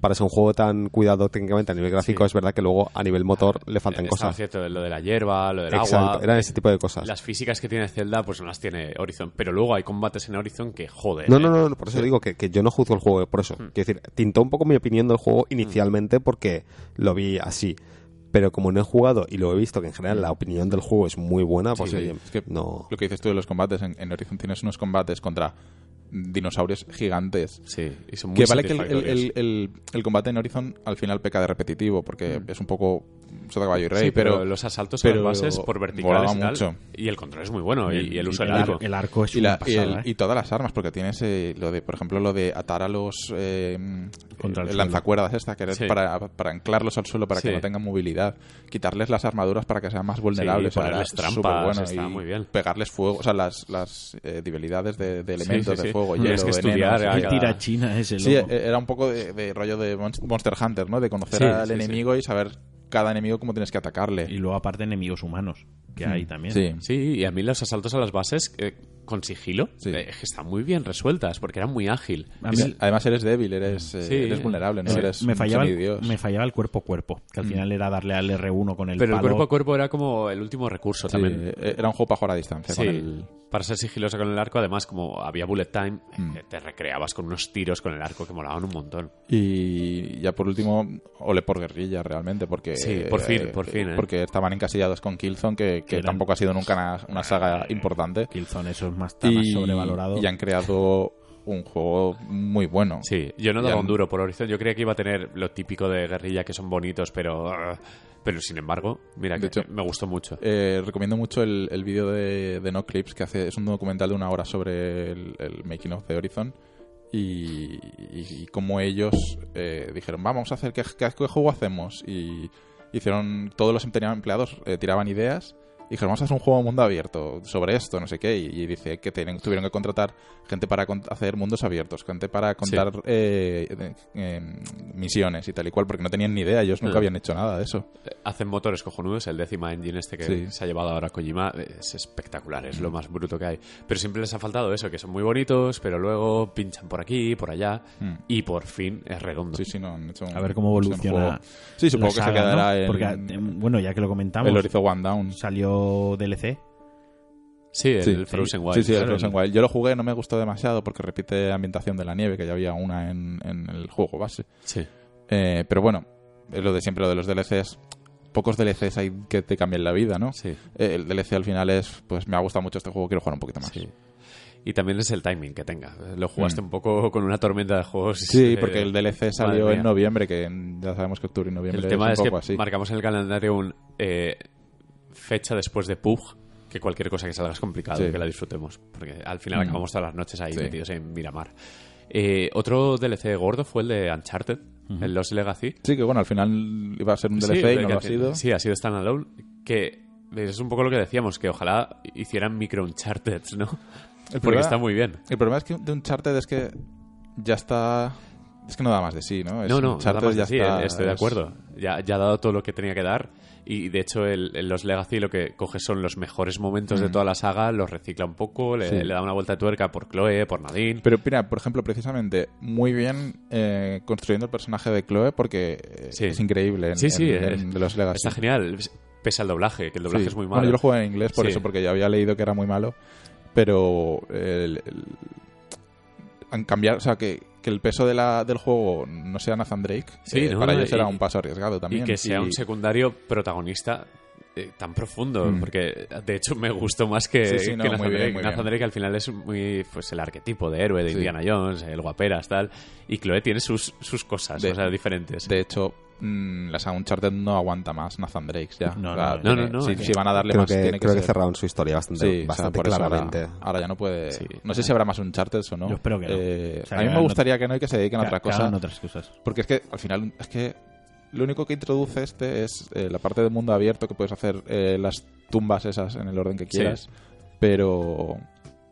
Speaker 1: para ser un juego tan cuidado técnicamente a nivel gráfico, es verdad que luego a nivel motor le faltan
Speaker 3: Eh, Estaba
Speaker 1: cosas.
Speaker 3: cierto, lo de la hierba, lo del
Speaker 1: Exacto,
Speaker 3: agua.
Speaker 1: eran ese tipo de cosas.
Speaker 3: Las físicas que tiene Zelda, pues no las tiene Horizon. Pero luego hay combates en Horizon que joder.
Speaker 1: No,
Speaker 3: ¿eh?
Speaker 1: no, no, no, por eso digo que, que yo no juzgo el juego, eh, por eso.
Speaker 2: Mm.
Speaker 1: Quiero decir, tintó un poco mi opinión del juego inicialmente porque lo vi así. Pero como no he jugado y lo he visto que en general la opinión del juego es muy buena, pues
Speaker 2: Mm. Sí,
Speaker 1: oye,
Speaker 2: es que
Speaker 1: no.
Speaker 2: Lo que dices tú de los combates, en, en Horizon tienes unos combates contra dinosaurios gigantes.
Speaker 3: eh. Sí, y son muy
Speaker 2: Que vale que el, el-
Speaker 3: satisfactorios.
Speaker 2: el- el- el combate en Horizon al final peca de repetitivo, porque es un poco sota caballo y rey,
Speaker 3: Mm. Sí,
Speaker 2: pero,
Speaker 3: pero, los asaltos
Speaker 2: pero
Speaker 3: a las bases por verticales
Speaker 2: volaba
Speaker 3: y tal,
Speaker 2: mucho.
Speaker 3: y el control es muy bueno y, y el uso
Speaker 4: el,
Speaker 3: del
Speaker 4: ar-
Speaker 3: arco.
Speaker 4: el arco es
Speaker 2: y,
Speaker 4: una
Speaker 2: la- y
Speaker 4: pasada,
Speaker 2: el-
Speaker 4: ¿eh?
Speaker 2: y todas las armas, porque tienes eh, lo de, por ejemplo, lo de atar a los eh,
Speaker 4: Contra el
Speaker 2: eh, lanzacuerdas esta, que era
Speaker 3: Sí.
Speaker 2: para, para anclarlos al suelo para
Speaker 3: Sí.
Speaker 2: que no tengan movilidad, quitarles las armaduras para que sean más vulnerables,
Speaker 3: Sí, y ponerles
Speaker 2: era
Speaker 3: trampas,
Speaker 2: superbueno,
Speaker 3: está muy bien.
Speaker 2: pegarles fuego, o sea, las, las eh, debilidades de, de
Speaker 3: Sí,
Speaker 2: elementos
Speaker 3: sí, sí.
Speaker 2: de fuego, hielo,
Speaker 3: Tienes que
Speaker 2: veneno,
Speaker 3: estudiar,
Speaker 2: sí,
Speaker 3: ah,
Speaker 2: sí.
Speaker 4: Qué
Speaker 3: cada-
Speaker 4: tirachina es el
Speaker 2: Sí,
Speaker 4: lobo.
Speaker 2: eh, era un poco de, de rollo de Monst- Monster Hunter, ¿no? De conocer
Speaker 3: Sí,
Speaker 2: al
Speaker 3: sí, sí.
Speaker 2: enemigo y saber cada enemigo cómo tienes que atacarle.
Speaker 4: Y luego aparte enemigos humanos, que
Speaker 2: Hmm.
Speaker 4: hay también. Eh,
Speaker 2: Sí.
Speaker 3: Sí, y a mí los asaltos a las bases eh, con sigilo
Speaker 2: Sí.
Speaker 3: eh, que están muy bien resueltas porque era muy ágil.
Speaker 4: A
Speaker 2: Y
Speaker 4: mí-
Speaker 2: se- Además eres débil, eres, eh,
Speaker 3: Sí.
Speaker 2: eres vulnerable, no
Speaker 4: Sí,
Speaker 2: eres
Speaker 4: me,
Speaker 2: un
Speaker 4: fallaba el,
Speaker 2: semidios.
Speaker 4: me fallaba el cuerpo a cuerpo, que al final era darle al R1 con el
Speaker 3: Pero el
Speaker 4: palo.
Speaker 3: cuerpo a cuerpo era como el último recurso
Speaker 2: Sí,
Speaker 3: también.
Speaker 2: eh, Era un juego para jugar a distancia.
Speaker 3: Sí,
Speaker 2: con el-
Speaker 3: para ser sigiloso con el arco, además, como había bullet time,
Speaker 2: Mm.
Speaker 3: eh, te recreabas con unos tiros con el arco que molaban un montón.
Speaker 2: Y ya por último, ole por guerrilla realmente, porque...
Speaker 3: Sí, por fin, por fin, ¿eh?
Speaker 2: Porque estaban encasillados con Killzone, que, que
Speaker 4: Eran- Ah,
Speaker 2: tampoco ha sido nunca una, una saga importante.
Speaker 4: Killzone, eso es más, está más
Speaker 2: Y,
Speaker 4: sobrevalorado.
Speaker 2: y han creado un juego muy bueno.
Speaker 3: Sí, yo no daba
Speaker 2: Ya-
Speaker 3: un duro por Horizon. Yo creía que iba a tener lo típico de guerrilla que son bonitos, pero. Pero sin embargo, mira,
Speaker 2: De
Speaker 3: que
Speaker 2: hecho-
Speaker 3: me gustó mucho.
Speaker 2: Eh, recomiendo mucho el, el vídeo de, de No Clips, que hace, es un documental de una hora sobre el, el making of de Horizon y, y- y cómo ellos eh, dijeron, vamos a hacer, ¿qué, qué- qué juego hacemos? Y hicieron, todos los empleados eh, tiraban ideas Y dijeron, vamos a hacer un juego a mundo abierto sobre esto, no sé qué. Y, y dice que tienen- tuvieron que contratar gente para con- hacer mundos abiertos, gente para contar eh, eh, eh, misiones y tal y cual, porque no tenían ni idea, ellos nunca
Speaker 3: Mm.
Speaker 2: habían hecho nada de eso.
Speaker 3: Hacen motores cojonudos, el décima engine este que
Speaker 2: Sí. Mm.
Speaker 3: se ha llevado ahora Kojima es espectacular, es lo más bruto que hay. Pero siempre les ha faltado eso, que son muy bonitos, pero luego pinchan por aquí, por allá,
Speaker 2: Mm.
Speaker 3: y por fin es redondo.
Speaker 2: Sí, sí, no, han hecho un-
Speaker 4: A ver cómo
Speaker 2: han hecho un
Speaker 4: evoluciona.
Speaker 2: juego. Sí, supongo
Speaker 4: la
Speaker 2: que se
Speaker 4: saga,
Speaker 2: quedará
Speaker 4: ¿no?
Speaker 2: en
Speaker 4: Porque, eh, bueno, ya que lo comentamos,
Speaker 2: el Horizon One Down.
Speaker 4: salió DLC.
Speaker 3: Sí, el
Speaker 2: Sí,
Speaker 3: Frozen
Speaker 4: sí.
Speaker 3: Wild.
Speaker 2: Sí, sí, el
Speaker 3: Claro,
Speaker 2: Frozen Wild. Yo lo jugué, no me gustó demasiado porque repite ambientación de la nieve, que ya había una en, en el juego base.
Speaker 3: Sí.
Speaker 2: Eh, pero bueno, es lo de siempre, lo de los DLCs. Pocos DLCs hay que te cambien la vida, ¿no?
Speaker 3: Sí.
Speaker 2: Eh, el DLC al final es, pues me ha gustado mucho este juego, quiero jugar un poquito más.
Speaker 3: Sí. Y también es el timing que tenga. Lo jugaste
Speaker 2: Mm.
Speaker 3: un poco con una tormenta de juegos.
Speaker 2: Sí,
Speaker 3: eh,
Speaker 2: porque el DLC salió
Speaker 3: madre
Speaker 2: en
Speaker 3: mía.
Speaker 2: noviembre, que en- ya sabemos que octubre y noviembre
Speaker 3: El tema
Speaker 2: es
Speaker 3: es,
Speaker 2: un
Speaker 3: que
Speaker 2: poco así.
Speaker 3: marcamos en el calendario un eh, fecha después de PUG que cualquier cosa que salga es complicado
Speaker 2: Sí.
Speaker 3: que la disfrutemos. Porque al final
Speaker 2: Mm.
Speaker 3: acabamos todas las noches ahí
Speaker 2: Sí.
Speaker 3: metidos en Miramar. Eh, otro DLC gordo fue el de Uncharted, el Lost Legacy.
Speaker 2: Sí, que bueno, al final iba a ser un
Speaker 3: Sí,
Speaker 2: DLC y
Speaker 3: que
Speaker 2: no lo ha
Speaker 3: al fin-
Speaker 2: sido.
Speaker 3: Sí, ha sido standalone. Que es un poco lo que decíamos, que ojalá hicieran micro Uncharted, ¿no?
Speaker 2: El
Speaker 3: Porque
Speaker 2: problema-
Speaker 3: está muy bien.
Speaker 2: El problema es que de Uncharted es que ya está... Es que no da más de sí, ¿no? Es
Speaker 3: No, no,
Speaker 2: Uncharted
Speaker 3: nada más
Speaker 2: ya
Speaker 3: así,
Speaker 2: está-
Speaker 3: eh, estoy de
Speaker 2: es-
Speaker 3: acuerdo. Ya, ya ha dado todo lo que tenía que dar y de hecho el, el los Legacy lo que coge son los mejores momentos de toda la saga, los recicla un poco, le,
Speaker 2: Mm. Sí.
Speaker 3: le da una vuelta de tuerca por Chloe, por Nadine.
Speaker 2: Pero mira, por ejemplo, precisamente, muy bien eh, construyendo el personaje de Chloe porque eh,
Speaker 3: Sí.
Speaker 2: es increíble en,
Speaker 3: sí, sí,
Speaker 2: en-
Speaker 3: es-
Speaker 2: en los Legacy.
Speaker 3: está genial. Pese al doblaje, que el doblaje
Speaker 2: Sí.
Speaker 3: es muy malo.
Speaker 2: Bueno, yo lo jugué en inglés por
Speaker 3: Sí.
Speaker 2: eso, porque ya había leído que era muy malo, pero el, el- han cambiado, o sea, que, que el peso de la, del juego no sea Nathan Drake,
Speaker 3: Sí,
Speaker 2: eh,
Speaker 3: no,
Speaker 2: para
Speaker 3: no,
Speaker 2: ellos
Speaker 3: y-
Speaker 2: era un paso arriesgado también.
Speaker 3: y que sea
Speaker 2: Y-
Speaker 3: un secundario protagonista eh, tan profundo,
Speaker 2: Mm.
Speaker 3: porque de hecho me gustó más que,
Speaker 2: Sí, sí, no, muy
Speaker 3: que Nathan
Speaker 2: bien,
Speaker 3: Drake.
Speaker 2: muy
Speaker 3: Nathan
Speaker 2: bien.
Speaker 3: Drake al final es muy pues el arquetipo de héroe de
Speaker 2: Sí.
Speaker 3: Indiana Jones, el guaperas, tal. Y Chloe tiene sus, sus cosas,
Speaker 2: De-
Speaker 3: o sea, diferentes.
Speaker 2: De hecho, mm, la saga Uncharted no aguanta más Nathan Drake ya.
Speaker 4: No,
Speaker 2: O sea,
Speaker 4: no,
Speaker 3: no,
Speaker 2: tiene-
Speaker 3: no, no,
Speaker 2: si,
Speaker 3: no.
Speaker 2: si van a darle
Speaker 1: Creo
Speaker 2: más,
Speaker 1: que,
Speaker 2: tiene que
Speaker 1: creo que
Speaker 2: ser-
Speaker 1: cerraron su historia
Speaker 2: Sí,
Speaker 1: bastante,
Speaker 2: o sea,
Speaker 1: bastante
Speaker 2: por eso ahora-
Speaker 1: claramente.
Speaker 2: Ahora, ya no puede.
Speaker 3: Sí.
Speaker 2: No sé si habrá más Uncharted o no.
Speaker 4: Yo espero que no.
Speaker 2: Eh,
Speaker 4: O sea,
Speaker 2: a mí
Speaker 4: que
Speaker 2: me
Speaker 4: no-
Speaker 2: gustaría que no y que se dediquen a otra
Speaker 4: Ca- cada
Speaker 2: cosa.
Speaker 4: uno otras cosas.
Speaker 2: Porque es que al final es que lo único que introduce este es eh, la parte del mundo abierto que puedes hacer eh, las tumbas esas en el orden que
Speaker 3: Sí.
Speaker 2: quieras, pero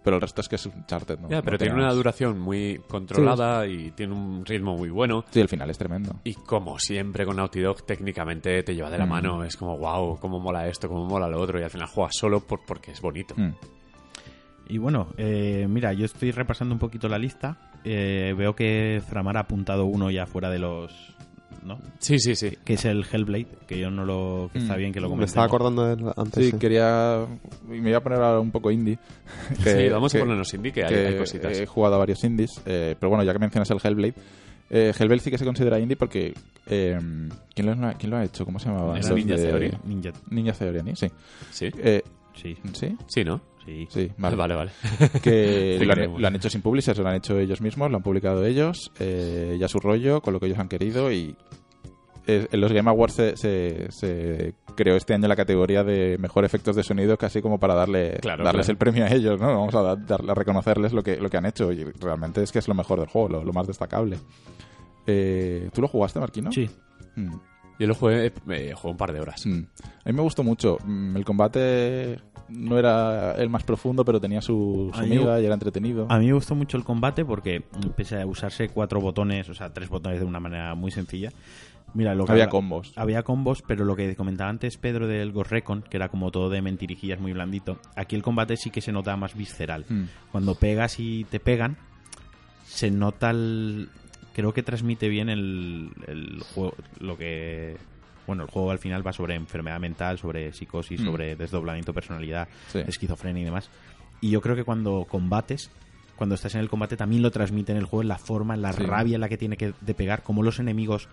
Speaker 2: pero el resto es que es un charter. ¿no?
Speaker 3: Ya,
Speaker 2: No
Speaker 3: pero tiene
Speaker 2: más.
Speaker 3: una duración muy controlada y tiene un ritmo muy bueno.
Speaker 2: Sí, el final es tremendo.
Speaker 3: Y como siempre con Naughty Dog, técnicamente te lleva de la
Speaker 2: Mm.
Speaker 3: mano. Es como, wow, cómo mola esto, cómo mola lo otro. Y al final juegas solo por, porque es bonito.
Speaker 2: Mm.
Speaker 4: Y bueno, eh, mira, yo estoy repasando un poquito la lista. Eh, veo que Framar ha apuntado uno ya fuera de los... ¿no?
Speaker 3: Sí, sí, sí.
Speaker 4: Que es el Hellblade, que yo no lo... que está
Speaker 2: Mm.
Speaker 4: bien que lo
Speaker 1: Me
Speaker 4: comentemos.
Speaker 1: estaba acordando de él antes.
Speaker 2: Sí,
Speaker 1: sí.
Speaker 2: quería. y Me iba a poner ahora un poco
Speaker 3: <laughs>
Speaker 2: indie.
Speaker 3: sí, vamos
Speaker 2: que-
Speaker 3: a ponernos indie, que, hay,
Speaker 2: que
Speaker 3: hay cositas.
Speaker 2: He jugado a varios indies, eh, pero bueno, ya que mencionas el Hellblade, eh, Hellblade sí que se considera indie porque. eh, ¿quién, lo, ha- quién lo ha hecho? ¿Cómo se llamaba?
Speaker 3: Era
Speaker 2: Los
Speaker 3: Ninja
Speaker 2: de-
Speaker 3: Theory.
Speaker 4: Ninja...
Speaker 2: Ninja Theory, ¿no? sí.
Speaker 3: ¿Sí?
Speaker 2: Eh,
Speaker 4: Sí,
Speaker 2: ¿Sí?
Speaker 3: Sí, ¿no?
Speaker 4: sí.
Speaker 2: Sí,
Speaker 3: Vale,
Speaker 2: vale.
Speaker 3: vale. vale.
Speaker 2: Que
Speaker 3: Te
Speaker 2: lo
Speaker 3: creemos.
Speaker 2: han, lo han hecho sin publishers, lo han hecho ellos mismos, lo han publicado ellos, eh, ya su rollo, con lo que ellos han querido y. eh, En los Game Awards se, se- se creó este año la categoría de mejor efectos de sonido, casi como para darle
Speaker 3: Claro,
Speaker 2: darles
Speaker 3: claro.
Speaker 2: el premio a ellos, ¿no? Vamos a, dar- darle- a reconocerles lo que, lo que han hecho y realmente es que es lo mejor del juego, lo, lo más destacable. Eh, ¿Tú lo jugaste, Marquino?
Speaker 4: Sí.
Speaker 2: Mm.
Speaker 3: Yo lo jugué, eh, jugué un par de horas.
Speaker 2: Mm. A mí me gustó mucho. Mm, El combate no era el más profundo, pero tenía su, su
Speaker 4: A mí me-
Speaker 2: miga y era entretenido.
Speaker 4: A mí me gustó mucho el combate porque, pese a usarse cuatro botones, o sea, tres botones de una manera muy sencilla, mira, lo que
Speaker 2: Había
Speaker 4: habla-
Speaker 2: combos.
Speaker 4: Había combos, pero lo que comentaba antes Pedro del Ghost Recon, que era como todo de mentirijillas muy blandito, aquí el combate sí que se nota más visceral.
Speaker 2: Mm.
Speaker 4: Cuando pegas y te pegan, se nota el... Creo que transmite bien el, el juego, lo que... Bueno, el juego al final va sobre enfermedad mental, sobre psicosis,
Speaker 2: Mm.
Speaker 4: sobre desdoblamiento de personalidad,
Speaker 2: Sí.
Speaker 4: esquizofrenia y demás. Y yo creo que cuando combates, cuando estás en el combate, también lo transmite en el juego, en la forma, en la
Speaker 2: Sí.
Speaker 4: rabia en la que tiene que de pegar, como los enemigos,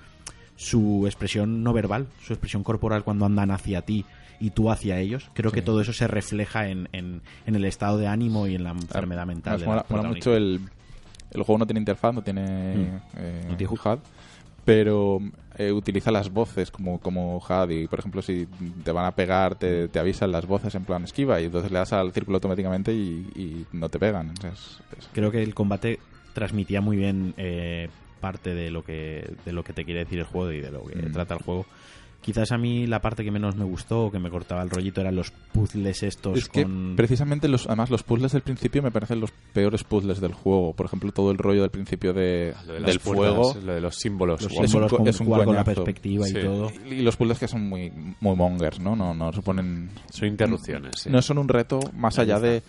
Speaker 4: su expresión no verbal, su expresión corporal cuando andan hacia ti y tú hacia ellos. Creo que
Speaker 2: Sí.
Speaker 4: todo eso se refleja en, en- en el estado de ánimo y en la enfermedad mental.
Speaker 2: Además,
Speaker 4: de la
Speaker 2: Ah, mola, mola
Speaker 4: protagonista.
Speaker 2: mucho el, el juego no tiene interfaz, no tiene,
Speaker 4: Mm.
Speaker 2: eh,
Speaker 4: No tiene HUD.
Speaker 2: HUD, pero eh, utiliza las voces como, como HUD y por ejemplo si te van a pegar te, te avisan las voces en plan esquiva y entonces le das al círculo automáticamente y, y no te pegan. O sea, es- es-
Speaker 4: Creo que el combate transmitía muy bien eh, parte de lo que de lo que te quiere decir el juego y de lo que
Speaker 2: Mm.
Speaker 4: trata el juego. Quizás a mí la parte que menos me gustó o que me cortaba el rollito eran los puzzles estos
Speaker 2: Es que
Speaker 4: Pues con...
Speaker 2: precisamente los, además los puzzles del principio me parecen los peores puzzles del juego. Por ejemplo, todo el rollo del principio de,
Speaker 3: Lo de las
Speaker 2: del
Speaker 3: puertas,
Speaker 2: fuego.
Speaker 3: Lo de los símbolos.
Speaker 4: los
Speaker 2: es un
Speaker 3: Wow.
Speaker 4: símbolos
Speaker 2: co-
Speaker 4: con
Speaker 2: es un
Speaker 4: jugar con la
Speaker 2: coñazo.
Speaker 4: perspectiva
Speaker 3: Sí.
Speaker 4: y todo.
Speaker 2: Y los puzzles que son muy, muy mongers, ¿no? No, no suponen
Speaker 3: Son interrupciones. sí.
Speaker 2: no son un reto más allá de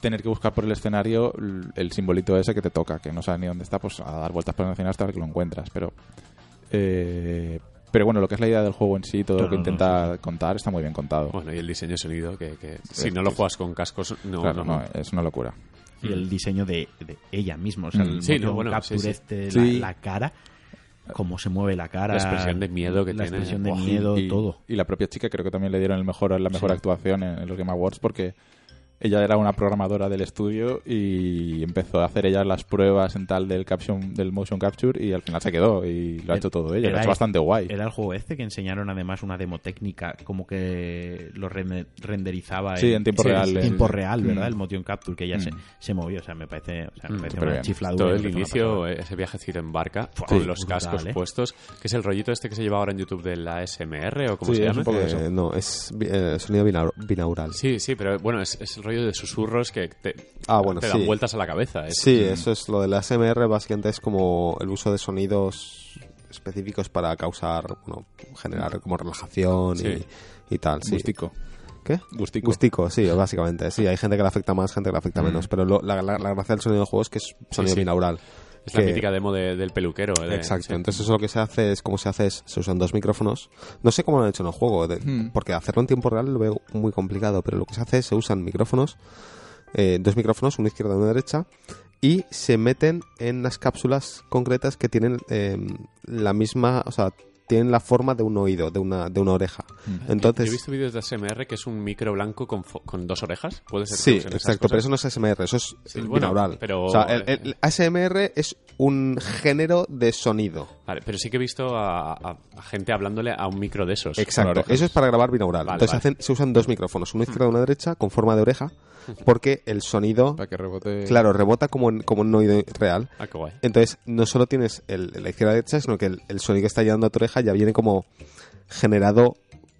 Speaker 2: tener que buscar por el escenario l- el simbolito ese que te toca, que no sabes ni dónde está, pues a dar vueltas por el escenario hasta que lo encuentras. Pero, eh, pero bueno, lo que es la idea del juego en sí, todo
Speaker 4: No,
Speaker 2: lo que
Speaker 4: no, no,
Speaker 2: intenta contar, está muy bien contado.
Speaker 3: Bueno, y el diseño de sonido, que, que si
Speaker 2: es
Speaker 3: no lo
Speaker 2: que-
Speaker 3: juegas con cascos, Pues no.
Speaker 2: Claro,
Speaker 3: no.
Speaker 2: no, eh, es una locura.
Speaker 4: Y el diseño de, de ella misma. O sea, el
Speaker 3: Mm. Sí,
Speaker 4: motion
Speaker 3: no, bueno,
Speaker 4: capture
Speaker 3: sí, sí.
Speaker 4: este, la-
Speaker 2: Sí.
Speaker 4: La, cara, cómo se mueve la cara.
Speaker 3: La expresión de miedo que
Speaker 4: la
Speaker 3: tiene. eh,
Speaker 4: expresión de
Speaker 3: Buah.
Speaker 4: miedo,
Speaker 2: y,
Speaker 4: todo.
Speaker 2: y la propia chica creo que también le dieron el mejor, la mejor actuación en, en los Game Awards porque ella era una programadora del estudio y empezó a hacer ella las pruebas en tal del caption, del motion capture y al final se quedó y lo ha
Speaker 4: Era-
Speaker 2: hecho todo ella. Lo ha
Speaker 4: era-
Speaker 2: hecho bastante guay.
Speaker 4: Era el juego este que enseñaron además una demo técnica, como que lo rende- renderizaba
Speaker 2: Sí, en tiempo real,
Speaker 4: En
Speaker 2: el-
Speaker 4: tiempo real, ¿verdad?
Speaker 2: Mm.
Speaker 4: El motion capture que ya se,
Speaker 2: Mm.
Speaker 4: se movió. O sea, me parece, o sea, me
Speaker 3: Mm,
Speaker 4: parece
Speaker 2: súper
Speaker 4: una
Speaker 2: bien.
Speaker 4: chifladura.
Speaker 3: Todo
Speaker 4: me
Speaker 3: el
Speaker 4: parece una
Speaker 3: inicio,
Speaker 4: pasada.
Speaker 3: eh, ese viajecito en barca,
Speaker 4: Fua,
Speaker 3: con
Speaker 4: sí,
Speaker 3: los
Speaker 4: brutal,
Speaker 3: cascos
Speaker 4: eh.
Speaker 3: puestos, que es el rollito este que se lleva ahora en YouTube de la SMR o como
Speaker 2: Sí,
Speaker 3: se
Speaker 2: es
Speaker 3: llama.
Speaker 2: un poco eso.
Speaker 1: Eh, no, es bi- eh, sonido binaur- binaural.
Speaker 3: Sí, sí, pero bueno, es, es el rollo de susurros que te,
Speaker 1: Ah, bueno,
Speaker 3: te dan
Speaker 1: sí.
Speaker 3: vueltas a la cabeza. es-
Speaker 1: Sí, eso es lo del ASMR, básicamente es como el uso de sonidos específicos para causar, bueno,
Speaker 2: Mm.
Speaker 1: generar como relajación
Speaker 3: Sí.
Speaker 1: y, y tal. Sí.
Speaker 2: Gustico.
Speaker 1: ¿Qué?
Speaker 2: Gustico.
Speaker 1: Gustico,
Speaker 3: <laughs>
Speaker 1: sí, básicamente. Sí, hay gente que le afecta más, gente que le afecta menos. Pero lo- la, la- la gracia del sonido del juego es que es sonido
Speaker 3: Mm. sí.
Speaker 1: binaural.
Speaker 3: Es la
Speaker 1: que-
Speaker 3: mítica demo de- del peluquero. eh, de-
Speaker 1: Exacto.
Speaker 3: sí.
Speaker 1: Entonces eso lo que se hace es como se hace es se usan dos micrófonos. No sé cómo lo han hecho en el juego, de-
Speaker 3: Mm.
Speaker 2: Hmm.
Speaker 1: porque hacerlo en tiempo real lo veo muy complicado. Pero lo que se hace es se usan micrófonos, eh, dos micrófonos, una izquierda y una derecha, y se meten en unas cápsulas concretas que tienen eh, la misma, o sea, tienen la forma de un oído, de una de una oreja.
Speaker 2: Mm.
Speaker 1: Entonces
Speaker 3: Yo he visto vídeos de ASMR que es un micro blanco con, fo- con dos orejas. Puede ser. que
Speaker 1: Sí,
Speaker 3: usen esas
Speaker 1: exacto, pero
Speaker 3: cosas.
Speaker 1: eso no es ASMR, eso es
Speaker 3: Sí, bueno,
Speaker 1: binaural.
Speaker 3: pero- eh,
Speaker 1: O sea, el, el ASMR es un género de sonido.
Speaker 3: Vale, pero sí que he visto a, a- a gente hablándole a un micro de esos.
Speaker 1: Exacto,
Speaker 2: orejas.
Speaker 1: eso es para grabar binaural.
Speaker 3: Vale,
Speaker 1: Entonces
Speaker 3: vale.
Speaker 1: hacen- se usan dos micrófonos, uno izquierdo y uno derecha, con forma de
Speaker 3: <laughs>
Speaker 1: oreja, porque el sonido,
Speaker 2: Para que rebote.
Speaker 1: claro, rebota como en, como en un oído real.
Speaker 3: Ah, qué guay.
Speaker 1: Entonces no solo tienes el, la izquierda y la derecha, sino que el, el sonido que está llegando a tu oreja ya viene como generado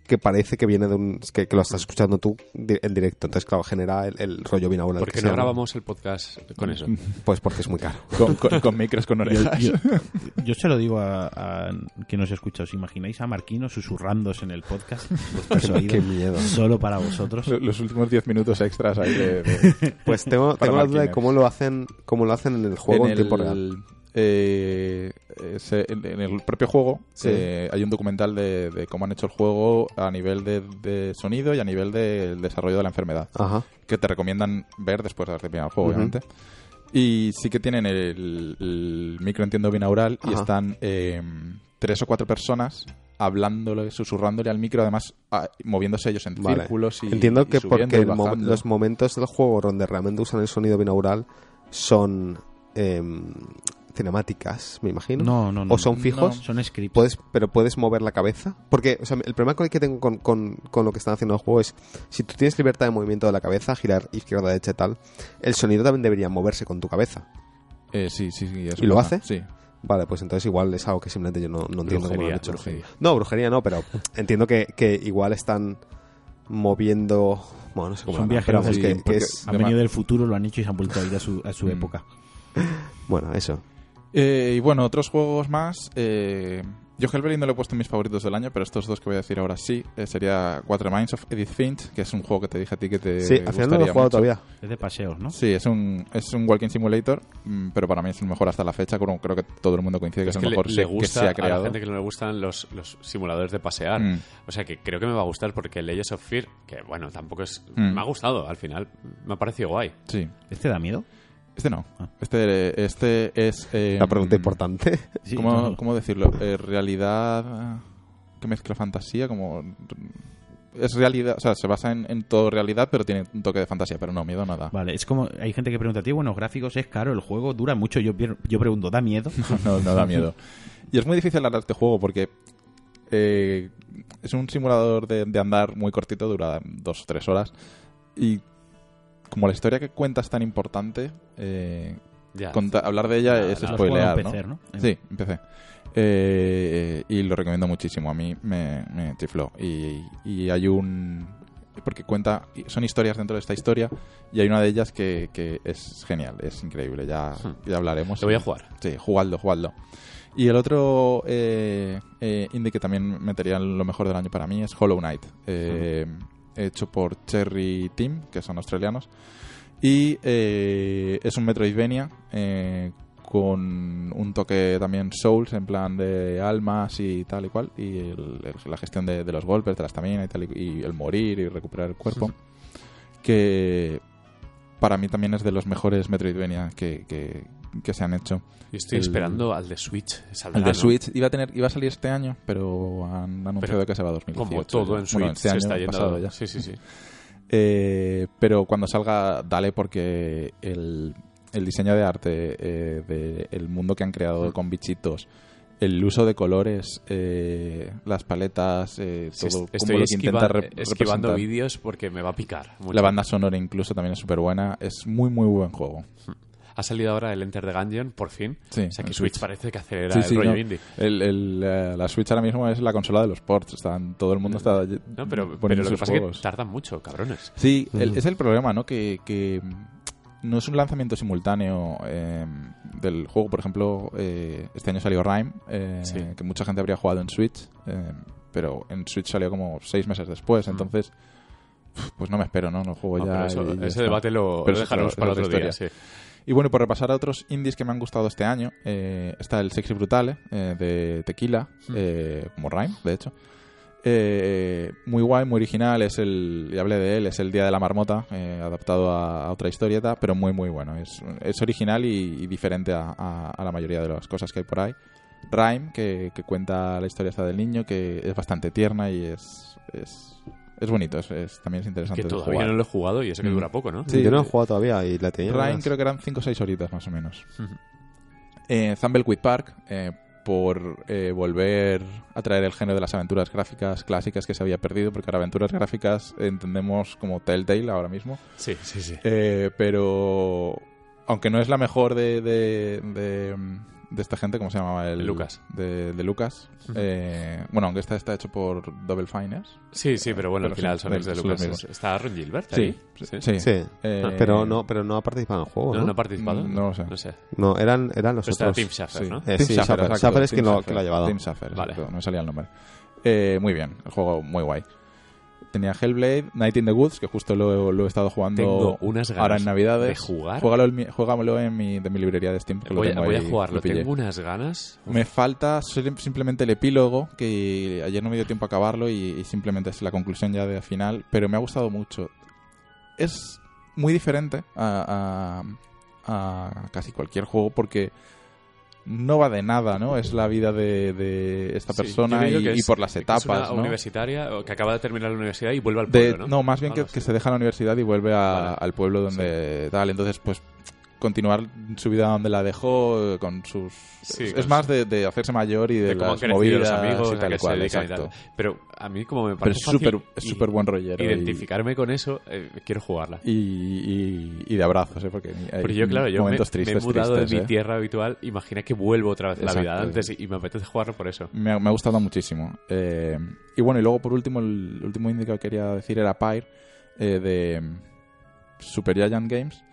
Speaker 1: que parece que viene de un... que, que lo estás escuchando tú di- en directo. Entonces, claro, genera el, el rollo binaural.
Speaker 3: ¿Por
Speaker 1: que
Speaker 3: qué
Speaker 1: se
Speaker 3: no
Speaker 1: llama.
Speaker 3: grabamos el podcast con eso?
Speaker 1: Pues porque es muy caro.
Speaker 2: Con, con- con micros
Speaker 4: <laughs>
Speaker 2: con orejas. <laughs>
Speaker 4: Yo, yo- yo se lo digo a, a quien nos escucha. ¿Os imagináis a Marquino susurrándose en el podcast? Vuestros oídos,
Speaker 1: Qué miedo.
Speaker 4: Solo para vosotros.
Speaker 2: Lo- Los últimos 10 minutos extras ahí de-
Speaker 4: <laughs>
Speaker 2: de,
Speaker 1: Pues tengo,
Speaker 2: Para
Speaker 1: tengo la duda de
Speaker 2: Martínez.
Speaker 1: cómo lo hacen, cómo lo hacen en el juego en,
Speaker 2: el-
Speaker 1: tiempo real.
Speaker 2: eh, ese- en, en el propio juego
Speaker 1: Sí.
Speaker 2: eh, hay un documental de, de cómo han hecho el juego a nivel de, de sonido y a nivel del desarrollo de la enfermedad,
Speaker 1: Ajá.
Speaker 2: que te recomiendan ver después de haber terminado el juego,
Speaker 1: Ujú.
Speaker 2: obviamente. Y sí que tienen el, el micro entiendo binaural y
Speaker 1: Ajá.
Speaker 2: están eh, tres o cuatro personas hablándole, susurrándole al micro, además ah, moviéndose ellos en
Speaker 1: Vale.
Speaker 2: círculos y
Speaker 1: Entiendo
Speaker 2: y
Speaker 1: que
Speaker 2: subiendo
Speaker 1: porque
Speaker 2: y
Speaker 1: el mo-
Speaker 2: bajando.
Speaker 1: los momentos del juego donde realmente usan el sonido binaural son em, cinemáticas, me imagino.
Speaker 4: No, no, no.
Speaker 1: ¿O son
Speaker 4: no.
Speaker 1: fijos?
Speaker 4: Son scripts.
Speaker 1: Puedes, pero puedes mover la cabeza. Porque, o sea, el problema con el que tengo con, con- con lo que están haciendo el juego es si tú tienes libertad de movimiento de la cabeza, girar izquierda, derecha y tal, el sonido también debería moverse con tu cabeza.
Speaker 2: Eh, sí, sí, sí, eso
Speaker 1: ¿Y lo
Speaker 2: pasa.
Speaker 1: hace?
Speaker 2: Sí.
Speaker 1: Vale, pues entonces igual es algo que simplemente yo no, no entiendo cómo lo
Speaker 3: Brujería,
Speaker 1: han hecho.
Speaker 3: brujería.
Speaker 1: No, brujería no, pero entiendo que, que igual están moviendo. Bueno, no sé cómo.
Speaker 4: Son
Speaker 1: lo harán,
Speaker 4: viajeros
Speaker 1: pero
Speaker 4: del
Speaker 1: vamos, que,
Speaker 4: tiempo,
Speaker 1: que es,
Speaker 4: Han venido del futuro, lo han hecho y se han vuelto a ir a su, a su
Speaker 2: Mm.
Speaker 4: época.
Speaker 1: Bueno, eso.
Speaker 2: Eh, y bueno, otros juegos más. Eh, yo Hellblade no lo he puesto en mis favoritos del año, pero estos dos que voy a decir ahora sí. eh, sería Quatre Minds of Edith Finch, que es un juego que te dije a ti que
Speaker 3: Eh,
Speaker 2: te
Speaker 1: sí, al final no lo he
Speaker 2: gustaría
Speaker 1: jugado
Speaker 2: mucho.
Speaker 1: todavía.
Speaker 4: Es de paseos, ¿no?
Speaker 2: Sí, es un, es un Walking Simulator, mm, pero para mí es el mejor hasta la fecha. Creo, creo que todo el mundo coincide que es,
Speaker 3: Es
Speaker 2: el
Speaker 3: que le,
Speaker 2: mejor
Speaker 3: le
Speaker 2: se- que
Speaker 3: gusta
Speaker 2: se ha
Speaker 3: a la
Speaker 2: creado.
Speaker 3: gente que no le gustan los, los simuladores de pasear.
Speaker 2: Mm.
Speaker 3: O sea que creo que me va a gustar porque Legends of Fear, que bueno, tampoco es...
Speaker 2: Mm.
Speaker 3: Me ha gustado al final. Me ha parecido guay.
Speaker 2: Sí.
Speaker 4: ¿Este da miedo?
Speaker 2: Este no.
Speaker 4: Ah.
Speaker 2: Este, este es... eh,
Speaker 1: La pregunta
Speaker 2: mm,
Speaker 1: importante.
Speaker 4: Sí,
Speaker 2: ¿Cómo,
Speaker 4: no, no.
Speaker 2: cómo decirlo? Eh, realidad eh, que mezcla fantasía, como... Es realidad, o sea, se basa en, en todo realidad, pero tiene un toque de fantasía, pero no, miedo nada.
Speaker 4: Vale, es como. Hay gente que pregunta, tío, bueno, gráficos es caro, el juego dura mucho. Yo, pier- yo pregunto,
Speaker 2: <laughs>
Speaker 4: ¿da miedo?
Speaker 2: No, no da miedo. Y es muy difícil hablar de este juego porque eh, es un simulador de, de andar muy cortito, dura dos o tres horas. Y como la historia que cuenta es tan importante, eh,
Speaker 3: Ya.
Speaker 2: conta- hablar de ella es
Speaker 3: La- la-
Speaker 4: Lo has jugado
Speaker 2: spoilear,
Speaker 4: Ah, en
Speaker 2: ¿no?
Speaker 4: PC, ¿no?
Speaker 2: Sí, empecé. Eh, y lo recomiendo muchísimo. A mí me, me chifló. Y, y hay un. Porque cuenta. Son historias dentro de esta historia. Y hay una de ellas que, que es genial, es increíble. Ya,
Speaker 3: Hmm.
Speaker 2: ya hablaremos.
Speaker 3: Lo voy a jugar.
Speaker 2: Sí, jugadlo, jugadlo. Y el otro eh, eh, indie que también metería en lo mejor del año para mí es Hollow Knight, eh, hecho por Cherry Team, que son australianos. Y eh, es un Metroidvania eh, con un toque también Souls, en plan de almas y tal y cual. Y el- el- la gestión de, de los golpes, de la estamina y tal, y, y el morir y recuperar el cuerpo. Que para mí también es de los mejores Metroidvania que- que- que se han hecho.
Speaker 3: Y estoy
Speaker 2: El-
Speaker 3: esperando al de Switch. Saldrá,
Speaker 2: El de
Speaker 3: ¿no?
Speaker 2: Switch iba a tener iba a salir este año, pero han anunciado
Speaker 3: Pero
Speaker 2: que se va a 2018.
Speaker 3: Como todo en
Speaker 2: Bueno,
Speaker 3: Switch
Speaker 2: este
Speaker 3: se
Speaker 2: año,
Speaker 3: está yendo.
Speaker 2: pasado ya.
Speaker 3: Sí, sí, sí.
Speaker 2: Eh, pero cuando salga, dale porque el, el diseño de arte, eh, de el mundo que han creado con bichitos, el uso de colores, eh, las paletas, eh,
Speaker 3: Sí,
Speaker 2: todo
Speaker 3: est-
Speaker 2: como
Speaker 3: estoy
Speaker 2: lo que
Speaker 3: esquiva-
Speaker 2: intenta re-
Speaker 3: esquivando
Speaker 2: representar.
Speaker 3: vídeos porque me va a picar. mucho.
Speaker 2: La banda sonora incluso también es súper buena. Es muy, muy buen juego.
Speaker 3: Ha salido ahora el Enter the Gungeon, por fin.
Speaker 2: Sí,
Speaker 3: o sea que
Speaker 2: el
Speaker 3: Switch
Speaker 2: Switch.
Speaker 3: parece que acelera
Speaker 2: Sí, sí,
Speaker 3: el rollo
Speaker 2: no.
Speaker 3: indie.
Speaker 2: El- el, eh, la Switch ahora mismo es la consola de los ports. Están, todo el mundo está
Speaker 3: Mm. No, pero, pero
Speaker 2: poniendo
Speaker 3: lo que
Speaker 2: sus
Speaker 3: pasa es
Speaker 2: juegos.
Speaker 3: que tardan mucho, cabrones.
Speaker 2: Sí, el- es el problema, ¿no? Que, que, mm, no es un lanzamiento simultáneo eh, del juego. Por ejemplo, eh, este año salió Rime, eh,
Speaker 3: Sí.
Speaker 2: que mucha gente habría jugado en Switch, eh, pero en Switch salió como seis meses después. Entonces, pues no me espero, ¿no? No juego
Speaker 3: Mm. No,
Speaker 2: ya.
Speaker 3: pero eso-
Speaker 2: y ya
Speaker 3: ese
Speaker 2: está.
Speaker 3: debate lo,
Speaker 2: Pero eso
Speaker 3: lo
Speaker 2: es
Speaker 3: dejaremos
Speaker 2: otra-
Speaker 3: para
Speaker 2: es
Speaker 3: otro
Speaker 2: otra
Speaker 3: día.
Speaker 2: historia.
Speaker 3: sí.
Speaker 2: Y bueno, por repasar a otros indies que me han gustado este año, eh, está el Sexy Brutale eh, de Tequila,
Speaker 3: Mm.
Speaker 2: eh, como Rhyme, de hecho. Eh, muy guay, muy original, es el, ya hablé de él, es el Día de la Marmota, eh, adaptado a, a otra historieta, pero muy, muy bueno. Es, es original y, y diferente a, a- a la mayoría de las cosas que hay por ahí. Rhyme, que, que cuenta la historia esta del niño, que es bastante tierna y es, es, es bonito, es, es- también es interesante
Speaker 3: Que
Speaker 2: de
Speaker 3: todavía
Speaker 2: jugar.
Speaker 3: no lo he jugado y eso que
Speaker 2: Mm.
Speaker 3: dura poco, ¿no?
Speaker 2: <laughs> Sí.
Speaker 1: Yo no he jugado todavía y la tenía.
Speaker 2: Ryan
Speaker 1: ganas.
Speaker 2: creo que eran 5 o 6 horitas más o menos.
Speaker 3: Ujú.
Speaker 2: eh, Thumbleweed Park, eh, por eh, volver a traer el género de las aventuras gráficas clásicas que se había perdido, porque ahora aventuras gráficas entendemos como Telltale ahora mismo.
Speaker 3: Sí, sí, sí.
Speaker 2: Eh, pero aunque no es la mejor de, de, de, de esta gente, ¿cómo se llamaba? El,
Speaker 3: Lucas.
Speaker 2: De, de Lucas. Eh, bueno, aunque esta está hecho por Double Finers.
Speaker 3: Sí, sí, pero bueno,
Speaker 2: Pero
Speaker 3: al final
Speaker 2: sí,
Speaker 3: son los de
Speaker 2: son los
Speaker 3: Lucas.
Speaker 2: mismos.
Speaker 3: ¿Está Ron Gilbert
Speaker 2: Sí,
Speaker 3: ahí?
Speaker 1: Sí.
Speaker 2: Eh,
Speaker 1: pero, no, pero no ha participado en el juego,
Speaker 3: No,
Speaker 1: ¿no?
Speaker 3: no ha participado.
Speaker 2: No lo sé.
Speaker 3: No sé.
Speaker 1: No, eran, eran los
Speaker 3: Pero está
Speaker 1: otros.
Speaker 3: Tim Schafer,
Speaker 2: Sí.
Speaker 3: ¿no?
Speaker 1: Eh,
Speaker 2: Tim
Speaker 1: sí,
Speaker 2: Schaffer,
Speaker 1: Schaffer.
Speaker 2: exacto,
Speaker 1: Schaffer es
Speaker 2: Tim
Speaker 1: quien lo-
Speaker 2: Schaffer.
Speaker 1: quien lo ha llevado.
Speaker 2: Tim Schaffer,
Speaker 3: Vale.
Speaker 2: exacto, no me salía el nombre. Eh, muy bien, el juego muy guay. Tenía Hellblade, Night in the Woods, que justo lo, lo he estado jugando
Speaker 3: Tengo unas ganas
Speaker 2: ahora en Navidades.
Speaker 3: de jugar.
Speaker 2: Juégalo en mi- juégamelo en mi, de mi librería de Steam. porque lo
Speaker 3: Voy, a-
Speaker 2: tengo
Speaker 3: voy
Speaker 2: ahí,
Speaker 3: a jugarlo.
Speaker 2: lo pillé.
Speaker 3: Tengo unas ganas.
Speaker 2: Me falta sim- simplemente el epílogo, que ayer no me dio tiempo a acabarlo y, y simplemente es la conclusión ya de final, pero me ha gustado mucho. Es muy diferente a, a- a casi cualquier juego porque no va de nada, ¿no? Es la vida de, de esta
Speaker 3: Sí,
Speaker 2: persona
Speaker 3: yo digo
Speaker 2: y,
Speaker 3: que
Speaker 2: y
Speaker 3: es-
Speaker 2: por las
Speaker 3: que es
Speaker 2: etapas,
Speaker 3: una
Speaker 2: ¿no?
Speaker 3: universitaria o que acaba de terminar la universidad y vuelve al
Speaker 2: De-
Speaker 3: pueblo, ¿no?
Speaker 2: no, más bien que,
Speaker 3: Algo
Speaker 2: que
Speaker 3: así.
Speaker 2: se deja la universidad y vuelve a-
Speaker 3: Vale.
Speaker 2: al pueblo donde tal. Entonces, pues continuar su vida donde la dejó eh, con sus
Speaker 3: Sí,
Speaker 2: es,
Speaker 3: con
Speaker 2: es más de, de hacerse mayor y de,
Speaker 3: de cómo han
Speaker 2: las
Speaker 3: crecido
Speaker 2: movidas
Speaker 3: los amigos,
Speaker 2: y
Speaker 3: a
Speaker 2: tal
Speaker 3: qué
Speaker 2: y
Speaker 3: se
Speaker 2: cual
Speaker 3: dedican y
Speaker 2: exacto
Speaker 3: tal. Pero a mí como me
Speaker 2: pero
Speaker 3: parece
Speaker 2: es súper
Speaker 3: fácil
Speaker 2: es
Speaker 3: i-
Speaker 2: súper buen rollero y-
Speaker 3: identificarme con eso, eh, quiero jugarla.
Speaker 2: y, y- y de abrazos ¿eh? porque hay
Speaker 3: Pero yo, claro, yo me,
Speaker 2: momentos
Speaker 3: me he
Speaker 2: tristes,
Speaker 3: mudado de
Speaker 2: tristes,
Speaker 3: mi
Speaker 2: ¿eh?
Speaker 3: tierra habitual. Imagina que vuelvo otra vez a la vida de
Speaker 2: Exacto.
Speaker 3: antes y, y me apetece jugarlo por eso.
Speaker 2: me ha, me ha gustado muchísimo. Eh, y bueno, y luego por último, el último indie que quería decir era Pyre eh, de Super Giant Games,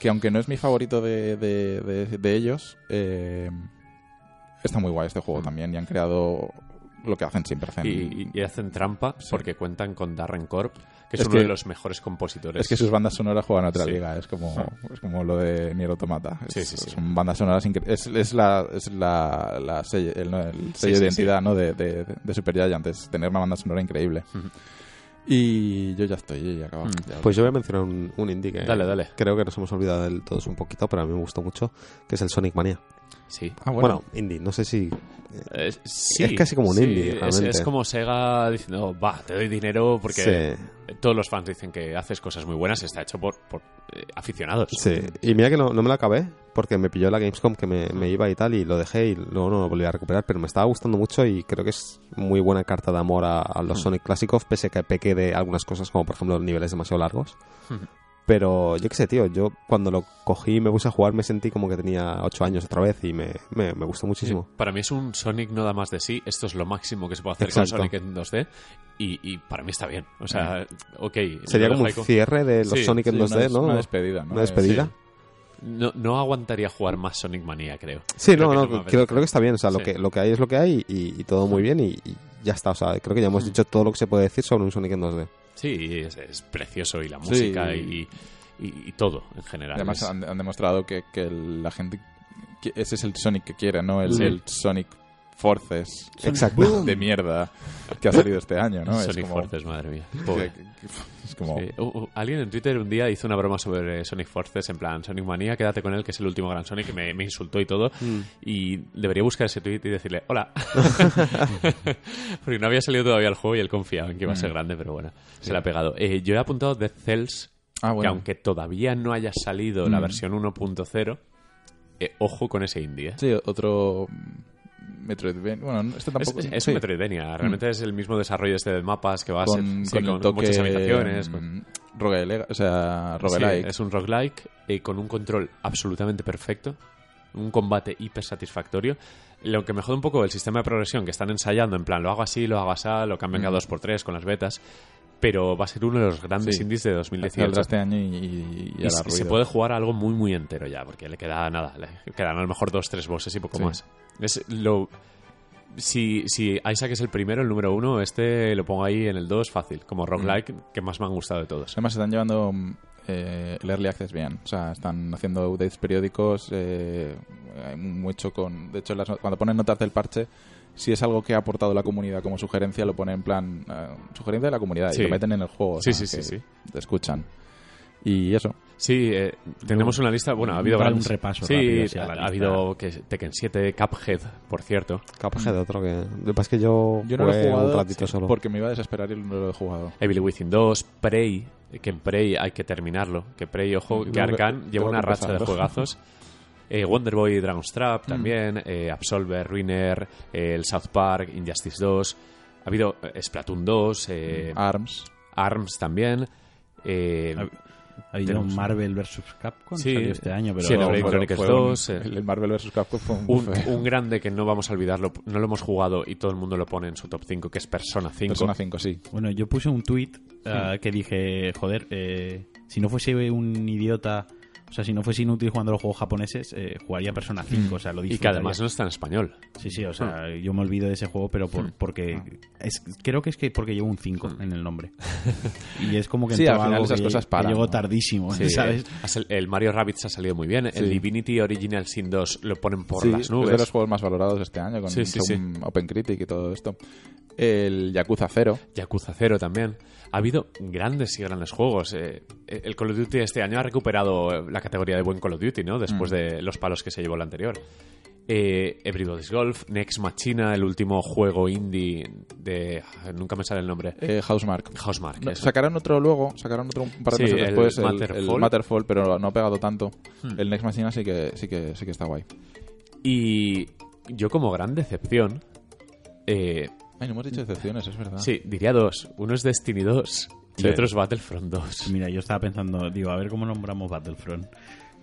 Speaker 2: que aunque no es mi favorito de, de- de- de ellos, eh, está muy guay este juego también y han creado lo que hacen siempre. Hacen,
Speaker 3: Mm. Y, y- y hacen trampa
Speaker 2: Em, Sí.
Speaker 3: porque cuentan con Darren Corp, que es,
Speaker 2: Es
Speaker 3: uno de
Speaker 2: que-
Speaker 3: los mejores compositores.
Speaker 2: es que sus bandas sonoras juegan a otra
Speaker 3: Sí. Ah.
Speaker 2: liga, es como, es como lo de Nier Automata. Es-
Speaker 3: Sí, sí, sí.
Speaker 2: Son bandas sonoras incre- es, es la, es la, la sello- el, no, el sello
Speaker 3: sí,
Speaker 2: de identidad ¿no? de, de, de Supergiant, es tener una banda sonora increíble. Y yo ya estoy, yo ya he acabado.
Speaker 3: Mm,
Speaker 2: Ya-
Speaker 1: Pues yo voy a mencionar un, un indie que
Speaker 3: Dale, dale.
Speaker 1: creo que nos hemos olvidado del todo un poquito, pero a mí me gustó mucho, que es el Sonic Mania.
Speaker 3: Sí.
Speaker 2: Ah,
Speaker 1: Bueno, indie, no sé si...
Speaker 3: Eh, sí,
Speaker 1: Es casi como un
Speaker 3: sí,
Speaker 1: indie,
Speaker 3: Es,
Speaker 1: realmente.
Speaker 3: es como Sega diciendo, va, te doy dinero porque
Speaker 1: Sí.
Speaker 3: todos los fans dicen que haces cosas muy buenas. Está hecho por, por, eh, aficionados.
Speaker 1: Sí, y mira que no, no me lo acabé porque me pilló la Gamescom que me, me iba y tal y lo dejé y luego no lo volví a recuperar, pero me estaba gustando mucho y creo que es muy buena carta de
Speaker 2: Hmm. Hmm.
Speaker 1: amor a, a los Sonic clásicos, pese a que peque de algunas cosas como por ejemplo niveles demasiado largos. Pero yo qué sé, tío, yo cuando lo cogí y me puse a jugar me sentí como que tenía 8 años otra vez y me, me, me gustó muchísimo.
Speaker 3: Para mí es un Sonic no da más de sí. Esto es lo máximo que se puede hacer
Speaker 1: Exacto.
Speaker 3: con Sonic en 2D. Y, y para mí está bien. O sea, ok.
Speaker 1: Mm. Sería
Speaker 3: lo
Speaker 1: como un
Speaker 3: dejo ahí
Speaker 1: cierre de los
Speaker 3: Sí,
Speaker 1: Sonic en
Speaker 2: sí,
Speaker 1: 2D,
Speaker 2: una des-
Speaker 1: ¿no?
Speaker 2: una despedida, ¿no?
Speaker 1: Una despedida.
Speaker 3: No, no aguantaría jugar más Sonic Manía, creo.
Speaker 1: Sí,
Speaker 3: Creo
Speaker 1: no,
Speaker 3: que
Speaker 1: no,
Speaker 3: me apetece.
Speaker 1: creo, creo que está bien. O sea, lo,
Speaker 3: Sí.
Speaker 1: que, lo que hay es lo que hay y, y todo muy bien y, y ya está. O sea, creo que ya
Speaker 3: Mm.
Speaker 1: hemos dicho todo lo que se puede decir sobre un Sonic en 2D.
Speaker 3: Sí, es, es precioso y la
Speaker 2: Sí.
Speaker 3: música y, y- y todo en general.
Speaker 2: Además
Speaker 3: Es-
Speaker 2: han, han demostrado que, que la gente... que ese es el Sonic que quiere, ¿no? El,
Speaker 1: Sí.
Speaker 2: el Sonic Forces
Speaker 1: Exacto.
Speaker 2: <laughs> de mierda que ha salido este año, ¿no?
Speaker 3: Sonic
Speaker 2: es como...
Speaker 3: Forces, madre mía. Pobre.
Speaker 2: que- que- es como...
Speaker 3: Sí. Uh, uh, alguien en Twitter un día hizo una broma sobre eh, Sonic Forces, en plan, Sonic Manía, quédate con él, que es el último gran Sonic, que me, me insultó y todo.
Speaker 2: Mm.
Speaker 3: Y debería buscar ese tweet y decirle,
Speaker 2: <laughs>
Speaker 3: hola. <laughs> Porque no había salido todavía el juego y él confiaba en que iba a ser
Speaker 2: Mm.
Speaker 3: grande, pero bueno, se le ha pegado. Eh, yo he apuntado Dead Cells,
Speaker 2: Ah, bueno. Mm.
Speaker 3: que aunque todavía no haya salido la versión 1.0, eh, ojo con ese indie. ¿eh?
Speaker 2: Sí, otro Metroidvania. Bueno, no- este
Speaker 3: Es,
Speaker 2: tampoco.
Speaker 3: es- es
Speaker 2: sí. Mm.
Speaker 3: un Metroidvania, realmente es el mismo desarrollo este de mapas que va a ser
Speaker 2: con,
Speaker 3: sí,
Speaker 2: con el
Speaker 3: con
Speaker 2: toque.
Speaker 3: muchas habitaciones.
Speaker 2: mm,
Speaker 3: con-
Speaker 2: roguele- o sea, roguelike.
Speaker 3: Sí, es un roguelike eh, con un control absolutamente perfecto, un combate hiper satisfactorio. Lo que me jode un poco el sistema de progresión que están ensayando, en plan, lo hago así, lo hago así, lo cambian cada 2x3 con las betas, pero va a ser uno de los grandes
Speaker 2: Sí.
Speaker 3: indies de
Speaker 2: Saldrá
Speaker 3: 2018.
Speaker 2: este año y, y, y
Speaker 3: Y
Speaker 2: hará
Speaker 3: se- se
Speaker 2: ruido.
Speaker 3: puede jugar a algo muy, muy entero ya, porque le queda nada, le quedan a lo mejor dos, tres bosses y poco
Speaker 2: Sí.
Speaker 3: más. Es lo... Si, si Isaac es el primero, el número uno, este lo pongo ahí en el 2 fácil, como roguelike que más me han gustado de todos.
Speaker 2: Además, se están llevando mm, eh, el Early Access bien. O sea, están haciendo updates periódicos. eh, hay mucho con. De hecho, las no- cuando ponen notas del parche. Si es algo que ha aportado la comunidad como sugerencia, lo ponen en plan eh, sugerencia de la comunidad
Speaker 3: Sí.
Speaker 2: y lo meten en el juego. o
Speaker 3: Sí,
Speaker 2: sea,
Speaker 3: sí, sí,
Speaker 2: que
Speaker 3: sí.
Speaker 2: Te escuchan. Y eso.
Speaker 3: Sí, eh, tenemos una lista. Bueno, ha habido
Speaker 4: Dar un
Speaker 3: grandes-
Speaker 4: repaso
Speaker 3: Sí,
Speaker 4: rápido, sí, a
Speaker 3: ha,
Speaker 4: la
Speaker 3: ha
Speaker 4: lista.
Speaker 3: habido que, Tekken 7, Cuphead, por cierto.
Speaker 1: Capaz
Speaker 3: Mm.
Speaker 1: de otro que. Lo que pasa es que yo,
Speaker 2: Yo no lo
Speaker 1: jugué
Speaker 2: he jugado
Speaker 1: un ratito solo.
Speaker 2: porque me iba a desesperar y no lo he jugado.
Speaker 3: Evil Within 2, Prey, que en Prey hay que terminarlo. Que Prey, ojo, que
Speaker 2: Tengo que-
Speaker 3: Arkan lleva
Speaker 2: tengo
Speaker 3: una
Speaker 2: que
Speaker 3: racha de
Speaker 2: empezarlo.
Speaker 3: juegazos. Eh, Wonderboy, Dragon's
Speaker 4: Mm.
Speaker 3: Trap también, eh, Absolver, Ruiner, eh, el South Park, Injustice 2. Ha habido eh, Splatoon 2, eh,
Speaker 2: Mm. ARMS.
Speaker 3: ARMS también. eh,
Speaker 4: Em, Ha habido
Speaker 3: Tenemos-
Speaker 4: Marvel vs. Capcom
Speaker 3: Sí.
Speaker 4: salió este año, pero
Speaker 3: Sí, no,
Speaker 2: Fue-
Speaker 3: Blade Chronicles
Speaker 2: fue un-
Speaker 3: 2, eh.
Speaker 2: El Marvel vs. Capcom fue un,
Speaker 3: un,
Speaker 2: buffet.
Speaker 3: un grande que no vamos a olvidarlo, no lo hemos jugado y todo el mundo lo pone en su top 5, que es Persona 5.
Speaker 2: Persona 5, sí.
Speaker 4: Bueno, yo puse un tweet ah, que dije, joder, eh, si no fuese un idiota, o sea, si no fuese inútil jugando los juegos japoneses, eh, jugaría Persona 5, o sea, lo
Speaker 3: Mm. y que
Speaker 4: disfrutaría.
Speaker 3: además no Mm. está en español.
Speaker 4: Sí, sí, o sea, yo me olvido de ese juego, pero
Speaker 3: Mm.
Speaker 4: por- porque
Speaker 3: Ah.
Speaker 4: es, creo que es que porque llevo un 5 en el nombre. Y es como que
Speaker 2: Sí,
Speaker 4: entró
Speaker 2: al final
Speaker 4: algo
Speaker 2: esas
Speaker 4: que-
Speaker 2: cosas
Speaker 4: que
Speaker 2: paran,
Speaker 4: llegó
Speaker 2: ¿no?
Speaker 4: tardísimo,
Speaker 3: Sí,
Speaker 4: <laughs> ¿sabes?
Speaker 3: ha sal- El Mario Rabbids ha salido muy bien. El Divinity Original Sin 2 lo ponen por
Speaker 2: Sí,
Speaker 3: las
Speaker 2: Es de
Speaker 3: nubes.
Speaker 2: los juegos más valorados este año, con
Speaker 3: Sí, sí,
Speaker 2: según Open Critic y todo esto. El Yakuza 0.
Speaker 3: Yakuza 0 también. Ha habido grandes y grandes juegos. Eh, el Call of Duty este año ha recuperado eh, la categoría de buen Call of Duty, ¿no? Después
Speaker 2: Mm.
Speaker 3: de los palos que se llevó el anterior. Eh, Everybody's Golf, Next Machina, el último juego indie de... ah, Nunca me sale el nombre.
Speaker 2: Eh, Housemark.
Speaker 3: Housemark.
Speaker 2: No,
Speaker 3: eso.
Speaker 2: sacarán otro luego, sacarán otro un par de
Speaker 3: Sí,
Speaker 2: meses
Speaker 3: el
Speaker 2: después, el,
Speaker 3: Matterfall. Hmm.
Speaker 2: el Matterfall, pero no ha pegado tanto. El Next Machina sí que, sí que, sí que está guay.
Speaker 3: Y yo como gran decepción... eh,
Speaker 2: Ay, no hemos dicho excepciones, es verdad.
Speaker 3: Sí, diría dos. Uno es Destiny 2 y
Speaker 1: Sí.
Speaker 3: otro es Battlefront 2.
Speaker 4: Pues Mira, yo estaba pensando, digo, a ver cómo nombramos Battlefront.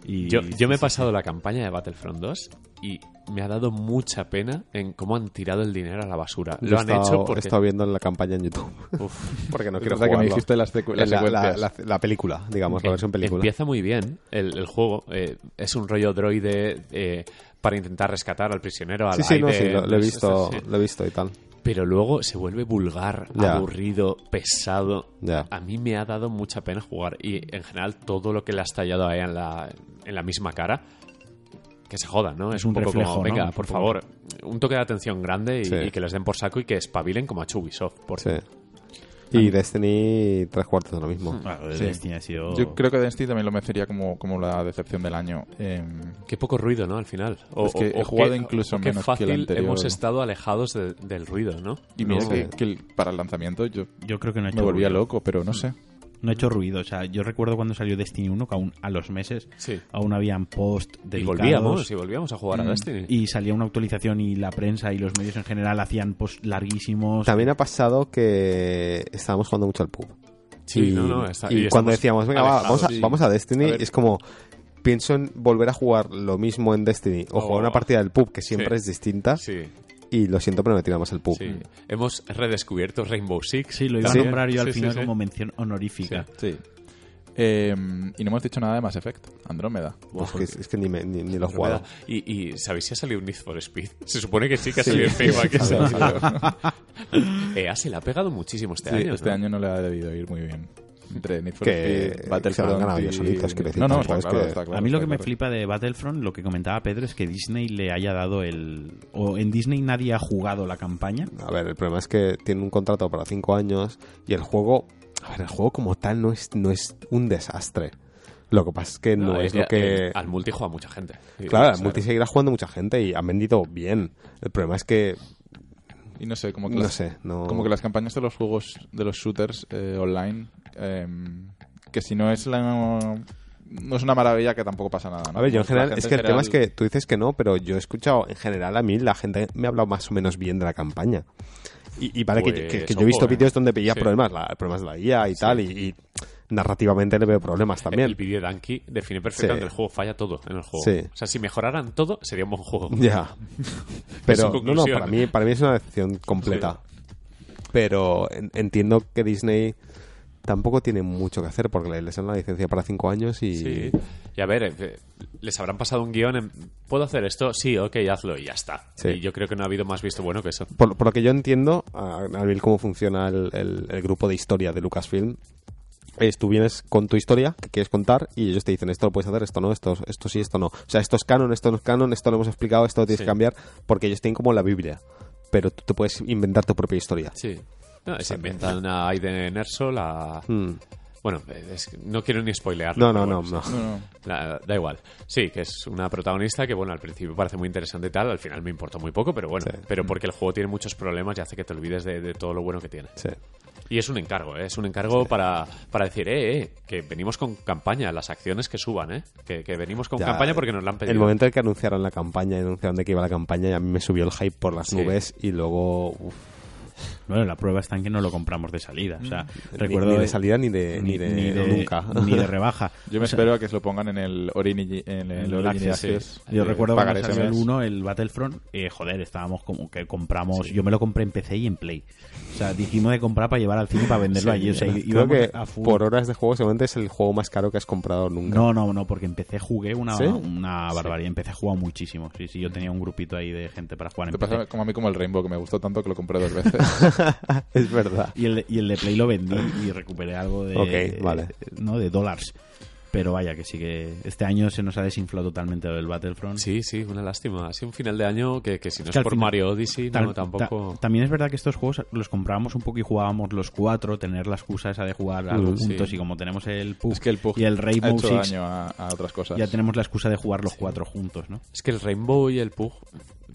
Speaker 4: Y
Speaker 3: Yo, yo me he pasado la campaña de Battlefront 2 y me ha dado mucha pena en cómo han tirado el dinero a la basura.
Speaker 1: Yo
Speaker 3: Lo
Speaker 1: he
Speaker 3: han
Speaker 1: estado-
Speaker 3: hecho
Speaker 1: He
Speaker 3: porque...
Speaker 1: estado viendo en la campaña en YouTube.
Speaker 3: Uf.
Speaker 1: <laughs> Porque no
Speaker 2: Es
Speaker 1: quiero
Speaker 2: verdad que
Speaker 1: jugarlo.
Speaker 2: me dijiste las secu- las
Speaker 1: la, la-
Speaker 2: secuencias.
Speaker 1: la- la película, digamos, la
Speaker 3: Em-
Speaker 1: versión película.
Speaker 3: Empieza muy bien el, el juego. eh, es un rollo droide eh, para intentar rescatar al prisionero. Al
Speaker 1: Sí, sí, no,
Speaker 3: aire,
Speaker 1: sí, lo, lo he
Speaker 3: sí,
Speaker 1: visto,
Speaker 3: sí, sí.
Speaker 1: lo he visto y tal.
Speaker 3: Pero luego se vuelve vulgar,
Speaker 1: Ya.
Speaker 3: aburrido, pesado.
Speaker 1: Ya.
Speaker 3: A mí me ha dado mucha pena jugar. Y en general todo lo que le has tallado ahí en la, en la misma cara, que se joda, ¿no?
Speaker 4: Es un
Speaker 3: poco como,
Speaker 4: reflejo, ¿no?
Speaker 3: venga,
Speaker 4: Un
Speaker 3: por
Speaker 4: poco.
Speaker 3: favor, un toque de atención grande y,
Speaker 1: Sí.
Speaker 3: y que les den por saco y que espabilen como a Chubisoft. Por...
Speaker 1: Sí. Y Destiny, tres cuartos de lo mismo.
Speaker 3: Hmm.
Speaker 4: Ah, Destiny ha sido...
Speaker 2: Yo creo que Destiny también lo mencionaría como, como la decepción del año. Em,
Speaker 3: Qué poco ruido, ¿no? Al final. O,
Speaker 2: Es que
Speaker 3: o-
Speaker 2: he
Speaker 3: o
Speaker 2: jugado
Speaker 3: qué-
Speaker 2: incluso
Speaker 3: o qué
Speaker 2: menos que el
Speaker 3: fácil
Speaker 2: anterior.
Speaker 3: hemos estado alejados de- del ruido, ¿no?
Speaker 2: y mira
Speaker 1: No.
Speaker 2: que, que el- para el lanzamiento yo
Speaker 4: Yo creo que Mm. no ha hecho
Speaker 2: me volvía
Speaker 4: ruido.
Speaker 2: loco, pero no sé.
Speaker 4: No ha hecho ruido. O sea, yo recuerdo cuando salió Destiny 1, que aún a los meses
Speaker 3: Sí.
Speaker 4: aún habían post
Speaker 3: Y
Speaker 4: dedicados.
Speaker 3: volvíamos, y volvíamos a jugar a Destiny.
Speaker 4: y salía una actualización y la prensa y los medios en general hacían post larguísimos.
Speaker 1: También ha pasado que estábamos jugando mucho al pub.
Speaker 3: Sí,
Speaker 1: y
Speaker 3: no, no, está-
Speaker 1: y
Speaker 3: y
Speaker 1: cuando
Speaker 3: estamos
Speaker 1: decíamos, venga, va,
Speaker 3: alejados,
Speaker 1: vamos, a,
Speaker 2: sí.
Speaker 1: vamos a Destiny,
Speaker 2: A ver.
Speaker 1: es como pienso en volver a jugar lo mismo en Destiny o
Speaker 3: Oh.
Speaker 1: jugar una partida del pub que siempre
Speaker 3: Sí.
Speaker 1: es distinta
Speaker 3: Sí,
Speaker 1: y lo siento, pero me tira más el pub.
Speaker 3: sí. Hemos redescubierto Rainbow Six.
Speaker 4: Sí, lo iba a
Speaker 1: También.
Speaker 4: nombrar yo al
Speaker 3: Sí, sí,
Speaker 4: final
Speaker 3: sí.
Speaker 4: como mención honorífica.
Speaker 2: Sí. Eh, y no hemos dicho nada de Mass Effect,
Speaker 1: <laughs>
Speaker 2: Andrómeda.
Speaker 1: Pues que es, es que ni, me- ni, ni lo he
Speaker 3: Andrómeda.
Speaker 1: jugado.
Speaker 3: ¿Y, y sabéis si ha salido un Need for Speed? <laughs> Se supone que sí que ha salido en Facebook.
Speaker 2: Este
Speaker 4: <laughs> Este
Speaker 3: Eh, ah, se le ha pegado muchísimo este
Speaker 2: Sí,
Speaker 3: año.
Speaker 2: este
Speaker 3: ¿no?
Speaker 2: año no le ha debido ir muy bien. Entre Need for
Speaker 1: Que
Speaker 2: Speed,
Speaker 1: se
Speaker 2: Battlefront
Speaker 1: lo han ganado ellos
Speaker 2: y-
Speaker 1: solitos, quiero decir,
Speaker 2: No, no,
Speaker 1: tampoco
Speaker 2: está
Speaker 1: es
Speaker 2: claro,
Speaker 1: que-
Speaker 2: está claro,
Speaker 4: a mí lo que
Speaker 2: está
Speaker 4: me
Speaker 2: claro.
Speaker 4: flipa de Battlefront, lo que comentaba Pedro, es que Disney le haya dado el... O en Disney nadie ha jugado la campaña.
Speaker 1: A ver, el problema es que tiene un contrato para cinco años y el juego, a ver, el juego como tal no es, no es un desastre. Lo que pasa es que no,
Speaker 3: No,
Speaker 1: es
Speaker 3: eh,
Speaker 1: lo que...
Speaker 3: eh, Al multi juega mucha gente. Sí,
Speaker 1: claro, el
Speaker 3: sí.
Speaker 1: multi seguirá jugando mucha gente y han vendido bien. El problema es que,
Speaker 2: Y no sé, como que,
Speaker 1: no
Speaker 2: las,
Speaker 1: sé, no...
Speaker 2: como que las campañas de los juegos, de los shooters eh, online, eh, que si no es la... No es una maravilla que tampoco pasa nada. ¿no?
Speaker 1: A ver, yo en
Speaker 3: Pues
Speaker 2: La
Speaker 1: general,
Speaker 2: gente
Speaker 1: es
Speaker 2: en
Speaker 1: que el tema es
Speaker 2: general-
Speaker 1: que tú dices que no, pero yo he escuchado, en general, a mí la gente me ha hablado más o menos bien de la campaña. Y, y vale, que- que,
Speaker 3: Pues,
Speaker 1: que yo he
Speaker 3: ojo,
Speaker 1: visto
Speaker 3: eh.
Speaker 1: vídeos donde pillas
Speaker 3: Sí.
Speaker 1: problemas, la, problemas de la IA y tal, y, y narrativamente le veo problemas también.
Speaker 3: El vídeo de Anki define perfectamente
Speaker 1: Sí.
Speaker 3: el juego, falla todo en el juego.
Speaker 1: Sí.
Speaker 3: O sea, si mejoraran todo, sería un buen juego.
Speaker 1: <laughs>
Speaker 3: <laughs>
Speaker 1: Ya.
Speaker 3: Es su
Speaker 1: Pero, no, no,
Speaker 3: conclusión.
Speaker 1: para mí, para mí es una decepción completa. Pero en- entiendo que Disney tampoco tiene mucho que hacer porque le, les dan la licencia para cinco años y.
Speaker 3: Sí. Y a ver, eh, les habrán pasado un guión en, ¿Puedo hacer esto? Sí, ok, hazlo y ya está.
Speaker 1: Sí.
Speaker 3: Y yo creo que no ha habido más visto bueno que eso.
Speaker 1: Por, por lo que yo entiendo, a, al ver cómo funciona el, el- el grupo de historia de Lucasfilm, es tú vienes con tu historia que quieres contar y ellos te dicen esto lo puedes hacer, esto no, esto, esto sí, esto no. O sea, esto es canon, esto no es canon, esto lo hemos explicado, esto lo tienes
Speaker 3: Sí.
Speaker 1: que cambiar, porque ellos tienen como la Biblia. Pero tú te puedes inventar tu propia historia.
Speaker 3: Sí. No, se inventan a Aiden Erso, la...
Speaker 1: Mm.
Speaker 3: Bueno, eh, es que no quiero ni spoilear.
Speaker 1: No, no, no, no.
Speaker 2: No, no.
Speaker 3: La- da igual. Sí, que es una protagonista que, bueno, al principio parece muy interesante y tal, al final me importó muy poco, pero bueno,
Speaker 1: Sí.
Speaker 3: pero porque el juego tiene muchos problemas y hace que te olvides de, de todo lo bueno que tiene.
Speaker 1: Sí.
Speaker 3: Y es un encargo, ¿eh? es un encargo para, para decir, eh, eh, que venimos con campaña, las acciones que suban, ¿eh? que, que venimos con
Speaker 1: Ya,
Speaker 3: campaña porque nos la han pedido.
Speaker 1: El momento en que anunciaron la campaña y anunciaron de que iba la campaña, y a mí me subió el hype por las
Speaker 3: Sí.
Speaker 1: nubes y luego. uf,
Speaker 4: Bueno, la prueba está en que no lo compramos de salida. O sea,
Speaker 1: Mm. ni-
Speaker 4: recuerdo...
Speaker 1: ni, de salida ni de, ni de, nunca.
Speaker 4: <laughs> ni de rebaja.
Speaker 2: Yo me espero a que se lo pongan en el Origin, en el
Speaker 4: El
Speaker 2: Origin
Speaker 4: Access,
Speaker 2: Access.
Speaker 4: Yo
Speaker 2: Eh,
Speaker 4: recuerdo
Speaker 2: pagar
Speaker 4: cuando
Speaker 2: ese
Speaker 4: salió el
Speaker 2: mes.
Speaker 4: 1, el Battlefront, eh, joder, estábamos como que compramos, yo me lo compré en PC y en Play. O sea, dijimos de comprar para llevar al cine y para venderlo allí. O sea,
Speaker 1: Creo
Speaker 4: íbamos
Speaker 1: que
Speaker 4: a full.
Speaker 1: por horas de juego seguramente es el juego más caro que has comprado nunca.
Speaker 4: No, no, no, porque empecé jugué una,
Speaker 1: ¿Sí?
Speaker 4: una barbaridad, empecé a jugar muchísimo. Sí, sí, yo tenía un grupito ahí de gente para jugar en
Speaker 2: Te
Speaker 4: PC.
Speaker 2: pasa como a mí como el Rainbow, que me gustó tanto que lo compré
Speaker 4: <laughs>
Speaker 2: dos veces.
Speaker 1: <laughs> es verdad.
Speaker 4: Y el, y el de Play lo vendí y recuperé algo de,
Speaker 1: Ok, vale.
Speaker 4: ¿no? de dólares. Pero vaya, que sí que este año se nos ha desinflado totalmente el Battlefront.
Speaker 3: Sí, sí, una lástima. Así un final de año que, que si no
Speaker 4: que
Speaker 3: es
Speaker 4: al
Speaker 3: por
Speaker 4: final-
Speaker 3: Mario Odyssey,
Speaker 4: Tal-
Speaker 3: no, tampoco...
Speaker 4: ta- también es verdad que estos juegos los comprábamos un poco y jugábamos los cuatro, tener la excusa esa de jugar algo
Speaker 3: Mm, sí.
Speaker 4: juntos y como tenemos el PUBG
Speaker 2: es que el Pug
Speaker 4: y el
Speaker 2: ha
Speaker 4: Rainbow
Speaker 2: hecho
Speaker 4: Six,
Speaker 2: daño a, a otras cosas.
Speaker 4: ya tenemos la excusa de jugar los cuatro juntos, ¿no?
Speaker 3: Es que el Rainbow y el Pug,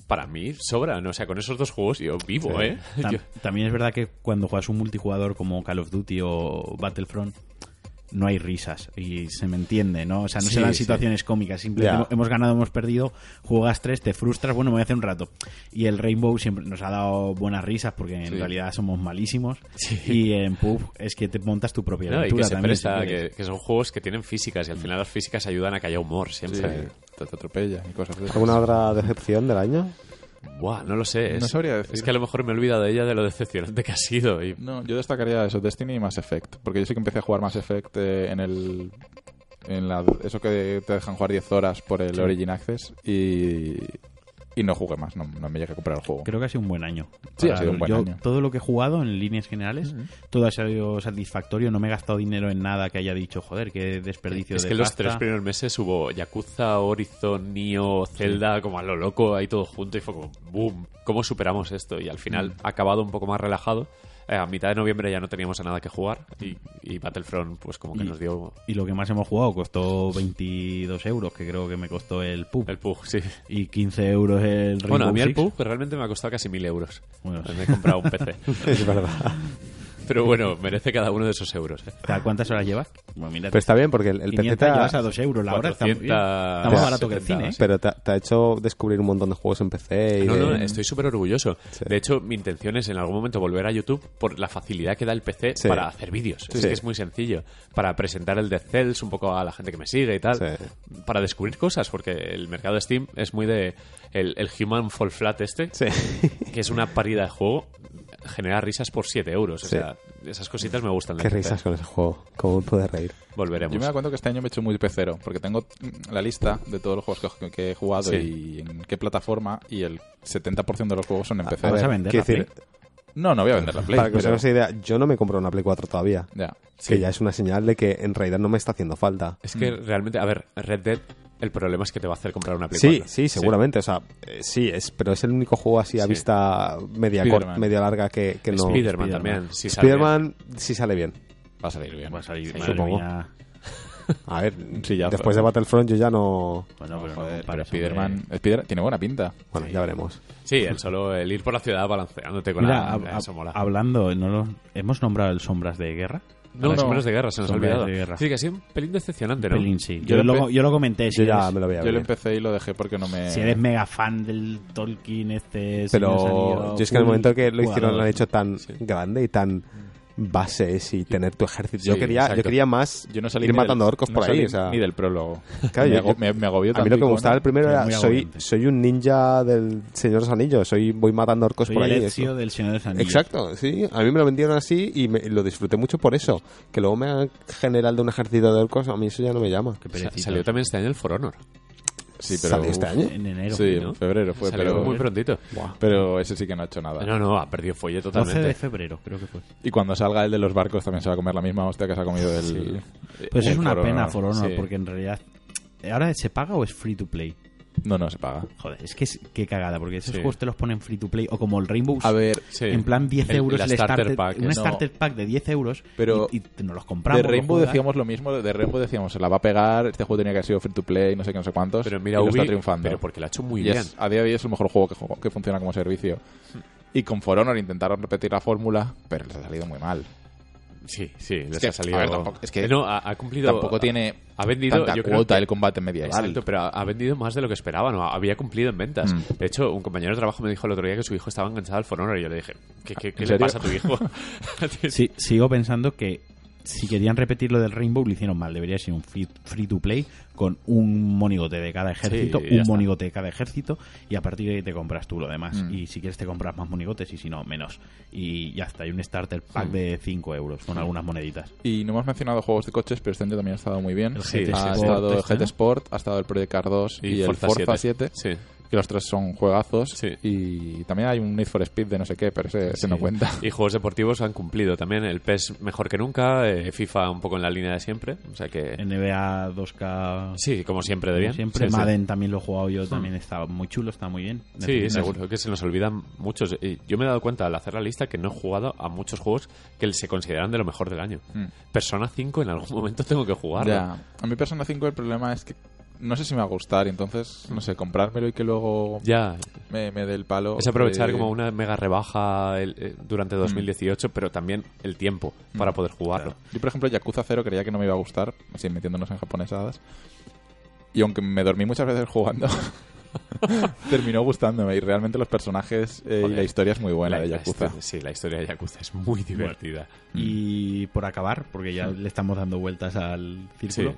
Speaker 3: para mí, sobran. O sea, con esos dos juegos yo vivo,
Speaker 1: Sí.
Speaker 3: ¿eh?
Speaker 4: Tam-
Speaker 3: <laughs> Yo-
Speaker 4: También es verdad que cuando juegas un multijugador como Call of Duty o Battlefront no hay risas y se me entiende, ¿no? O sea, no
Speaker 3: Sí,
Speaker 4: se dan
Speaker 3: sí.
Speaker 4: situaciones cómicas, simplemente
Speaker 1: Ya.
Speaker 4: hemos- hemos ganado, hemos perdido, juegas tres, te frustras, bueno, me voy a hacer un rato. Y el Rainbow siempre nos ha dado buenas risas porque en
Speaker 3: Sí.
Speaker 4: realidad somos malísimos
Speaker 3: Sí.
Speaker 4: y en PUB es que te montas tu propia
Speaker 3: No, y
Speaker 4: aventura
Speaker 3: que se
Speaker 4: también.
Speaker 3: presta,
Speaker 4: si
Speaker 3: que,
Speaker 4: quieres.
Speaker 3: que son juegos que tienen físicas y al final las físicas ayudan a que haya humor
Speaker 2: Sí,
Speaker 3: siempre.
Speaker 2: te, te atropella y cosas de esas.
Speaker 1: ¿Alguna otra decepción del
Speaker 4: <laughs>
Speaker 1: año?
Speaker 3: Buah, no lo sé. Es,
Speaker 2: No sabría decir.
Speaker 3: es que a lo mejor me he olvidado de ella de lo decepcionante que ha sido. Y,
Speaker 2: No, yo destacaría eso, Destiny y Mass Effect. Porque yo sí que empecé a jugar Mass Effect eh, en el. En la, eso que te dejan jugar 10 horas por el Origin Access y. Y no jugué más, no, no me llegué a comprar el juego.
Speaker 4: Creo que ha sido un buen año.
Speaker 2: Sí, ha
Speaker 4: Para-
Speaker 2: sido un buen
Speaker 4: yo
Speaker 2: año.
Speaker 4: Todo lo que he jugado en líneas generales, todo ha sido satisfactorio. No me he gastado dinero en nada que haya dicho, joder, qué desperdicio
Speaker 3: es
Speaker 4: de
Speaker 3: que los
Speaker 4: pasta".
Speaker 3: tres primeros meses hubo Yakuza, Horizon, Nio, Zelda, como a lo loco, ahí todo junto y fue como, boom, ¿cómo superamos esto? Y al final
Speaker 4: Mm.
Speaker 3: ha acabado un poco más relajado. Eh, a mitad de noviembre ya no teníamos a nada que jugar y, y Battlefront pues como que
Speaker 4: Y-
Speaker 3: nos dio
Speaker 4: Y lo que más hemos jugado costó 22 euros, que creo que me costó el pub.
Speaker 3: el Pug, sí.
Speaker 4: Y 15 euros el Rainbow
Speaker 3: Bueno, a mí el
Speaker 4: Six.
Speaker 3: Pug realmente me ha costado casi mil euros.
Speaker 4: <laughs> Bueno.
Speaker 3: Me he comprado un PC.
Speaker 1: es verdad.
Speaker 3: Pero bueno, merece cada uno de esos euros. ¿eh?
Speaker 4: Tal, ¿Cuántas horas llevas? Bueno, mira,
Speaker 1: Pero está bien porque Pues el, el
Speaker 4: 500
Speaker 1: PZ
Speaker 4: llevas a 2 euros la hora. Está muy bien.
Speaker 3: 400,
Speaker 4: Está más barato que el
Speaker 3: 70,
Speaker 4: cine. ¿eh?
Speaker 1: Pero te, te ha hecho descubrir un montón de juegos en PC y
Speaker 3: No,
Speaker 1: de-
Speaker 3: no, estoy súper orgulloso. De hecho, mi intención es en algún momento volver a YouTube por la facilidad que da el PC
Speaker 1: Sí.
Speaker 3: para hacer vídeos. Es
Speaker 1: Sí.
Speaker 3: que es muy sencillo. Para presentar el Dead Cells un poco a la gente que me sigue y tal.
Speaker 1: Sí.
Speaker 3: Para descubrir cosas, porque el mercado de Steam es muy de. El, el Human Fall Flat este,
Speaker 1: <laughs>
Speaker 4: <laughs>
Speaker 1: Sí.
Speaker 3: que es una parida de juego, genera risas por 7 euros. O
Speaker 1: Sí.
Speaker 3: sea, esas cositas me gustan. del
Speaker 1: Qué
Speaker 3: PC.
Speaker 1: risas con ese juego. Cómo me pude reír.
Speaker 3: Volveremos.
Speaker 2: Yo me he dado cuenta que este año me he hecho muy pecero, porque tengo mm, la lista de todos los juegos que, que he jugado
Speaker 3: Sí.
Speaker 2: y en qué plataforma, y el 70% de los juegos
Speaker 1: Ah,
Speaker 2: son en PC.
Speaker 4: a ver, ¿Vas vender
Speaker 1: quiero
Speaker 4: la
Speaker 1: decir,
Speaker 2: No, no voy a vender la Play.
Speaker 1: para que os
Speaker 2: pero-
Speaker 1: hagáis una idea, yo no me compro una Play 4 todavía.
Speaker 2: Ya.
Speaker 1: Que ya es una señal de que en realidad no me está haciendo falta.
Speaker 3: Es que
Speaker 2: Mm.
Speaker 3: realmente, a ver, Red Dead, el problema es que te va a hacer comprar una Play
Speaker 1: Sí,
Speaker 3: 4.
Speaker 1: sí, seguramente. O sea, eh, sí, es, pero es el único juego así a
Speaker 3: Sí.
Speaker 1: vista media,
Speaker 2: Spider-Man.
Speaker 1: cort- media larga que, que no.
Speaker 3: Spider-Man
Speaker 4: Spider-Man.
Speaker 3: también. si sale bien.
Speaker 1: Spider-Man sí sale bien.
Speaker 2: Va a salir bien.
Speaker 4: Va a salir,
Speaker 3: Sí,
Speaker 4: Pues madre
Speaker 1: supongo.
Speaker 4: mía.
Speaker 1: A ver,
Speaker 2: Sí, ya.
Speaker 1: después de Battlefront yo ya no.
Speaker 4: Bueno, pero no
Speaker 2: Joder, pero
Speaker 4: compares,
Speaker 2: Spider-Man
Speaker 4: hombre.
Speaker 2: Spider- tiene buena pinta.
Speaker 1: Bueno, ya veremos.
Speaker 3: Sí, el solo el ir por la ciudad balanceándote con
Speaker 4: Mira,
Speaker 3: la...
Speaker 4: hab-
Speaker 3: eso mola.
Speaker 4: hablando, ¿no lo, ¿hemos nombrado el Sombras de Guerra?
Speaker 3: no,
Speaker 2: no.
Speaker 3: los de guerra, se nos ha
Speaker 4: Sombras
Speaker 3: olvidado.
Speaker 4: de guerra.
Speaker 3: Sí, que ha sido un pelín decepcionante, ¿no?
Speaker 4: Pelín, sí.
Speaker 2: Yo lo
Speaker 4: Yo, lo,
Speaker 2: empe-
Speaker 4: yo lo comenté. Si
Speaker 1: Yo ya
Speaker 4: eres,
Speaker 1: me lo voy a
Speaker 2: Yo lo
Speaker 1: ver.
Speaker 2: empecé y lo dejé porque no me...
Speaker 4: si eres mega fan del Tolkien este... si no has
Speaker 1: Pero
Speaker 4: salido
Speaker 1: yo es que en el
Speaker 4: full
Speaker 1: momento que lo hicieron
Speaker 4: jugador.
Speaker 1: lo han hecho tan grande y tan bases y tener tu ejército. yo
Speaker 2: Sí,
Speaker 1: quería, yo
Speaker 2: exacto.
Speaker 1: quería más
Speaker 2: Yo no salí
Speaker 1: ir
Speaker 2: ni del-
Speaker 1: matando orcos
Speaker 2: no
Speaker 1: por ahí.
Speaker 2: salí
Speaker 1: o sea,
Speaker 2: ni del prólogo.
Speaker 1: <laughs> Claro,
Speaker 2: me,
Speaker 1: yo-
Speaker 2: ago-
Speaker 1: yo-
Speaker 2: me, me agobió
Speaker 1: a mí lo
Speaker 2: tanto
Speaker 1: que me
Speaker 2: icono.
Speaker 1: gustaba el primero
Speaker 4: Es
Speaker 1: era
Speaker 4: muy
Speaker 1: soy,
Speaker 4: agobiante.
Speaker 1: soy un ninja del Señor de los Anillos, soy voy matando orcos
Speaker 4: Soy
Speaker 1: por
Speaker 4: el
Speaker 1: ahí.
Speaker 4: Ezio
Speaker 1: eso.
Speaker 4: del Señor de los Anillos.
Speaker 1: Exacto, sí, a mí me lo vendieron así y, me- y lo disfruté mucho por eso. Que luego me hagan general de un ejército de orcos, a mí eso ya no me llama.
Speaker 4: Qué
Speaker 3: Sa-
Speaker 4: perecita.
Speaker 3: Salió también este año el For Honor.
Speaker 2: Sí, pero...
Speaker 1: ¿Salió este año?
Speaker 4: En enero.
Speaker 2: Sí,
Speaker 4: ¿no?
Speaker 2: en febrero fue,
Speaker 3: Salió
Speaker 2: pero...
Speaker 3: muy prontito.
Speaker 2: Pero ese sí que no ha hecho nada.
Speaker 3: No, no, ha perdido fuelle
Speaker 4: 12 de
Speaker 3: totalmente.
Speaker 4: febrero, creo que fue.
Speaker 2: Y cuando salga el de los barcos también se va a comer la misma hostia que se ha comido el...
Speaker 4: Pues
Speaker 2: el
Speaker 4: es una
Speaker 2: For
Speaker 4: pena
Speaker 2: Honor.
Speaker 4: For Honor,
Speaker 2: Sí.
Speaker 4: porque en realidad... ¿Ahora se paga o es free to play?
Speaker 2: No, no, se paga.
Speaker 4: Joder, es que es, qué cagada, porque esos
Speaker 3: Sí.
Speaker 4: juegos te los ponen free to play o como el Rainbow
Speaker 2: A ver,
Speaker 3: Sí.
Speaker 4: en plan 10
Speaker 3: El-
Speaker 4: euros
Speaker 3: la
Speaker 4: el,
Speaker 3: starter
Speaker 4: starter
Speaker 3: pack,
Speaker 4: un
Speaker 3: no.
Speaker 4: starter pack de 10 euros
Speaker 2: Pero
Speaker 4: y, y nos los compramos.
Speaker 2: de
Speaker 4: los
Speaker 2: Rainbow
Speaker 4: juegas.
Speaker 2: decíamos lo mismo, de Rainbow decíamos, se la va a pegar, este juego tenía que haber sido free to play, no sé qué, no sé cuántos,
Speaker 3: Pero mira,
Speaker 2: y lo
Speaker 3: Ubi,
Speaker 2: está triunfando.
Speaker 3: pero porque lo ha hecho muy
Speaker 2: Y
Speaker 3: bien.
Speaker 2: es- a día de hoy es el mejor juego que, juego- que funciona como servicio. Y con For Honor intentaron repetir la fórmula, pero les ha salido muy mal.
Speaker 3: Sí, sí, les
Speaker 2: que,
Speaker 3: ha salido... Eh,
Speaker 2: a ver, tampoco- es que
Speaker 3: no, ha, ha cumplido...
Speaker 2: Tampoco tiene
Speaker 3: Ha vendido,
Speaker 2: tanta
Speaker 3: yo creo
Speaker 2: cuota
Speaker 3: que-
Speaker 2: el combate medieval.
Speaker 3: Exacto, pero ha- ha vendido más de lo que esperaban, o había cumplido en ventas.
Speaker 2: Mm.
Speaker 3: De hecho, un compañero de trabajo me dijo el otro día que su hijo estaba enganchado al For Honor y yo le dije, ¿qué, qué- qué
Speaker 2: ¿En
Speaker 3: le
Speaker 2: serio?
Speaker 3: pasa a tu
Speaker 2: <laughs>
Speaker 3: hijo?
Speaker 4: Sí, sigo pensando que si querían repetir lo del Rainbow lo hicieron mal. Debería ser un free, free to play con un monigote de cada ejército,
Speaker 3: Sí, ya
Speaker 4: un
Speaker 3: está.
Speaker 4: monigote de cada ejército y a partir de ahí te compras tú lo demás.
Speaker 2: Mm.
Speaker 4: Y si quieres te compras más monigotes y si no, menos. Y ya está, hay un starter
Speaker 3: Mm.
Speaker 4: pack de 5 euros con algunas moneditas.
Speaker 2: Y no hemos mencionado juegos de coches, pero este año también ha estado muy bien.
Speaker 4: El
Speaker 3: Sí,
Speaker 4: GT
Speaker 2: ha
Speaker 4: Sport
Speaker 2: estado el
Speaker 4: este,
Speaker 2: GT
Speaker 4: ¿no?
Speaker 2: Sport, ha estado el Project Car 2 y, el Forza, 7.
Speaker 3: Sí.
Speaker 2: que los tres son juegazos.
Speaker 3: Sí.
Speaker 2: Y también hay un Need for Speed de no sé qué, pero ese, ese no
Speaker 3: Sí.
Speaker 2: cuenta.
Speaker 3: Y juegos deportivos han cumplido también. El PES mejor que nunca, eh, FIFA un poco en la línea de siempre. O sea que.
Speaker 4: NBA 2K.
Speaker 3: Sí, como siempre de
Speaker 4: como
Speaker 3: bien.
Speaker 4: Siempre
Speaker 3: Sí, sí.
Speaker 4: Madden también lo he jugado yo, también está muy chulo, está muy bien.
Speaker 3: Sí,
Speaker 4: Necesitas-
Speaker 3: seguro que se nos olvidan muchos. Y Yo me he dado cuenta al hacer la lista que no he jugado a muchos juegos que se consideran de lo mejor del año.
Speaker 2: <laughs> Mm.
Speaker 3: Persona 5 en algún momento tengo que jugar.
Speaker 2: Ya. A mi Persona 5 el problema es que no sé si me va a gustar, y entonces, no sé, comprármelo y que luego
Speaker 3: Ya,
Speaker 2: me, me dé el palo.
Speaker 3: es aprovechar
Speaker 2: de-
Speaker 3: como una mega rebaja el- eh, durante 2018, pero también el tiempo para poder jugarlo.
Speaker 2: Yo, por ejemplo, Yakuza 0 creía que no me iba a gustar, así metiéndonos en japonesadas. Y aunque me dormí muchas veces jugando, <laughs> terminó gustándome. Y realmente los personajes eh, y
Speaker 3: Joder.
Speaker 2: la historia es muy buena
Speaker 3: La-
Speaker 2: de
Speaker 3: la
Speaker 2: Yakuza.
Speaker 3: histo- sí, la historia de Yakuza es muy divertida.
Speaker 4: Y por acabar, porque ya le estamos dando vueltas al círculo.
Speaker 3: Sí.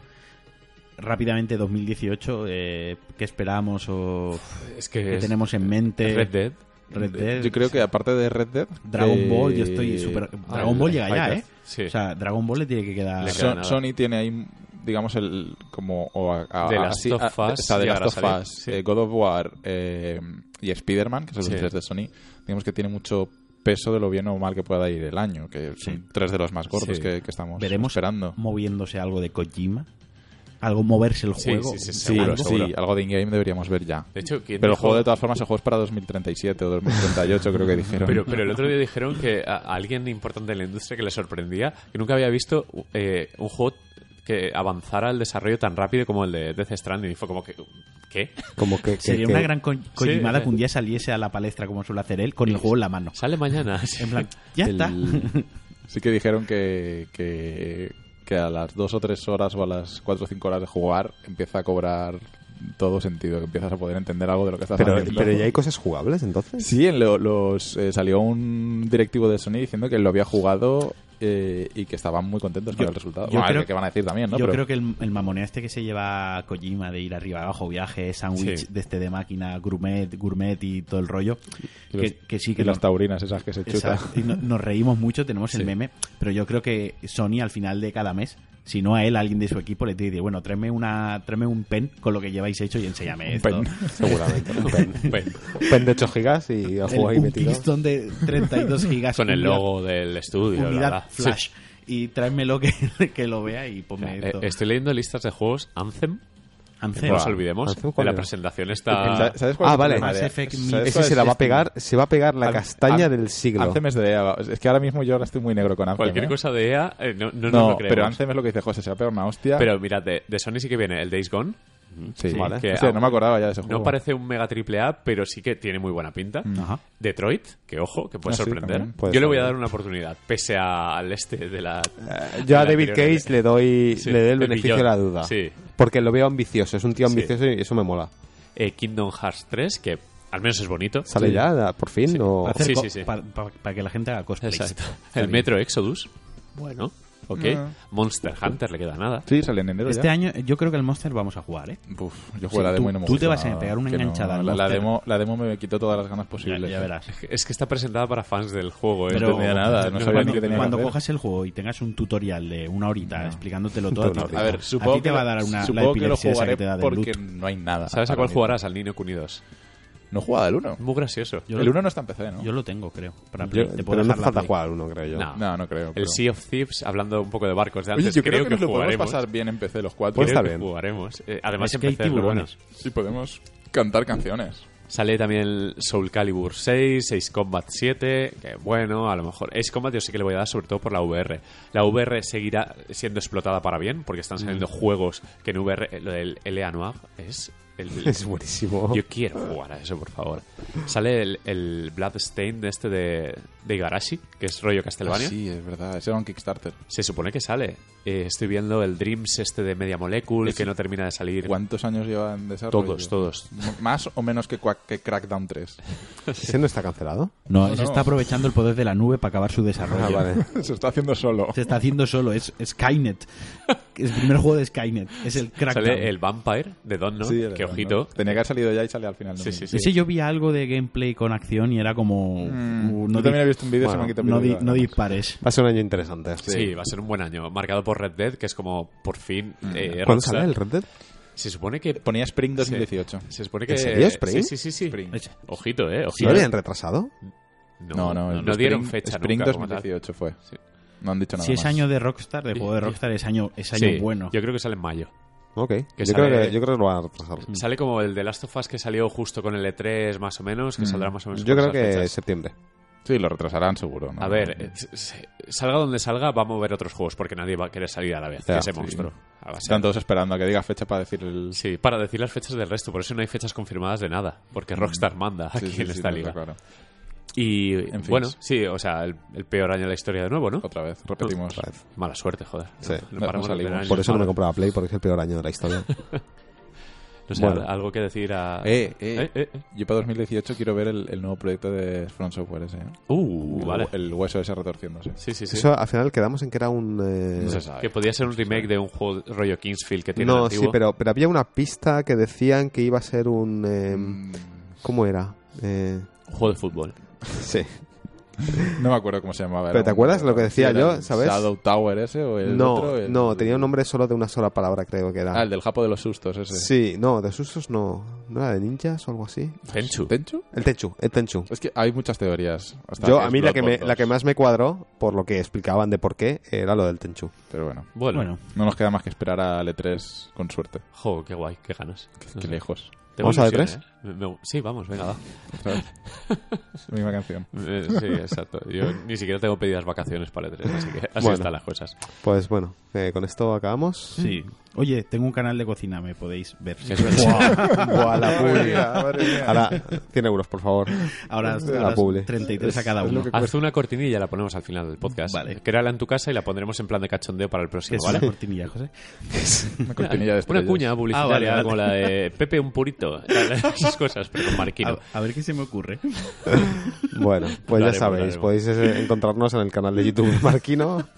Speaker 4: Rápidamente, 2018, eh, ¿qué esperamos o
Speaker 3: Es que
Speaker 4: qué
Speaker 3: es-
Speaker 4: tenemos en mente?
Speaker 3: Red Dead.
Speaker 4: Red Dead,
Speaker 2: Yo creo que aparte de Red Dead.
Speaker 4: Dragon
Speaker 2: eh,
Speaker 4: Ball, yo estoy súper... Dragon
Speaker 3: el-
Speaker 4: Ball llega ya,
Speaker 3: Fighter.
Speaker 4: ¿eh?
Speaker 3: Sí.
Speaker 4: O sea, Dragon Ball le tiene que quedar...
Speaker 3: Le
Speaker 2: Son-
Speaker 3: queda nada.
Speaker 2: Sony tiene ahí, digamos, el. Como. O a- a-
Speaker 3: The
Speaker 2: a-
Speaker 3: Last
Speaker 2: así-
Speaker 3: of
Speaker 2: a-
Speaker 3: Us
Speaker 2: está The
Speaker 3: llegará
Speaker 2: Last
Speaker 3: a
Speaker 2: of
Speaker 3: salir,
Speaker 2: Us,
Speaker 3: sí.
Speaker 2: eh, God of War eh, y Spider-Man, que son los
Speaker 3: Sí.
Speaker 2: tres de Sony. Digamos que tiene mucho peso de lo bien o mal que pueda ir el año, que son
Speaker 4: Sí.
Speaker 2: tres de los más gordos
Speaker 3: Sí.
Speaker 2: que, que estamos
Speaker 4: Veremos
Speaker 2: esperando.
Speaker 4: moviéndose algo de Kojima. Algo moverse el
Speaker 3: Sí,
Speaker 4: juego.
Speaker 3: sí, sí,
Speaker 2: Sí,
Speaker 3: seguro,
Speaker 2: sí,
Speaker 3: seguro.
Speaker 2: algo de in-game deberíamos ver ya.
Speaker 3: De hecho, ¿quién
Speaker 2: Pero el
Speaker 3: dijo-
Speaker 2: juego, de todas formas, el juego es para 2037 o 2038, creo que dijeron.
Speaker 3: Pero, pero el otro día dijeron que a, a alguien importante de la industria que le sorprendía que nunca había visto eh, un juego que avanzara el desarrollo tan rápido como el de Death Stranding. Y fue como que... ¿Qué?
Speaker 1: Como que, que-
Speaker 4: Sería
Speaker 1: que-
Speaker 4: una gran ko- Kojimada
Speaker 3: eh.
Speaker 4: que un día saliese a la palestra como suele hacer él con el juego en la mano.
Speaker 3: <laughs> Sale mañana. sí.
Speaker 4: En plan, ya está.
Speaker 2: El- sí que dijeron que, que, que a las dos o tres horas o a las cuatro o cinco horas de jugar empieza a cobrar todo sentido, que empiezas a poder entender algo de lo que estás
Speaker 1: Pero,
Speaker 2: haciendo.
Speaker 1: pero ya hay cosas jugables entonces.
Speaker 2: Sí, en lo- los, eh, salió un directivo de Sony diciendo que lo había jugado eh, y que estaban muy contentos con
Speaker 4: Yo-
Speaker 2: el resultado.
Speaker 4: yo
Speaker 2: Bueno, a ver
Speaker 4: creo-
Speaker 2: qué van a decir también, ¿no?
Speaker 4: Yo
Speaker 2: Pero-
Speaker 4: creo que el, el mamoneo este que se lleva a Kojima de ir arriba, abajo, viaje, sándwich,
Speaker 3: Sí.
Speaker 4: de este de máquina, gourmet, gourmet y todo el rollo,
Speaker 2: y los-
Speaker 4: que, que sí que
Speaker 2: y las
Speaker 4: no-
Speaker 2: taurinas esas que se chutan.
Speaker 4: Exacto. Y no- nos reímos mucho, tenemos el
Speaker 3: Sí.
Speaker 4: meme, pero yo creo que Sony al final de cada mes, si no a él, a alguien de su equipo le dice, bueno, tráeme, una, tráeme un pen con lo que lleváis hecho y enséñame esto. <laughs>
Speaker 2: Pen, seguramente.
Speaker 3: Bueno,
Speaker 1: Pen de 8 gigas y el
Speaker 4: El-
Speaker 1: juego ahí
Speaker 4: un
Speaker 1: metido.
Speaker 4: Kingston de 32 gigas.
Speaker 3: con el
Speaker 4: unidad-
Speaker 3: logo del estudio. bla,
Speaker 4: Unidad
Speaker 3: bla.
Speaker 4: flash.
Speaker 3: Sí.
Speaker 4: Y tráemelo que, <laughs> que lo vea y ponme
Speaker 3: Eh,
Speaker 4: esto.
Speaker 3: estoy leyendo listas de juegos Anthem.
Speaker 4: Ansel.
Speaker 3: No nos olvidemos.
Speaker 1: Anthem,
Speaker 3: de
Speaker 1: ¿cuál
Speaker 3: la
Speaker 1: era?
Speaker 3: presentación
Speaker 2: Sa-
Speaker 3: está...
Speaker 2: ¿Sabes cuál
Speaker 1: Ah,
Speaker 2: es
Speaker 1: vale.
Speaker 2: el problema de-
Speaker 4: Mass Effect
Speaker 2: ¿sabes
Speaker 4: Mini.
Speaker 2: cuál
Speaker 1: Ese
Speaker 2: es
Speaker 1: se la va a
Speaker 2: este?
Speaker 1: pegar, se va a pegar la
Speaker 2: An-
Speaker 1: castaña
Speaker 2: An-
Speaker 1: del siglo.
Speaker 2: Anthem es de EA. Es que ahora mismo yo ahora estoy muy negro con Anthem.
Speaker 3: Cualquier
Speaker 2: ¿eh?
Speaker 3: cosa de EA, eh, no,
Speaker 2: No,
Speaker 3: no, nos lo creemos.
Speaker 2: pero Anthem es lo que dice José, se va a pegar una hostia.
Speaker 3: Pero mirad, de, de Sony sí que viene el Days Gone.
Speaker 2: sí,
Speaker 3: sí,
Speaker 2: vale.
Speaker 3: que-
Speaker 2: Hostia, no me acordaba ya de ese juego.
Speaker 3: No parece un mega triple A, pero sí que tiene muy buena pinta.
Speaker 4: Ajá.
Speaker 3: Detroit, que ojo, que puede
Speaker 2: Ah, sí,
Speaker 3: sorprender.
Speaker 2: también puede
Speaker 3: Yo le voy a
Speaker 2: ser.
Speaker 3: dar una oportunidad, pese a- al este de la...
Speaker 1: Eh,
Speaker 3: de
Speaker 1: Yo a
Speaker 3: la
Speaker 1: David
Speaker 3: anterior-
Speaker 1: Cage le doy,
Speaker 3: Sí,
Speaker 1: le doy el
Speaker 3: el
Speaker 1: beneficio de
Speaker 3: billón.
Speaker 1: la duda.
Speaker 3: Sí.
Speaker 1: Porque lo veo ambicioso, es un tío
Speaker 3: Sí.
Speaker 1: ambicioso y eso me mola.
Speaker 3: eh, Kingdom Hearts 3, que al menos es bonito.
Speaker 1: ¿Sale
Speaker 3: Sí.
Speaker 1: ya da- por fin? o-
Speaker 4: Para, hacer
Speaker 3: Sí,
Speaker 4: co-
Speaker 3: sí, sí.
Speaker 4: pa- pa- para que la gente haga cosplay.
Speaker 3: Exacto. El Metro Exodus. Bueno, ok.
Speaker 2: Ah.
Speaker 3: Monster Hunter le queda nada.
Speaker 2: Sí, sale en enero
Speaker 4: Este
Speaker 2: ya.
Speaker 4: año yo creo que el Monster vamos a jugar, ¿eh?
Speaker 2: Uf, yo jugué a la
Speaker 4: Sí,
Speaker 2: demo
Speaker 4: tú-
Speaker 2: y no me
Speaker 4: tú te
Speaker 2: gustó
Speaker 4: vas a
Speaker 2: nada.
Speaker 4: pegar una
Speaker 2: Que no,
Speaker 4: enganchada al
Speaker 2: la, la
Speaker 4: Monster.
Speaker 2: demo, la demo me quitó todas las ganas
Speaker 4: Ya,
Speaker 2: posibles.
Speaker 4: ya verás.
Speaker 3: Es que está presentada para fans del juego, ¿eh?
Speaker 2: Pero- tenía nada, no sabía
Speaker 4: cuando,
Speaker 2: ni que tenía que
Speaker 4: cuando
Speaker 2: hacer.
Speaker 4: cojas el juego y tengas un tutorial de una horita
Speaker 2: No.
Speaker 4: <laughs> explicándotelo
Speaker 1: Una
Speaker 4: todo, a ti,
Speaker 1: horita.
Speaker 2: A ver, supongo
Speaker 4: a ti te
Speaker 2: que
Speaker 4: va a dar una la
Speaker 2: supongo que lo
Speaker 4: epilepsia esa
Speaker 2: jugaré
Speaker 4: que te da del
Speaker 2: porque
Speaker 4: loot.
Speaker 2: no hay nada.
Speaker 3: ¿Sabes a
Speaker 2: para
Speaker 3: cuál
Speaker 2: mí.
Speaker 3: jugarás? Al Nino Kuni 2.
Speaker 2: No he jugado al 1.
Speaker 3: Muy gracioso.
Speaker 4: Yo
Speaker 2: el
Speaker 4: lo-
Speaker 2: 1 no está en PC, ¿no?
Speaker 4: Yo lo tengo, creo. Para
Speaker 2: Yo-
Speaker 4: Play. Te puedo
Speaker 1: Pero no
Speaker 4: dejar
Speaker 1: hace
Speaker 4: la
Speaker 1: falta
Speaker 4: Play.
Speaker 1: jugar uno, creo yo.
Speaker 3: No.
Speaker 2: No, no creo.
Speaker 3: El
Speaker 2: pero-
Speaker 3: Sea of Thieves, hablando un poco de barcos de antes,
Speaker 2: Oye, yo
Speaker 3: creo,
Speaker 2: creo que, nos lo podemos
Speaker 3: jugaremos.
Speaker 2: pasar bien en PC los
Speaker 3: Creo
Speaker 2: cuatro.
Speaker 1: Pues está
Speaker 3: que
Speaker 1: bien.
Speaker 3: jugaremos. Eh, además,
Speaker 4: Es que hay
Speaker 3: empecé lo bueno.
Speaker 4: tiburones.
Speaker 2: Sí, podemos cantar canciones.
Speaker 3: Sale también el Soul Calibur 6, Ace Combat 7, que bueno, a lo mejor. Ace Combat yo sí que le voy a dar sobre todo por la VR. La VR seguirá siendo explotada para bien, porque están saliendo juegos que en VR, eh, lo del LA Noir es... El,
Speaker 1: <laughs>
Speaker 3: <laughs>
Speaker 1: Es buenísimo.
Speaker 3: Yo quiero jugar a eso, por favor. Sale el, el Bloodstain de este de, de Igarashi, que es rollo Castlevania.
Speaker 2: Ah, sí, es verdad. Ese era un Kickstarter.
Speaker 3: Se supone que sale. Eh, estoy viendo el Dreams este de Media Molecule,
Speaker 2: Es-
Speaker 3: que no termina de salir.
Speaker 2: ¿Cuántos años llevan de desarrollo?
Speaker 3: Todos, todos.
Speaker 2: M- ¿Más o menos que, Quack- que Crackdown 3?
Speaker 1: ¿Ese no está cancelado?
Speaker 4: No,
Speaker 2: No,
Speaker 4: se
Speaker 2: no.
Speaker 4: está aprovechando el poder de la nube para acabar su desarrollo.
Speaker 1: Ah, vale.
Speaker 2: <laughs> Se está haciendo solo.
Speaker 4: Se está haciendo solo, es Skynet. Es el primer juego de Skynet, es el Crackdown.
Speaker 3: Sale el Vampire de Don, ¿no?
Speaker 2: Sí, era
Speaker 3: que
Speaker 2: verdad,
Speaker 3: ojito.
Speaker 2: ¿no? Tenía que haber salido ya y sale al final.
Speaker 3: Sí, sí, sí.
Speaker 4: Ese yo vi algo de gameplay con acción y era como...
Speaker 2: Mm,
Speaker 4: no
Speaker 2: yo también he
Speaker 4: di-
Speaker 2: visto un vídeo
Speaker 1: Bueno,
Speaker 2: se
Speaker 3: Este
Speaker 2: me quita
Speaker 4: no, di- no dispares.
Speaker 1: Va a ser un año interesante.
Speaker 3: Sí. va a ser un buen año. Marcado por Red Dead, que es como por fin.
Speaker 2: Mm.
Speaker 3: eh,
Speaker 1: ¿Cuándo
Speaker 3: Rockstar-
Speaker 1: sale el Red Dead?
Speaker 3: Se supone que.
Speaker 2: Ponía Spring
Speaker 3: Sí.
Speaker 2: 2018.
Speaker 3: Se supone que.
Speaker 1: ¿En serio, Spring?
Speaker 3: Sí, sí, sí. sí.
Speaker 2: Spring.
Speaker 3: Ojito, eh.
Speaker 1: ¿No
Speaker 3: Ojito.
Speaker 1: lo habían retrasado?
Speaker 2: No, no, el
Speaker 3: no dieron
Speaker 2: Spring-
Speaker 3: fecha.
Speaker 2: Spring
Speaker 3: nunca como tal.
Speaker 2: 2018 fue.
Speaker 3: Sí.
Speaker 2: No han dicho nada
Speaker 4: Si es
Speaker 2: más.
Speaker 4: año de Rockstar, de juego de
Speaker 3: Sí.
Speaker 4: Rockstar, es año, es año
Speaker 3: Sí,
Speaker 4: bueno.
Speaker 3: Yo creo que sale en mayo.
Speaker 1: Ok. Yo,
Speaker 3: sale-
Speaker 1: creo que, yo creo que lo van a retrasar.
Speaker 2: Mm,
Speaker 3: Sale como el de Last of Us que salió justo con el E3, más o menos,
Speaker 2: Mm.
Speaker 3: que saldrá más o menos.
Speaker 1: Yo creo
Speaker 3: por esas
Speaker 1: que
Speaker 3: fechas.
Speaker 1: septiembre.
Speaker 2: Sí, lo retrasarán seguro. ¿no?
Speaker 3: A ver, eh, s- se- salga donde salga, va a mover otros juegos porque nadie va a querer salir a la vez.
Speaker 1: Ya,
Speaker 3: que ese
Speaker 1: sí.
Speaker 3: monstruo. Ah, va a ser-
Speaker 2: Están todos esperando a que diga fecha para decir el...
Speaker 3: Sí, para decir las fechas del resto, por eso no hay fechas confirmadas de nada, porque Rockstar manda <laughs>
Speaker 2: Mm.
Speaker 3: aquí
Speaker 2: Sí, sí,
Speaker 3: en
Speaker 2: sí,
Speaker 3: esta
Speaker 2: no,
Speaker 3: liga.
Speaker 2: claro.
Speaker 3: Y
Speaker 2: En fin.
Speaker 3: bueno, sí, o sea, el, el peor año de la historia de nuevo, ¿no?
Speaker 2: Otra vez, repetimos.
Speaker 1: Otra vez.
Speaker 3: Mala suerte, joder.
Speaker 1: Sí.
Speaker 3: No,
Speaker 2: No,
Speaker 3: paramos Ah,
Speaker 2: no
Speaker 3: de
Speaker 2: salimos.
Speaker 3: tener años
Speaker 1: Por eso no me
Speaker 3: malos.
Speaker 1: compraba Play, porque es el peor año de la
Speaker 2: <laughs>
Speaker 1: historia.
Speaker 3: No sé,
Speaker 1: Bueno.
Speaker 3: algo que decir a...
Speaker 2: Eh, eh,
Speaker 3: Eh, eh, eh.
Speaker 2: Yo para 2018 quiero ver el, el nuevo proyecto de Front Software ese. ¿eh?
Speaker 3: Uh,
Speaker 2: el,
Speaker 3: vale.
Speaker 2: el hueso ese retorciéndose.
Speaker 3: Sí, sí, sí.
Speaker 1: Eso al final quedamos en que era un... eh,
Speaker 2: No se sabe.
Speaker 3: Pues Que podía ser un remake de un juego rollo Kingsfield que tiene el
Speaker 1: No,
Speaker 3: antiguo.
Speaker 1: sí, pero, pero había una pista que decían que iba a ser un... eh,
Speaker 2: Mm,
Speaker 1: ¿Cómo era? Eh,
Speaker 3: Un juego de fútbol.
Speaker 1: sí.
Speaker 2: No me acuerdo cómo se llamaba.
Speaker 1: Pero
Speaker 2: era
Speaker 1: ¿te
Speaker 2: un-
Speaker 1: acuerdas lo que decía
Speaker 2: era
Speaker 1: yo,
Speaker 2: el
Speaker 1: sabes?
Speaker 2: Shadow Tower ese o el
Speaker 1: No,
Speaker 2: otro. el-
Speaker 1: no, tenía un nombre solo de una sola palabra, creo que era.
Speaker 2: Ah, el del Japo de los Sustos ese.
Speaker 1: Sí, no, de sustos no. ¿No era de ninjas o algo así?
Speaker 3: Tenchu.
Speaker 2: ¿Tenchu?
Speaker 1: El Tenchu, el Tenchu.
Speaker 2: Es que hay muchas teorías. Hasta
Speaker 1: Yo,
Speaker 2: que
Speaker 1: a
Speaker 2: es
Speaker 1: mí la que, me,
Speaker 2: Bloodborne
Speaker 1: la que
Speaker 2: 2.
Speaker 1: más me cuadró, por lo que explicaban de por qué, era lo del Tenchu.
Speaker 2: Pero bueno,
Speaker 3: Bueno,
Speaker 4: Bueno,
Speaker 2: no nos queda más que esperar al E3 con suerte.
Speaker 3: jo, qué guay, qué ganas. No
Speaker 2: Qué
Speaker 3: sé.
Speaker 2: lejos.
Speaker 3: Tengo
Speaker 1: ¿Vamos a de
Speaker 3: ilusión, ¿eh? Me- me- sí, vamos, venga, va.
Speaker 2: Otra vez. La misma canción.
Speaker 3: Eh,
Speaker 1: <laughs>
Speaker 3: sí, exacto. Yo ni siquiera tengo pedidas vacaciones para E3, así que así
Speaker 1: Bueno.
Speaker 3: están las cosas.
Speaker 1: Pues bueno, eh, con esto acabamos.
Speaker 4: Sí. Oye, tengo un canal de cocina, me podéis ver.
Speaker 3: Eso es.
Speaker 1: Buah, la
Speaker 2: Madre
Speaker 1: publi.
Speaker 2: mía, madre mía.
Speaker 1: Ahora, 100 euros, por favor.
Speaker 4: Ahora,
Speaker 1: La
Speaker 4: ahora
Speaker 1: publi.
Speaker 4: 33 a cada
Speaker 1: Es lo
Speaker 4: uno.
Speaker 1: que
Speaker 3: Haz una cortinilla y la ponemos al final del podcast.
Speaker 4: Vale.
Speaker 3: Créala en tu casa y la pondremos en plan de cachondeo para el
Speaker 4: ¿Qué
Speaker 3: próximo,
Speaker 4: es
Speaker 3: ¿vale?
Speaker 4: una cortinilla, José?
Speaker 2: Una cortinilla de
Speaker 3: Una
Speaker 2: estrellas.
Speaker 3: cuña publicitaria
Speaker 4: Ah, vale, vale.
Speaker 3: como la de Pepe un purito, <laughs> tal, esas cosas, pero con Marquino.
Speaker 4: A, a ver qué se me ocurre.
Speaker 1: Bueno, pues ya
Speaker 3: Hablaremos,
Speaker 1: sabéis,
Speaker 3: hablaremos.
Speaker 1: podéis eh, encontrarnos en el canal de YouTube de Marquino,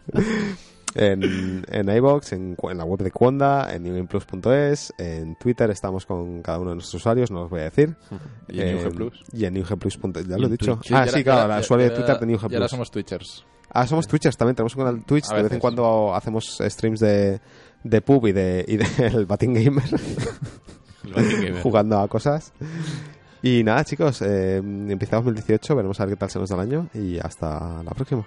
Speaker 2: <laughs>
Speaker 1: en, en iVoox, en, cu- en la web de Cuonda, en newgameplus.es, en Twitter estamos con cada uno de nuestros usuarios, no os voy a decir.
Speaker 2: Y en UG Plus.
Speaker 1: Y en newgplus.es, ya lo he dicho.
Speaker 2: Sí,
Speaker 1: Eh, ah,
Speaker 2: ya
Speaker 1: sí,
Speaker 2: era-
Speaker 1: claro,
Speaker 2: ya-
Speaker 1: la
Speaker 2: ya-
Speaker 1: usuario de
Speaker 2: ya-
Speaker 1: Twitter de New G
Speaker 2: Y ahora
Speaker 1: Plus.
Speaker 2: somos Twitchers.
Speaker 1: Ah, somos Twitchers también, tenemos un canal Twitch, de
Speaker 2: A
Speaker 1: vez en
Speaker 2: veces.
Speaker 1: cuando hacemos streams de, de pub y de, <laughs> y de el Batin Gamer.
Speaker 3: Lo hay que ver.
Speaker 1: jugando a cosas. Y nada, chicos, eh, empieza 2018, veremos a ver qué tal se nos da el año y hasta la próxima.